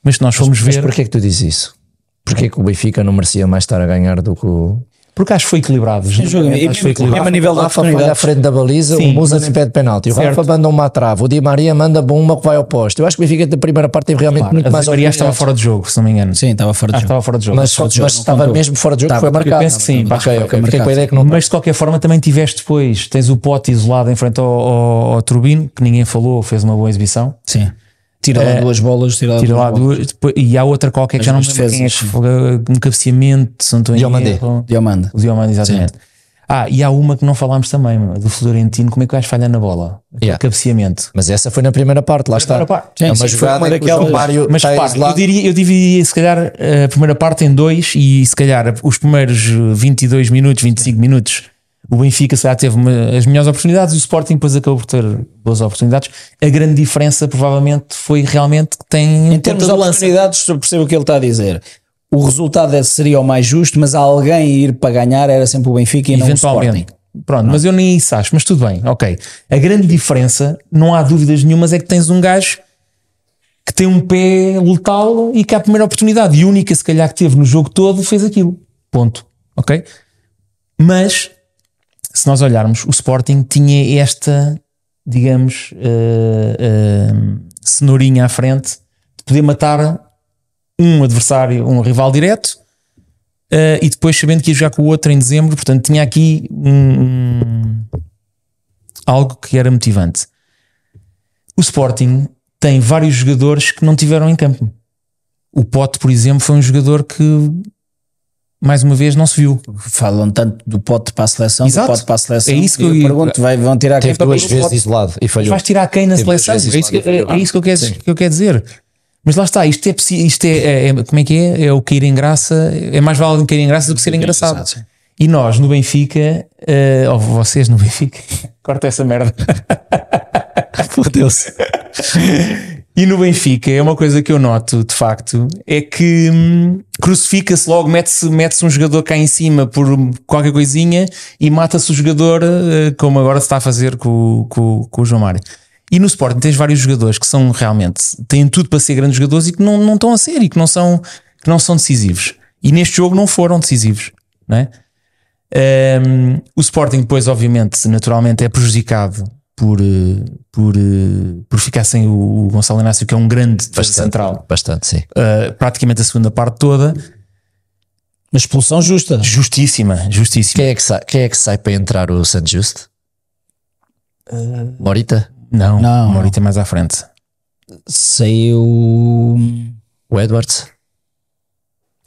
Speaker 2: mas se nós formos
Speaker 3: Mas
Speaker 2: ver.
Speaker 3: porquê que tu dizes isso? Porquê que o Benfica não merecia mais estar a ganhar do que o.
Speaker 2: Porque acho que foi equilibrado.
Speaker 1: jogo, é
Speaker 2: genuinamente
Speaker 1: e
Speaker 2: acho que foi
Speaker 1: mesmo-
Speaker 2: equilibrado.
Speaker 1: mesmo a nível
Speaker 3: o
Speaker 1: de
Speaker 3: Rafa falha à
Speaker 1: oportunidades.
Speaker 3: frente da baliza,
Speaker 2: Sim,
Speaker 3: o Musa
Speaker 2: mas-
Speaker 3: nem pede penalti. O
Speaker 2: Certo.
Speaker 3: Rafa manda uma à trave, o Di Maria manda uma que vai ao posto. Eu acho que o Benfica da primeira parte teve realmente muito
Speaker 2: A
Speaker 3: mais
Speaker 2: Di Maria
Speaker 3: oportunidades.
Speaker 2: estava fora de jogo, se não me engano.
Speaker 1: Sim, estava fora de
Speaker 4: Ah,
Speaker 2: Acho que
Speaker 1: jogo.
Speaker 2: estava fora de jogo.
Speaker 3: Mas, mas estava mesmo fora de jogo, foi marcado.
Speaker 2: penso que sim, pá,
Speaker 3: ok,
Speaker 1: foi
Speaker 3: ok. Fiquei com a
Speaker 1: marcado.
Speaker 3: ideia que não.
Speaker 2: Mas de qualquer forma também tiveste depois, tens o pote isolado em frente ao, ao, ao Turbino, que ninguém falou, fez uma boa exibição.
Speaker 1: Sim.
Speaker 3: é,
Speaker 1: Tira lá duas bolas, tira lá
Speaker 2: Tira
Speaker 1: duas
Speaker 2: lá
Speaker 1: bolas.
Speaker 2: duas, depois- e há outra qualquer que já não me
Speaker 1: Mas
Speaker 2: lembro quem é que
Speaker 1: defesas,
Speaker 2: foi, um cabeceamento, se não estou em
Speaker 3: Diomandé.
Speaker 2: erro.
Speaker 1: Diomanda.
Speaker 2: O Diomande, exatamente. Ah, e há uma que não falámos também, meu, do Florentino, como é que vais falhar na bola? Aquele
Speaker 3: Yeah.
Speaker 2: Cabeceamento.
Speaker 3: Mas essa foi na primeira parte, lá está.
Speaker 2: Primeira parte.
Speaker 3: é
Speaker 1: Sim,
Speaker 3: uma
Speaker 1: sim, foi
Speaker 3: jogada
Speaker 1: uma
Speaker 3: em que o João
Speaker 1: daquelas-
Speaker 3: Mário
Speaker 2: Mas
Speaker 3: está
Speaker 2: repare, eu,
Speaker 3: isolado.
Speaker 2: diria, eu dividiria se calhar eh, a primeira parte em dois e se calhar os primeiros 22 minutos, 25 minutos, o Benfica se calhar teve uma- as melhores oportunidades e o Sporting depois acabou por ter boas oportunidades. A grande diferença provavelmente foi realmente que tem
Speaker 1: Em termos de oportunidades, eu percebo o que ele está a dizer. O resultado é- seria o mais justo, mas alguém ir para ganhar era sempre o Benfica e não o Sporting.
Speaker 2: eventualmente. Pronto, mas eu nem isso acho, mas tudo bem, ok. A grande diferença, não há dúvidas nenhumas, é que tens um gajo que tem um pé letal e que à primeira oportunidade, e única se calhar que teve no jogo todo, fez aquilo. Ponto. Ok? Mas, se nós olharmos, o Sporting tinha esta, digamos, eh, eh, cenourinha à frente de poder matar um adversário, um rival direto, eh, e depois sabendo que ia jogar com o outro em dezembro, portanto tinha aqui um- um- algo que era motivante. O Sporting tem vários jogadores que não tiveram em campo. O Pote, por exemplo, foi um jogador que mais uma vez não se viu.
Speaker 1: Falam tanto do pote para a seleção,
Speaker 2: Exato.
Speaker 1: do pote para a seleção.
Speaker 2: É isso que
Speaker 1: E
Speaker 2: eu ia-
Speaker 1: pergunto, vai- vão tirar quem
Speaker 3: Teve
Speaker 1: para
Speaker 3: duas
Speaker 1: pôr o
Speaker 3: vezes
Speaker 1: pote?
Speaker 3: isolado e
Speaker 2: Mas
Speaker 3: falhou.
Speaker 2: vais tirar quem na
Speaker 3: Teve duas
Speaker 2: seleção? É
Speaker 3: vezes
Speaker 2: isso, que,
Speaker 3: isolado e
Speaker 2: é-
Speaker 3: falhou.
Speaker 2: é isso que eu quero, que eu quero dizer. Mas lá está, isto é, possi- isto é, é- é- como é que é? É o cair em graça, é mais válido cair em graça do que ser engraçado.
Speaker 1: engraçado, sim.
Speaker 2: E nós no Benfica, eh, ou vocês no Benfica, corta essa merda. Fodeu-se. E no Benfica, é uma coisa que eu noto de facto, é que hum, crucifica-se logo, mete-se mete um jogador cá em cima por qualquer coisinha e mata-se o jogador, eh, como agora se está a fazer com, o- com o- com o João Mário. E no Sporting tens vários jogadores que são realmente, têm tudo para ser grandes jogadores e que não, não estão a ser e que não, são, que não são decisivos. E neste jogo não foram decisivos, não é? Um, o Sporting depois, obviamente, naturalmente é prejudicado por, eh, por, eh, por ficar sem o, o Gonçalo Inácio, que é um grande defesa central,
Speaker 3: Bastante, sim.
Speaker 2: eh, praticamente a segunda parte toda.
Speaker 1: Mas expulsão justa.
Speaker 2: Justíssima, justíssima.
Speaker 3: Quem é que sai, quem é que sai para entrar o Santos Justo?
Speaker 2: Ah.
Speaker 3: Morita?
Speaker 2: Não,
Speaker 1: Não,
Speaker 2: o Morita é mais à frente.
Speaker 1: Saiu.
Speaker 3: O Edwards?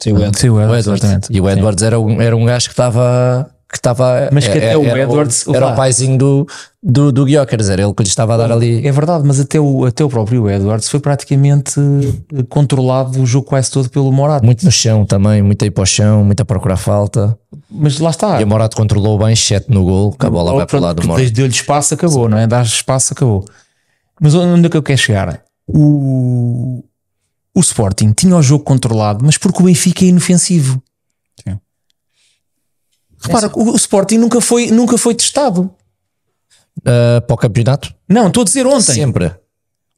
Speaker 1: Saiu o Edson.
Speaker 2: Sim, o
Speaker 3: O
Speaker 2: Edwards,
Speaker 3: Edwards.
Speaker 2: exatamente.
Speaker 3: E o Edwards era um, era um gajo que estava. Que estava
Speaker 2: Mas que
Speaker 3: é-
Speaker 2: até o
Speaker 3: era
Speaker 2: Edwards,
Speaker 3: Era
Speaker 2: opá.
Speaker 3: o paizinho do, do, do Guiocas, era ele que lhe estava a dar ali.
Speaker 2: É verdade, mas até o, até o próprio Edwards foi praticamente eh, controlado o jogo quase todo pelo Morato.
Speaker 3: Muito no chão também, muito a ir para o chão, muito a procurar falta.
Speaker 2: Mas lá está.
Speaker 3: E o Morato controlou bem, 7 no gol, que a bola vai para o lado do Morato.
Speaker 2: Desde deu-lhe espaço, acabou, não é? Dás espaço, acabou. Mas onde é que eu quero chegar? O, o Sporting tinha o jogo controlado, mas porque o Benfica é inofensivo. Repara, o, o Sporting nunca foi, nunca foi testado.
Speaker 3: Ah, para o campeonato?
Speaker 2: Não, estou a dizer ontem.
Speaker 3: Sempre.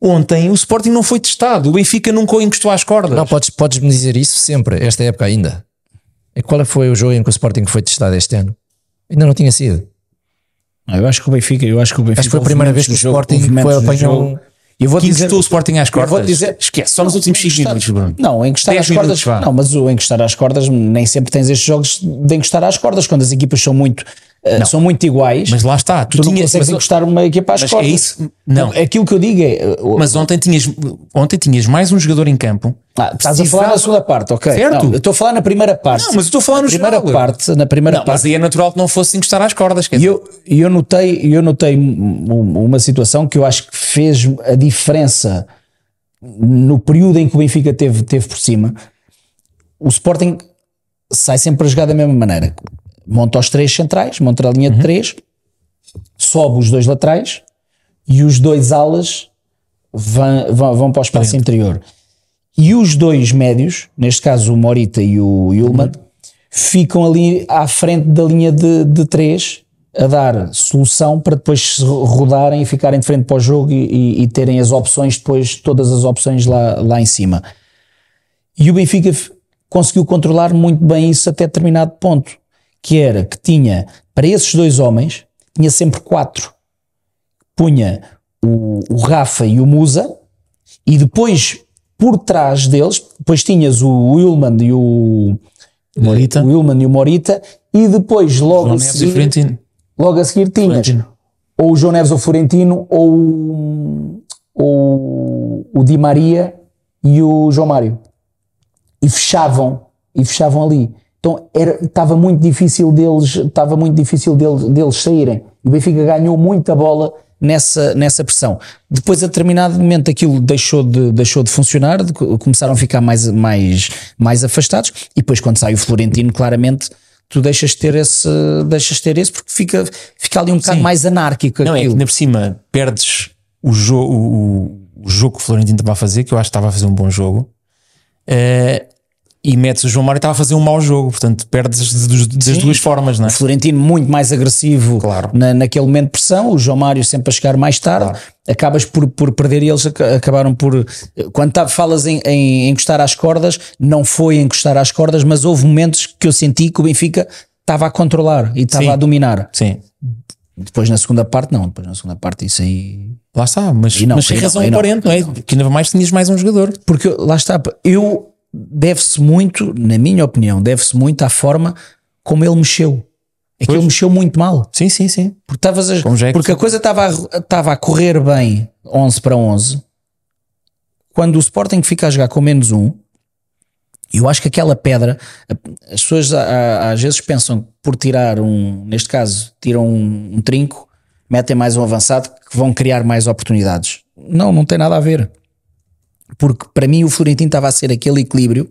Speaker 2: Ontem o Sporting não foi testado. O Benfica nunca o encostou às cordas.
Speaker 3: Não, podes, podes me dizer isso sempre, esta época ainda. E qual foi o jogo em que o Sporting foi testado este ano? Ainda não tinha sido.
Speaker 1: Ah, Eu acho que o Benfica. Eu acho que o Benfica.
Speaker 3: Acho que foi a primeira vez que o
Speaker 1: houve momentos
Speaker 3: Sporting
Speaker 1: no jogo,
Speaker 3: foi um
Speaker 1: houve momentos no
Speaker 3: apanhou.
Speaker 1: jogo. E eu vou
Speaker 2: que
Speaker 1: dizer.
Speaker 2: encostou o Sporting às cordas.
Speaker 1: vou dizer-
Speaker 2: Esquece, só nos últimos 5 minutos, Bruno.
Speaker 1: Não, encostar
Speaker 2: Dez
Speaker 1: às cordas.
Speaker 2: minutos, vá.
Speaker 1: Não, mas o encostar às cordas, nem sempre tens estes jogos de encostar às cordas, quando as equipas são muito
Speaker 4: eh, são muito iguais.
Speaker 2: Mas lá está, tu,
Speaker 4: tu não
Speaker 2: tinhas.
Speaker 4: consegues
Speaker 2: Mas,
Speaker 4: encostar uma equipa às
Speaker 2: mas
Speaker 4: costas.
Speaker 2: é isso? Não.
Speaker 4: Aquilo que eu digo é. eh, o-
Speaker 2: mas ontem tinhas, ontem tinhas mais um jogador em campo.
Speaker 4: ah, estás a falar
Speaker 2: precisava-
Speaker 4: na segunda parte, ok.
Speaker 2: Certo.
Speaker 4: Não, eu estou a falar na primeira parte.
Speaker 2: Não, mas eu estou a falar
Speaker 4: na
Speaker 2: no
Speaker 4: primeira
Speaker 2: geral.
Speaker 4: parte. Na primeira
Speaker 2: Não,
Speaker 4: parte.
Speaker 2: mas aí é natural que não fosse encostar às cordas. Quer
Speaker 4: E
Speaker 2: dizer,
Speaker 4: eu, e eu notei, e eu notei um- um- uma situação que eu acho que fez a diferença no período em que o Benfica teve, teve por cima. O Sporting sai sempre a jogar da mesma maneira. Monta os três centrais, monta a linha
Speaker 2: Uhum.
Speaker 4: de três, sobe os dois laterais e os dois alas vão, vão, vão para o espaço interior. E os dois médios, neste caso o Morita e o Yulman, ficam ali à frente da linha de, de três a dar solução para depois se ro- rodarem e ficarem de frente para o jogo e, e- e terem as opções, depois todas as opções lá, lá em cima. E o Benfica f- conseguiu controlar muito bem isso até determinado ponto, que era que tinha, para esses dois homens, tinha sempre quatro. Punha o, o Rafa e o Musa, e depois, por trás deles, depois tinhas o Willman e o,
Speaker 2: Morita,
Speaker 4: o Willman e o Morita, e depois logo
Speaker 2: João
Speaker 4: a
Speaker 2: Neves e
Speaker 4: seguir,
Speaker 2: Florentino.
Speaker 4: logo a seguir tinhas
Speaker 2: Florentino.
Speaker 4: ou o João Neves ou o Florentino ou, o- ou o Di Maria e o João Mário e fechavam e fechavam ali então era estava muito difícil deles estava muito difícil deles, deles saírem o Benfica ganhou muita bola nessa nessa pressão depois a determinado momento aquilo deixou de deixou de funcionar de co- começaram a ficar mais mais mais afastados e depois quando sai o Florentino claramente tu deixas de ter esse deixas de ter esse porque fica fica ali um bocado mais anárquico
Speaker 2: Não, é que
Speaker 4: aquilo.
Speaker 2: ainda por cima perdes o, jo o, o- o jogo que o Florentino estava a fazer, que eu acho que estava a fazer um bom jogo, eh, e metes o João Mário que estava a fazer um mau jogo, portanto perdes de- dos- das duas formas, não é?
Speaker 4: O Florentino muito mais agressivo na, naquele momento de pressão, o João Mário sempre a chegar mais tarde, acabas por, por perder e eles aca- acabaram por. Quando tá- falas em, em encostar às cordas, não foi encostar às cordas, mas houve momentos que eu senti que o Benfica estava a controlar e
Speaker 2: Sim.
Speaker 4: estava a dominar.
Speaker 2: Sim,
Speaker 4: Depois na segunda parte, não, depois na segunda parte isso aí
Speaker 2: lá está, mas,
Speaker 4: não,
Speaker 2: mas sem
Speaker 4: e não,
Speaker 2: razão
Speaker 4: e não,
Speaker 2: aparente, não, é? Que ainda mais tinhas mais um jogador.
Speaker 4: porque lá está, eu deve-se muito, na minha opinião, deve-se muito à forma como ele mexeu. É que
Speaker 2: Pois.
Speaker 4: ele mexeu muito mal.
Speaker 2: Sim, sim, sim.
Speaker 4: Porque, estavas a-
Speaker 2: Como já é que
Speaker 4: porque a
Speaker 2: tu-
Speaker 4: coisa estava a, estava a correr bem 11 para 11 quando o Sporting fica a jogar com menos um eu acho que aquela pedra a- as pessoas a- a- às vezes pensam que por tirar um, neste caso tiram um, um trinco, metem mais um avançado que vão criar mais oportunidades não, não tem nada a ver porque para mim o Florentino estava a ser aquele equilíbrio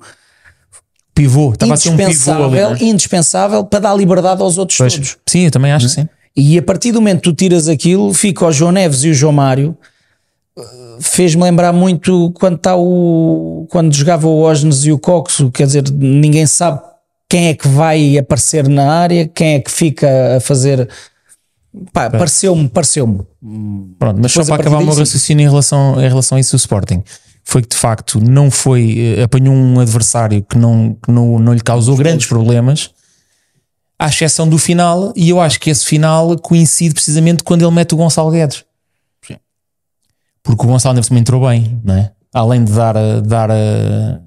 Speaker 2: Pivô, estava a ser um pivô ali.
Speaker 4: indispensável,
Speaker 2: não é?
Speaker 4: indispensável para dar liberdade aos outros
Speaker 2: Pois.
Speaker 4: todos
Speaker 2: Sim, eu também acho
Speaker 4: é?
Speaker 2: que sim.
Speaker 4: e a partir do momento que tu tiras aquilo, fica o João Neves e o João Mário. Uh, Fez-me lembrar muito quando está o. quando jogava o Osnes e o Coxo, quer dizer, ninguém sabe quem é que vai aparecer na área, quem é que fica a fazer. Pá, pareceu-me, pareceu-me.
Speaker 2: Pronto, mas só
Speaker 4: Depois,
Speaker 2: para
Speaker 4: a partir
Speaker 2: acabar o
Speaker 4: daí,
Speaker 2: meu
Speaker 4: sim.
Speaker 2: raciocínio em relação, em relação a isso do Sporting, foi que de facto não foi, eh, apanhou um adversário que não, que não, não lhe causou grandes problemas, à exceção do final, e eu acho que esse final coincide precisamente quando ele mete o Gonçalo Guedes. Porque o Gonçalo Neves também entrou bem, não é? Além de dar, a- dar a-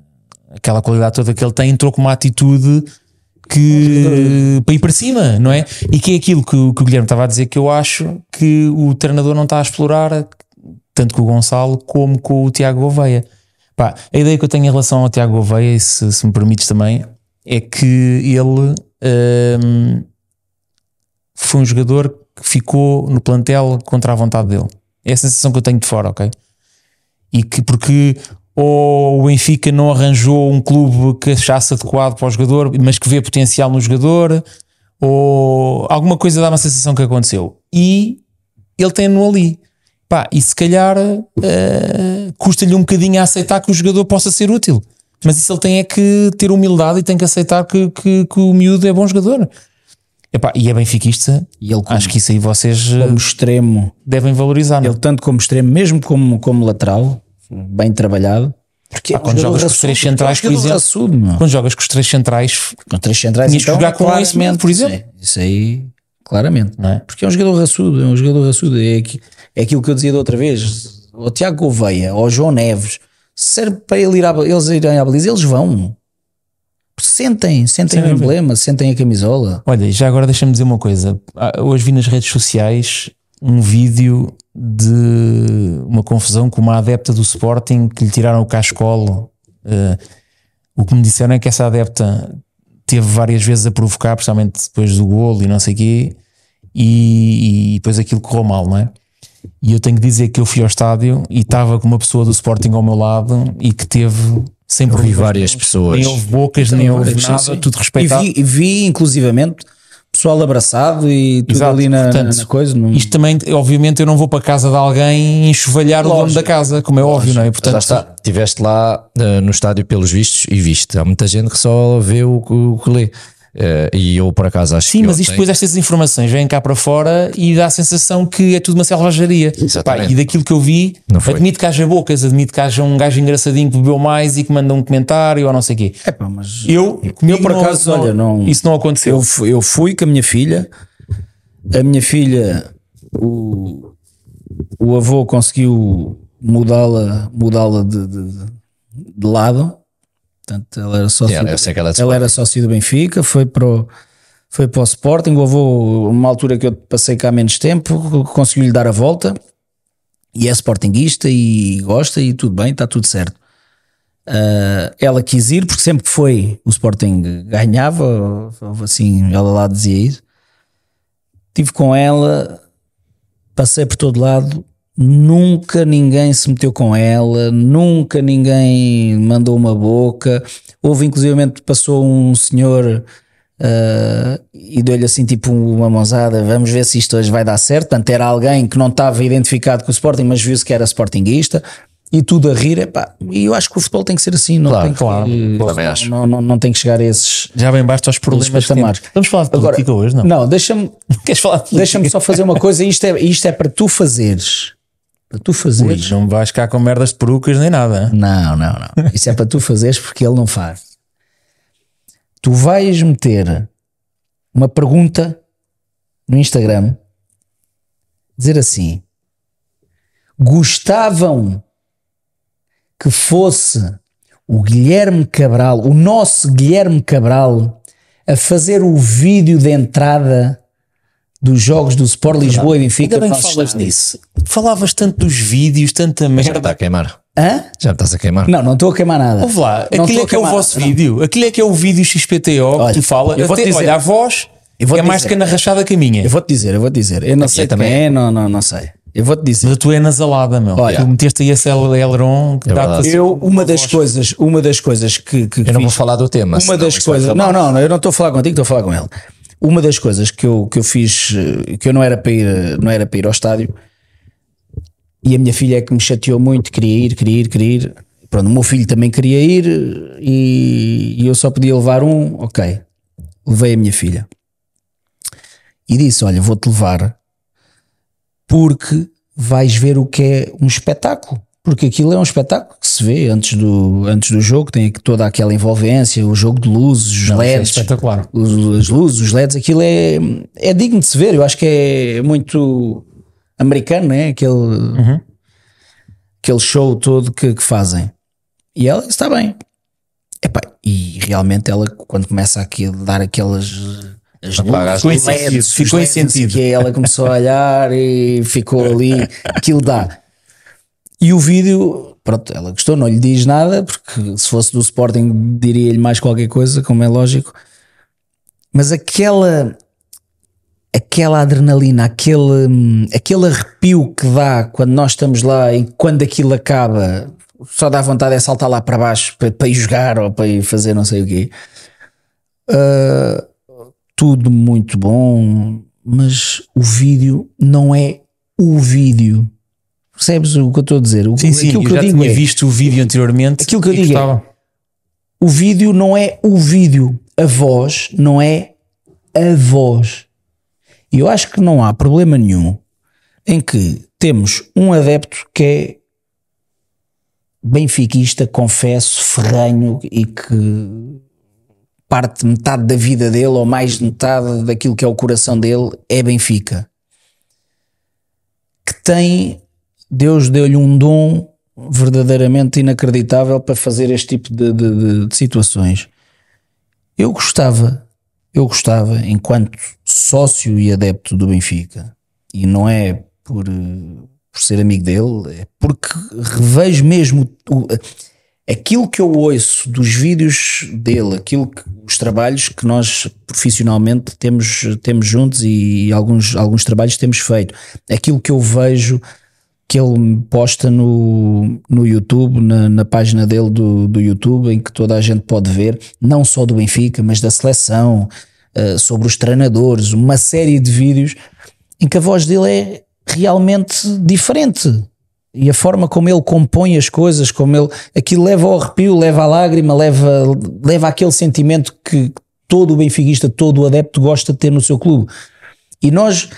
Speaker 2: aquela qualidade toda que ele tem, entrou com uma atitude que para ir para cima, não é? E que é aquilo que, o- que o Guilherme estava a dizer que eu acho que o treinador não está a explorar, tanto com o Gonçalo como com o Tiago Gouveia. Pá, a ideia que eu tenho em relação ao Tiago Gouveia, e se, se me permites também, é que ele hum, foi um jogador que ficou no plantel contra a vontade dele. É a sensação que eu tenho de fora, ok? e que porque ou o Benfica não arranjou um clube que achasse adequado para o jogador, mas que vê potencial no jogador, ou alguma coisa dá uma sensação que aconteceu. E ele tem-no ali. Pá, e se calhar eh, custa-lhe um bocadinho a aceitar que o jogador possa ser útil. Mas isso ele tem é que ter humildade e tem que aceitar que, que, que o miúdo é bom jogador. Epá, e é benfiquista.
Speaker 4: E ele como,
Speaker 2: Acho que isso aí vocês eh,
Speaker 4: como extremo,
Speaker 2: devem valorizar. não é?
Speaker 4: ele tanto como extremo, mesmo como, como lateral, bem trabalhado. Porque é um
Speaker 2: quando
Speaker 4: jogador
Speaker 2: jogas com os três
Speaker 4: raçudo,
Speaker 2: centrais,
Speaker 4: é um
Speaker 2: por exemplo.
Speaker 4: jogador raçudo, meu.
Speaker 2: Quando jogas com os três centrais,
Speaker 4: Com três centrais,
Speaker 2: Tinhas que
Speaker 4: então,
Speaker 2: jogar com
Speaker 4: claramente,
Speaker 2: esse mesmo, por exemplo.
Speaker 4: sim, Isso aí, claramente.
Speaker 2: não é?
Speaker 4: Porque é um jogador raçudo, é um jogador raçudo. É, aqui- é aquilo que eu dizia da outra vez. O Tiago Gouveia ou o João Neves serve para ele ir à- eles irem à baliza, eles vão. sentem, sentem o emblema, sentem a camisola.
Speaker 2: Olha, já agora deixa-me dizer uma coisa. Ah, Hoje vi nas redes sociais um vídeo de uma confusão com uma adepta do Sporting que lhe tiraram o cascolo. Eh, o que me disseram é que essa adepta teve várias vezes a provocar, principalmente depois do golo e não sei o quê, e, e depois aquilo correu mal, não é? E eu tenho que dizer que eu fui ao estádio e estava com uma pessoa do Sporting ao meu lado e que teve sempre
Speaker 3: Vi várias pessoas.
Speaker 2: nem houve bocas, nem houve
Speaker 1: sim,
Speaker 2: nada,
Speaker 1: sim.
Speaker 2: tudo
Speaker 4: E
Speaker 2: respeitado.
Speaker 4: vi, e vi, inclusivamente, pessoal abraçado e tudo
Speaker 2: Exato,
Speaker 4: ali na,
Speaker 2: portanto,
Speaker 4: na coisa. num-
Speaker 2: Isto também, obviamente, eu não vou para a casa de alguém e enxovalhar o dono da casa, como é óbvio, não é?
Speaker 3: Mas lá
Speaker 2: Portanto,
Speaker 3: está, estiveste lá eh, no estádio pelos vistos e viste. Há muita gente que só vê o, que- o que lê. Eh, e eu, por acaso, acho
Speaker 2: sim,
Speaker 3: que.
Speaker 2: mas isto
Speaker 3: ontem-
Speaker 2: depois estas informações vêm cá para fora e dá a sensação que é tudo uma selvageria.
Speaker 3: Exatamente.
Speaker 2: Pá, e daquilo que eu vi,
Speaker 3: Não foi.
Speaker 2: admito que haja bocas, admito que haja um gajo engraçadinho que bebeu mais e que manda um comentário ou não sei o quê.
Speaker 4: Epá, mas
Speaker 2: Eu, comigo,
Speaker 4: por
Speaker 2: não-
Speaker 4: acaso,
Speaker 2: não-
Speaker 4: olha, não-
Speaker 2: isso não aconteceu.
Speaker 4: eu, fu- eu fui com a minha filha. A minha filha, o, o avô conseguiu mudá-la mudá-la de, de- de- de lado. Portanto, ela era sócio,
Speaker 3: Yeah, eu sei que ela é de
Speaker 4: ela era sócio do Benfica, foi para o, foi para o Sporting. O avô, numa altura que eu passei cá menos tempo, conseguiu-lhe dar a volta. E é sportinguista e gosta e tudo bem, está tudo certo. Ah, ela quis ir porque sempre que foi o Sporting ganhava, ou- ou assim, ela lá dizia isso. Estive com ela, passei por todo lado, nunca ninguém se meteu com ela, nunca ninguém mandou uma boca. Houve, inclusivamente, passou um senhor ah, e deu-lhe assim tipo uma mãozada, vamos ver se isto hoje vai dar certo. Portanto, era alguém que não estava identificado com o Sporting, mas viu-se que era Sportinguista. E tudo a rir, epá, e eu acho que o futebol tem que ser assim, não,
Speaker 3: Claro,
Speaker 4: tem, que,
Speaker 2: claro,
Speaker 3: também acho.
Speaker 4: não, não, não tem que chegar a esses,
Speaker 2: Já bem basta aos problemas
Speaker 4: Esses
Speaker 2: que temos.
Speaker 4: patamares.
Speaker 2: Vamos falar de
Speaker 4: Agora-
Speaker 2: política hoje, não?
Speaker 4: Não, deixa-me
Speaker 2: Queres falar de política?
Speaker 4: deixa só fazer uma coisa, isto é, isto é para tu fazeres. Para tu
Speaker 2: Ui,
Speaker 4: fazeres.
Speaker 2: não me vais cá com merdas de perucas nem nada.
Speaker 4: Não, não, não. Isso é para tu fazeres porque ele não faz. Tu vais meter uma pergunta no Instagram, dizer assim: gostavam que fosse o Guilherme Cabral, o nosso Guilherme Cabral, a fazer o vídeo de entrada dos jogos do Sport Lisboa e Benfica?
Speaker 2: Ainda bem
Speaker 4: para
Speaker 2: que
Speaker 4: os
Speaker 2: falas
Speaker 4: estádios?"
Speaker 2: nisso. Falavas tanto dos vídeos, tanta
Speaker 3: Já me está
Speaker 2: merda.
Speaker 3: a queimar.
Speaker 4: Hã?
Speaker 3: Já me estás a queimar.
Speaker 4: Não, não estou a queimar nada.
Speaker 2: Ouve lá, aquilo
Speaker 4: Não estou
Speaker 2: é que é
Speaker 4: a
Speaker 2: o
Speaker 4: queimar
Speaker 2: vosso
Speaker 4: nada, não.
Speaker 2: vídeo, aquilo é que é o vídeo XPTO
Speaker 4: Olha,
Speaker 2: que tu fala.
Speaker 4: eu vou-te
Speaker 2: Até-
Speaker 4: dizer-
Speaker 2: olha, a voz
Speaker 4: vou-te
Speaker 2: é mais
Speaker 4: dizer-
Speaker 2: que rachada que a minha.
Speaker 4: Eu vou-te dizer, eu vou-te dizer. Eu não sei
Speaker 3: também
Speaker 4: também. quem é, não, não, não sei. Eu vou-te dizer.
Speaker 2: Mas a tua é nasalada, meu.
Speaker 4: Olha.
Speaker 2: tu meteste aí esse el- Elron que assim.
Speaker 3: É
Speaker 2: dá
Speaker 3: verdade.
Speaker 2: para.
Speaker 4: Eu, uma das coisas, uma das coisas que, que
Speaker 3: Eu não vou
Speaker 4: fiz,
Speaker 3: falar do tema.
Speaker 4: uma
Speaker 3: senão
Speaker 4: das
Speaker 3: isto vai
Speaker 4: coisas,
Speaker 3: acabar.
Speaker 4: não, não, não, eu não estou a falar contigo, estou a falar com ele. Uma das coisas que eu, que eu fiz, eh, que eu não era para ir, eh, não era para ir ao estádio, e a minha filha é que me chateou muito, queria ir, queria ir, queria ir. Pronto, o meu filho também queria ir eh, e, e eu só podia levar um, ok. Levei a minha filha e disse: Olha, vou-te levar porque vais ver o que é um espetáculo. Porque aquilo é um espetáculo que se vê antes do, antes do jogo, tem aqui toda aquela envolvência, o jogo de luzes, os
Speaker 2: Não, isso é
Speaker 4: LEDs,
Speaker 2: espetacular.
Speaker 4: os- as luzes, os LEDs, aquilo é, é digno de se ver. Eu acho que é muito americano, né? Aquele, aquele show todo que, que fazem. E ela está bem. Epá, e realmente ela, quando começa aqui a dar aquelas. As
Speaker 3: Apaga as
Speaker 4: luzes,
Speaker 2: luzes.
Speaker 4: os LEDs,
Speaker 2: Ficou
Speaker 4: os
Speaker 2: em
Speaker 4: LEDs,
Speaker 2: sentido.
Speaker 4: Que é, ela começou a olhar e ficou ali. Aquilo dá. E o vídeo, pronto, ela gostou, não lhe diz nada, porque se fosse do Sporting diria-lhe mais qualquer coisa, como é lógico. Mas aquela aquela adrenalina, aquele, hum, aquele arrepio que dá quando nós estamos lá e quando aquilo acaba, só dá vontade é saltar lá para baixo para, para ir jogar ou para ir fazer não sei o quê. Ah, tudo muito bom, mas o vídeo não é o vídeo. Percebes o que eu estou a dizer? O,
Speaker 2: Sim, sim,
Speaker 4: aquilo
Speaker 2: eu
Speaker 4: que
Speaker 2: já
Speaker 4: eu digo
Speaker 2: tinha
Speaker 4: é,
Speaker 2: visto o vídeo anteriormente.
Speaker 4: Aquilo que eu
Speaker 2: e
Speaker 4: digo é-
Speaker 2: gostava.
Speaker 4: o vídeo não é o vídeo, a voz não é a voz. E eu acho que não há problema nenhum em que temos um adepto que é benfiquista, confesso, ferranho e que parte metade da vida dele ou mais de metade daquilo que é o coração dele é Benfica. Que tem, Deus deu-lhe um dom verdadeiramente inacreditável para fazer este tipo de- de- de- de situações Eu gostava, eu gostava, enquanto sócio e adepto do Benfica, e não é por, eh, por ser amigo dele, é porque revejo mesmo o- aquilo que eu ouço dos vídeos dele, aquilo que, os trabalhos que nós profissionalmente temos, temos juntos e, alguns, alguns trabalhos temos feito, aquilo que eu vejo que ele me posta no, no YouTube, na, na página dele do, do YouTube, em que toda a gente pode ver, não só do Benfica, mas da seleção, eh, sobre os treinadores, uma série de vídeos em que a voz dele é realmente diferente. E a forma como ele compõe as coisas, como ele. Aquilo leva ao arrepio, leva à lágrima, leva, leva àquele sentimento que todo o benfiquista, todo o adepto gosta de ter no seu clube. E nós,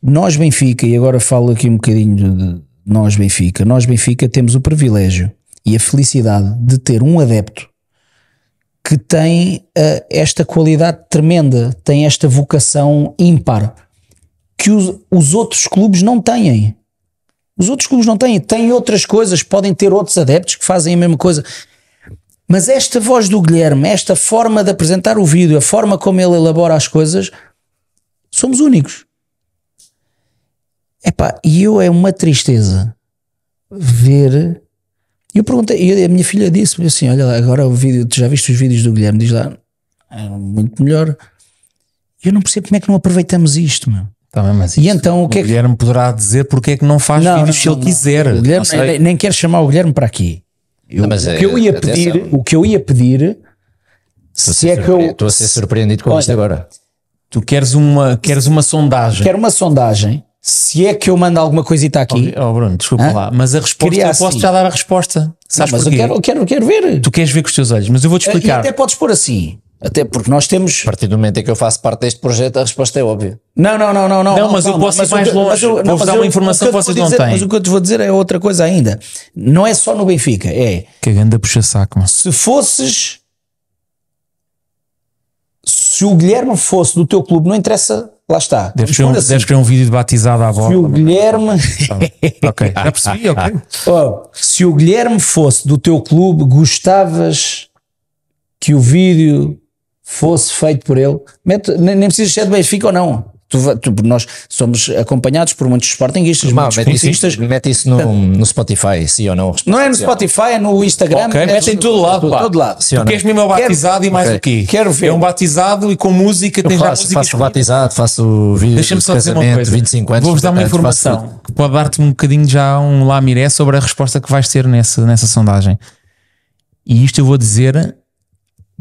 Speaker 4: nós Benfica, e agora falo aqui um bocadinho de nós Benfica, nós Benfica temos o privilégio e a felicidade de ter um adepto que tem eh, esta qualidade tremenda, tem esta vocação ímpar que os, os outros clubes não têm. Os outros clubes não têm, têm outras coisas, podem ter outros adeptos que fazem a mesma coisa. Mas esta voz do Guilherme, esta forma de apresentar o vídeo, a forma como ele elabora as coisas, somos únicos. Epá, e eu é uma tristeza ver. E eu perguntei, e a minha filha disse-me assim: Olha lá, agora o vídeo, tu já viste os vídeos do Guilherme? Diz lá, é muito melhor. Eu não percebo como é que não aproveitamos isto, meu.
Speaker 2: Tá bem, mas
Speaker 4: E
Speaker 2: isso
Speaker 4: então o que é que.
Speaker 2: Guilherme poderá dizer porque é que não faz
Speaker 4: Não,
Speaker 2: vídeos
Speaker 4: não,
Speaker 2: se ele
Speaker 4: não, não.
Speaker 2: quiser.
Speaker 4: O
Speaker 2: Não
Speaker 4: Guilherme,
Speaker 2: sei.
Speaker 4: nem, nem quero chamar o Guilherme para aqui. Eu-
Speaker 3: Não, mas,
Speaker 4: o que eu
Speaker 3: eh,
Speaker 4: ia
Speaker 3: atenção.
Speaker 4: pedir, o que eu ia pedir,
Speaker 3: Estou a
Speaker 4: se
Speaker 3: ser
Speaker 4: é que
Speaker 3: surpre-
Speaker 4: eu
Speaker 3: Estou a ser surpreendido com isto agora.
Speaker 2: Tu queres uma, queres uma sondagem.
Speaker 4: quero uma sondagem, se é que eu mando alguma coisita aqui,
Speaker 2: Oh, Bruno, desculpa
Speaker 4: Hã?
Speaker 2: lá, mas a resposta,
Speaker 4: Queria
Speaker 2: eu posso
Speaker 4: assim.
Speaker 2: já dar a resposta. Sabes
Speaker 4: mas eu
Speaker 2: porquê?
Speaker 4: quero, eu quero, eu quero ver.
Speaker 2: Tu queres ver com os teus olhos, mas eu vou-te
Speaker 4: e
Speaker 2: explicar.
Speaker 4: até podes pôr assim, até porque nós temos.
Speaker 3: A partir do momento em que eu faço parte deste projeto, a resposta é óbvia.
Speaker 4: Não, não, não, não, não.
Speaker 2: Não, mas eu posso ir
Speaker 4: o
Speaker 2: mais
Speaker 4: que- mas
Speaker 2: longe.
Speaker 4: eu- não,
Speaker 2: Vou-vos
Speaker 4: mas
Speaker 2: dar
Speaker 4: eu-
Speaker 2: uma informação
Speaker 4: o eu
Speaker 2: que
Speaker 4: te
Speaker 2: vocês não
Speaker 4: vou dizer-
Speaker 2: têm.
Speaker 4: Mas o que eu te vou dizer é outra coisa ainda. Não é só no Benfica, é
Speaker 2: Que grande puxa-saco, mas.
Speaker 4: se fosses. Se o Guilherme fosse do teu clube, não interessa, lá está.
Speaker 2: Deves
Speaker 4: Vamos
Speaker 2: ter, um,
Speaker 4: pôr assim.
Speaker 2: deves ter um vídeo de batizado à
Speaker 3: um
Speaker 4: se o
Speaker 2: bola.
Speaker 4: Guilherme,
Speaker 2: ok, já percebi, ok.
Speaker 3: Então
Speaker 4: Oh, se o Guilherme fosse do teu clube, gostavas que o vídeo fosse feito por ele? Mete- nem, nem precisas ser de Benfica ou não. Tu va- tu- nós somos acompanhados por muitos sportinguistas,
Speaker 3: Mal,
Speaker 4: muitos
Speaker 3: mete
Speaker 4: benfiquistas.
Speaker 3: isso, mete isso no, no Spotify, sim ou não?
Speaker 4: Não é no Spotify, é no Instagram.
Speaker 2: Ok, mete em todo lado, pá.
Speaker 4: todo lado.
Speaker 3: Sim ou não?
Speaker 2: Queres mesmo é o batizado e mais
Speaker 3: Ok.
Speaker 2: o quê?
Speaker 4: Quero ver.
Speaker 2: É um batizado e com música
Speaker 3: Eu
Speaker 2: tens já
Speaker 3: faço,
Speaker 2: música.
Speaker 3: faço o batizado, faço o vídeo
Speaker 2: Deixa-me
Speaker 3: de
Speaker 2: só dizer uma
Speaker 3: casamento,
Speaker 2: coisa.
Speaker 3: 25 anos.
Speaker 2: Vou-vos dar uma
Speaker 3: portanto, faço tudo.
Speaker 2: informação que pode dar-te um bocadinho já um lamiré sobre a resposta que vais ter nessa, nessa sondagem. E isto eu vou dizer,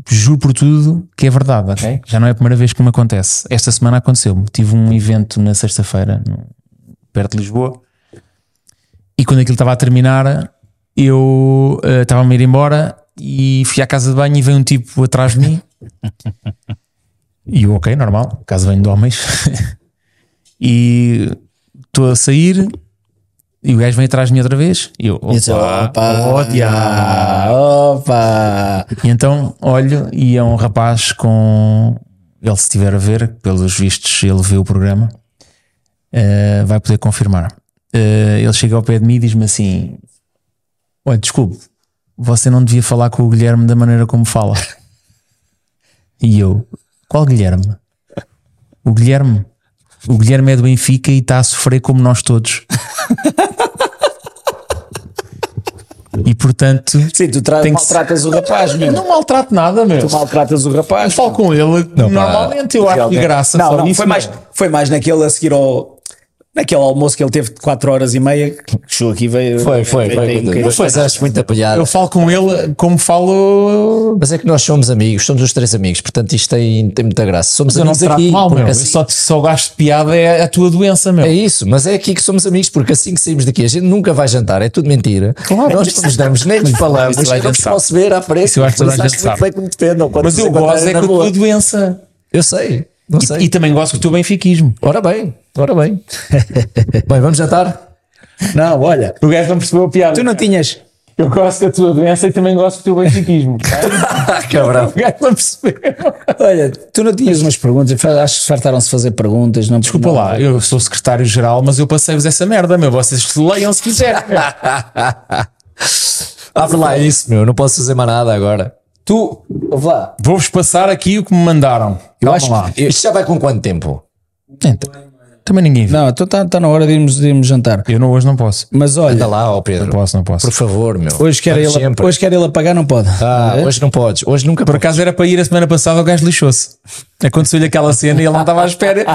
Speaker 2: juro por tudo, que é verdade, ok? Já não é a primeira vez que me acontece. Esta semana aconteceu-me. Tive um evento na sexta-feira, no- perto de Lisboa, e quando aquilo estava a terminar, eu eh, estava-me a ir embora e fui à casa de banho e veio um tipo atrás de mim. E eu, ok, normal, caso venho de homens. e estou a sair e o gajo vem atrás de mim outra vez. E eu,
Speaker 4: Isso,
Speaker 2: opa,
Speaker 4: opa.
Speaker 2: ó, diabo.
Speaker 4: Ah, opa!
Speaker 2: E então olho e é um rapaz com. Ele, se estiver a ver, pelos vistos, ele vê o programa, eh, vai poder confirmar. Eh, ele chega ao pé de mim e diz-me assim: Olha, desculpe, você não devia falar com o Guilherme da maneira como fala. E eu: Qual Guilherme? O Guilherme. O Guilherme é do Benfica e está a sofrer como nós todos. e portanto,
Speaker 4: Sim, tu tra-
Speaker 2: Tem que
Speaker 4: maltratas o rapaz, meu.
Speaker 2: não maltrato nada, meu.
Speaker 4: Tu maltratas o rapaz.
Speaker 2: Eu falo com ele normalmente, eu acho que
Speaker 4: Realmente.
Speaker 2: graça.
Speaker 4: Não,
Speaker 2: só
Speaker 4: não,
Speaker 2: nisso,
Speaker 4: foi, mais,
Speaker 2: meu.
Speaker 4: foi mais naquele a seguir ao. Naquele almoço que ele teve de 4 horas e meia, que chegou aqui e veio.
Speaker 3: Foi, foi,
Speaker 4: veio- veio
Speaker 3: foi.
Speaker 4: um bocadinho.
Speaker 3: Mas fizeste muita piada.
Speaker 2: Eu falo com ele como falo.
Speaker 3: Mas é que nós somos amigos, somos os três amigos, portanto isto tem, tem muita graça. Somos
Speaker 2: Mas eu não
Speaker 3: amigos
Speaker 2: trato
Speaker 3: aqui.
Speaker 2: mal,
Speaker 3: porque
Speaker 2: meu.
Speaker 3: assim-
Speaker 2: Só, só gasto de piada é a tua doença, meu.
Speaker 3: É isso, mas é aqui que somos amigos, porque assim que saímos daqui a gente nunca vai jantar, é tudo mentira. Claro. Nós não nos damos, nem nos falamos,
Speaker 2: isso a gente
Speaker 3: não nos
Speaker 2: sabe.
Speaker 3: posso ver à frente.
Speaker 2: Isso eu acho que toda a
Speaker 3: mas
Speaker 2: gente sabe.
Speaker 3: muito bem que me defendam quando
Speaker 2: Mas
Speaker 3: nos
Speaker 2: eu gosto
Speaker 3: encontrarem
Speaker 2: é com
Speaker 3: na
Speaker 2: a
Speaker 3: rua.
Speaker 2: tua doença.
Speaker 3: Eu sei, não sei.
Speaker 2: E, e também gosto do teu benfiquismo.
Speaker 3: Ora bem, ora bem. bem, vamos jantar?
Speaker 4: Não, olha,
Speaker 2: O gajo não percebeu a piada.
Speaker 4: tu não tinhas.
Speaker 2: Eu gosto da tua doença e também gosto do teu benfiquismo.
Speaker 3: Ah, cabrão.
Speaker 2: o gajo não percebeu.
Speaker 4: Olha, tu não tinhas umas perguntas. fa- Acho que fartaram-se de fazer perguntas. Não,
Speaker 2: Desculpa
Speaker 4: não-
Speaker 2: lá, eu sou secretário-geral, mas eu passei-vos essa merda, meu. Vocês leiam se quiserem. meu.
Speaker 3: Abre lá isso, meu, não posso fazer mais nada agora.
Speaker 2: Tu,
Speaker 1: Ouve lá.
Speaker 2: vou-vos passar aqui o que me mandaram. Calma
Speaker 1: acho
Speaker 2: lá.
Speaker 3: Isto já vai com quanto tempo?
Speaker 2: Então, também ninguém viu.
Speaker 4: Não, então está na hora de irmos, de irmos jantar.
Speaker 2: Eu não, hoje não posso.
Speaker 4: Mas olha,
Speaker 3: Anda lá, ó Pedro.
Speaker 2: Posso, não posso.
Speaker 3: Por favor, meu.
Speaker 4: hoje quer,
Speaker 3: Vamos
Speaker 4: ele,
Speaker 3: sempre.
Speaker 4: hoje quer ele apagar, não pode.
Speaker 3: Ah, hoje não podes. Hoje nunca
Speaker 2: Por acaso era para ir a semana passada, o gajo lixou-se. Aconteceu-lhe aquela cena e ele não estava à espera.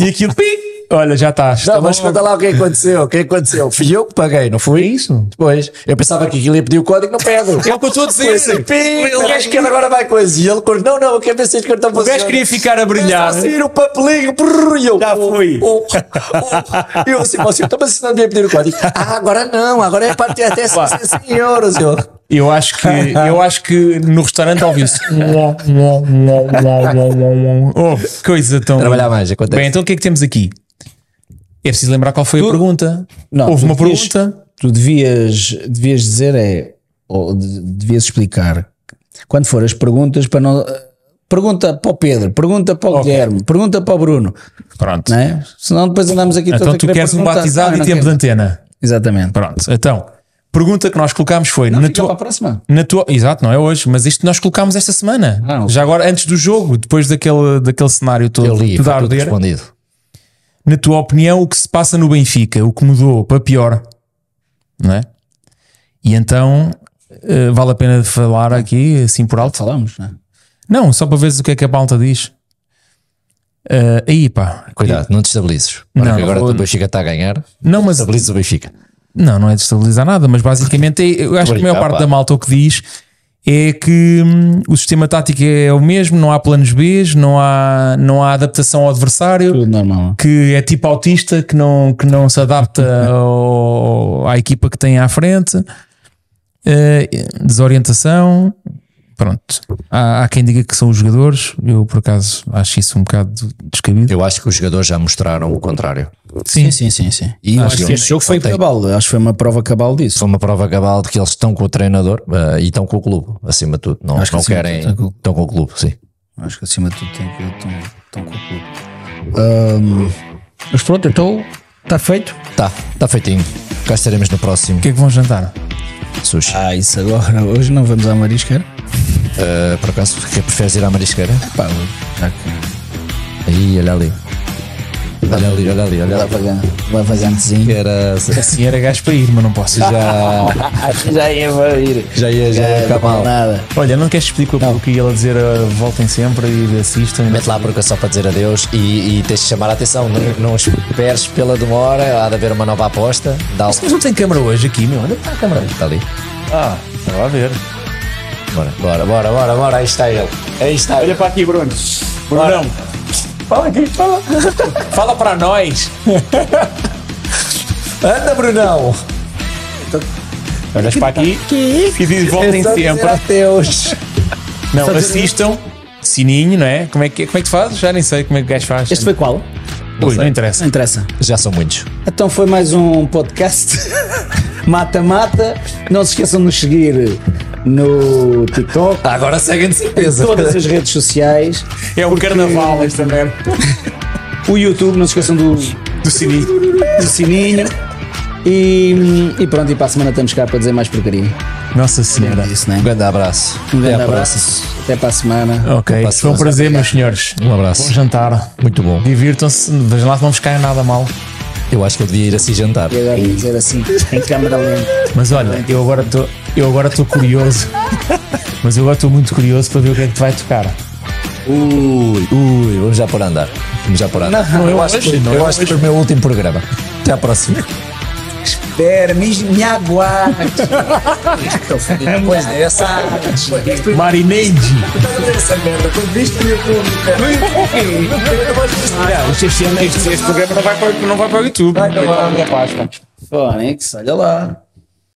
Speaker 2: E aquilo, pim, olha, já estás.
Speaker 3: Não,
Speaker 2: Tá
Speaker 3: mas
Speaker 2: bom.
Speaker 3: conta lá o que aconteceu. O que aconteceu? Fui eu que paguei, não foi? Isso. Depois, eu pensava que aquilo ia pedir o código, não pede.
Speaker 2: É o que eu estou a dizer.
Speaker 3: Foi assim, pim, o gajo que ele agora vai coisa. E ele corre, não, não, eu quero ver se este cartão
Speaker 2: o
Speaker 4: é.
Speaker 2: gajo um- queria ficar a brilhar.
Speaker 3: Começa a sair o papelinho. brrr, e eu,
Speaker 2: Já fui.
Speaker 3: oh, oh,
Speaker 2: um-
Speaker 3: oh. E eu assim, você está mas se não devia pedir o código. Ah, agora não, agora é para ter até 100 euros. Eu.
Speaker 2: Eu acho que, eu acho que no restaurante ouviu-se. oh, coisa tão.
Speaker 3: Trabalhar mais, acontece.
Speaker 2: Bem, então o que é que temos aqui? É preciso lembrar qual foi a pergunta.
Speaker 4: Não,
Speaker 2: Houve
Speaker 4: tu
Speaker 2: uma
Speaker 4: devias-
Speaker 2: pergunta.
Speaker 4: Tu devias, devias dizer é, ou de- devias explicar, quando for as perguntas, para não. Pergunta para o Pedro, pergunta para o Guilherme, pergunta para o Bruno,
Speaker 2: Pronto.
Speaker 4: não é? Senão depois andamos aqui todos
Speaker 2: Então
Speaker 4: a
Speaker 2: tu
Speaker 4: querer
Speaker 2: queres um
Speaker 4: perguntar. Ah,
Speaker 2: batizado
Speaker 4: Não,
Speaker 2: e
Speaker 4: não
Speaker 2: tempo de
Speaker 4: quero.
Speaker 2: antena.
Speaker 4: Exatamente.
Speaker 2: Pronto. Então, pergunta que nós colocámos foi: na
Speaker 4: Fica para
Speaker 2: tua,
Speaker 4: a próxima.
Speaker 2: Na tua, exato, não é hoje, mas isto nós colocámos esta semana.
Speaker 4: Ah, ok.
Speaker 2: Já agora, antes do jogo, depois daquele, daquele cenário todo,
Speaker 3: li,
Speaker 2: tudo a
Speaker 3: foi tudo
Speaker 2: arder.
Speaker 3: respondido.
Speaker 2: na tua opinião, o que se passa no Benfica, o que mudou para pior, não é? E então eh, vale a pena falar aqui, assim por alto.
Speaker 4: Falamos, não é?
Speaker 2: Não, só para veres o que é que a malta diz. Eh, aí pá,
Speaker 3: Cuidado, não destabilizes. Olha
Speaker 2: Não,
Speaker 3: que agora
Speaker 2: vou-
Speaker 3: o Benfica está a ganhar.
Speaker 2: Não, mas-
Speaker 3: Destabilizes o Benfica.
Speaker 2: Não, não é destabilizar nada, mas basicamente é- eu acho que a maior
Speaker 3: brincar,
Speaker 2: parte
Speaker 3: pá.
Speaker 2: da malta o que diz é que hum, o sistema tático é o mesmo, não há planos B, não há, não há adaptação ao adversário,
Speaker 4: Tudo normal.
Speaker 2: que é tipo autista, que não, que não se adapta ao- à equipa que tem à frente, eh, desorientação. Pronto, há, há quem diga que são os jogadores, eu por acaso acho isso um bocado descabido.
Speaker 3: Eu acho que os jogadores já mostraram o contrário.
Speaker 4: Sim, sim, sim. sim. E acho que este jogo foi cabal, acho que foi uma prova cabal disso.
Speaker 3: Foi uma prova cabal de que eles estão com o treinador eh, e estão com o clube, acima de tudo. Não,
Speaker 4: Acho que
Speaker 3: não
Speaker 4: acima de
Speaker 3: querem.
Speaker 4: tudo está com o-
Speaker 3: Estão com o clube, sim.
Speaker 4: Acho que acima de tudo tem que estão, estão com o clube. Ahm, mas pronto, então está feito.
Speaker 3: Tá, tá feitinho. Cá estaremos no próximo
Speaker 2: O que é que vão jantar?
Speaker 3: sushi.
Speaker 4: Ah, isso agora. Hoje não vamos à marisqueira.
Speaker 3: Eh, por acaso, que preferes ir à marisqueira?
Speaker 4: Pá, já que
Speaker 3: Aí, olha ali. Olha ali, olha ali, olha
Speaker 4: vai
Speaker 3: ali.
Speaker 4: vagando, vai vagantezinho.
Speaker 3: Caraca,
Speaker 2: Assim era gajo para ir, mas não posso.
Speaker 3: já,
Speaker 4: Ah, já ia para ir.
Speaker 3: já ia, já ia ficar mal.
Speaker 4: Nada.
Speaker 2: Olha, não queres explicar o que ela dizer ah, voltem sempre e assistam?
Speaker 3: Mete lá porque é só para dizer adeus e, e tens de chamar a atenção. Não, não esperes pela demora, há de haver uma nova aposta. Dá o.
Speaker 2: Mas não tem câmara hoje aqui, meu. Onde é que está a câmara?
Speaker 3: Está ali.
Speaker 2: Ah, está lá a ver.
Speaker 3: Bora, bora, bora, bora, bora. Aí está ele. Aí está ele.
Speaker 2: para aqui, Bruno. Brunão. Fala aqui, fala. fala para nós.
Speaker 3: Anda, Brunão!
Speaker 2: Olhas para aqui e diz voltem
Speaker 3: Só dizer
Speaker 2: sempre.
Speaker 3: Adeus!
Speaker 2: Não, assistam. Sininho, não é? Como é, que, como é que tu fazes? Já nem sei como é que o gajo faz.
Speaker 4: Este foi qual?
Speaker 2: Ui, não interessa.
Speaker 4: Não interessa.
Speaker 3: Já são muitos.
Speaker 4: Então foi mais um podcast. Mata-mata. Não se esqueçam de nos seguir no TikTok,
Speaker 3: Ah, Agora seguem de certeza.
Speaker 4: todas as redes sociais,
Speaker 2: É um carnaval esta merda.
Speaker 4: o YouTube, não se esqueçam do,
Speaker 2: Do sininho.
Speaker 4: do sininho. E, e pronto, e para a semana estamos cá para dizer mais porcaria.
Speaker 2: Nossa Senhora.
Speaker 4: É isso, né?
Speaker 3: Um grande abraço.
Speaker 4: Um
Speaker 3: Até
Speaker 4: grande
Speaker 3: à Oh.
Speaker 4: abraço. Até para a semana.
Speaker 2: Ok,
Speaker 3: passo
Speaker 2: foi um
Speaker 3: mais.
Speaker 2: prazer, meus senhores.
Speaker 3: próxima. Um abraço.
Speaker 2: Bom jantar.
Speaker 3: Muito bom.
Speaker 2: Divirtam-se. Vejam lá se não vos cai nada mal.
Speaker 3: Eu acho que eu devia ir assim jantar.
Speaker 4: E agora dizer assim, em câmera lenta.
Speaker 2: Mas olha, eu agora estou eu agora estou curioso. Mas eu agora estou muito curioso para ver o que é que te vai tocar.
Speaker 3: Ui, ui, vamos já por andar. Vamos já por andar.
Speaker 2: Não, não é
Speaker 3: eu acho,
Speaker 2: hoje,
Speaker 3: que,
Speaker 2: não
Speaker 3: eu
Speaker 2: é
Speaker 3: acho que foi o meu último programa. Até à próxima.
Speaker 4: Espera, me, me aguarde.
Speaker 3: Depois dessa.
Speaker 2: Marineide! Este, este, este programa não vai para, não vai para o YouTube.
Speaker 4: Fónix, olha lá.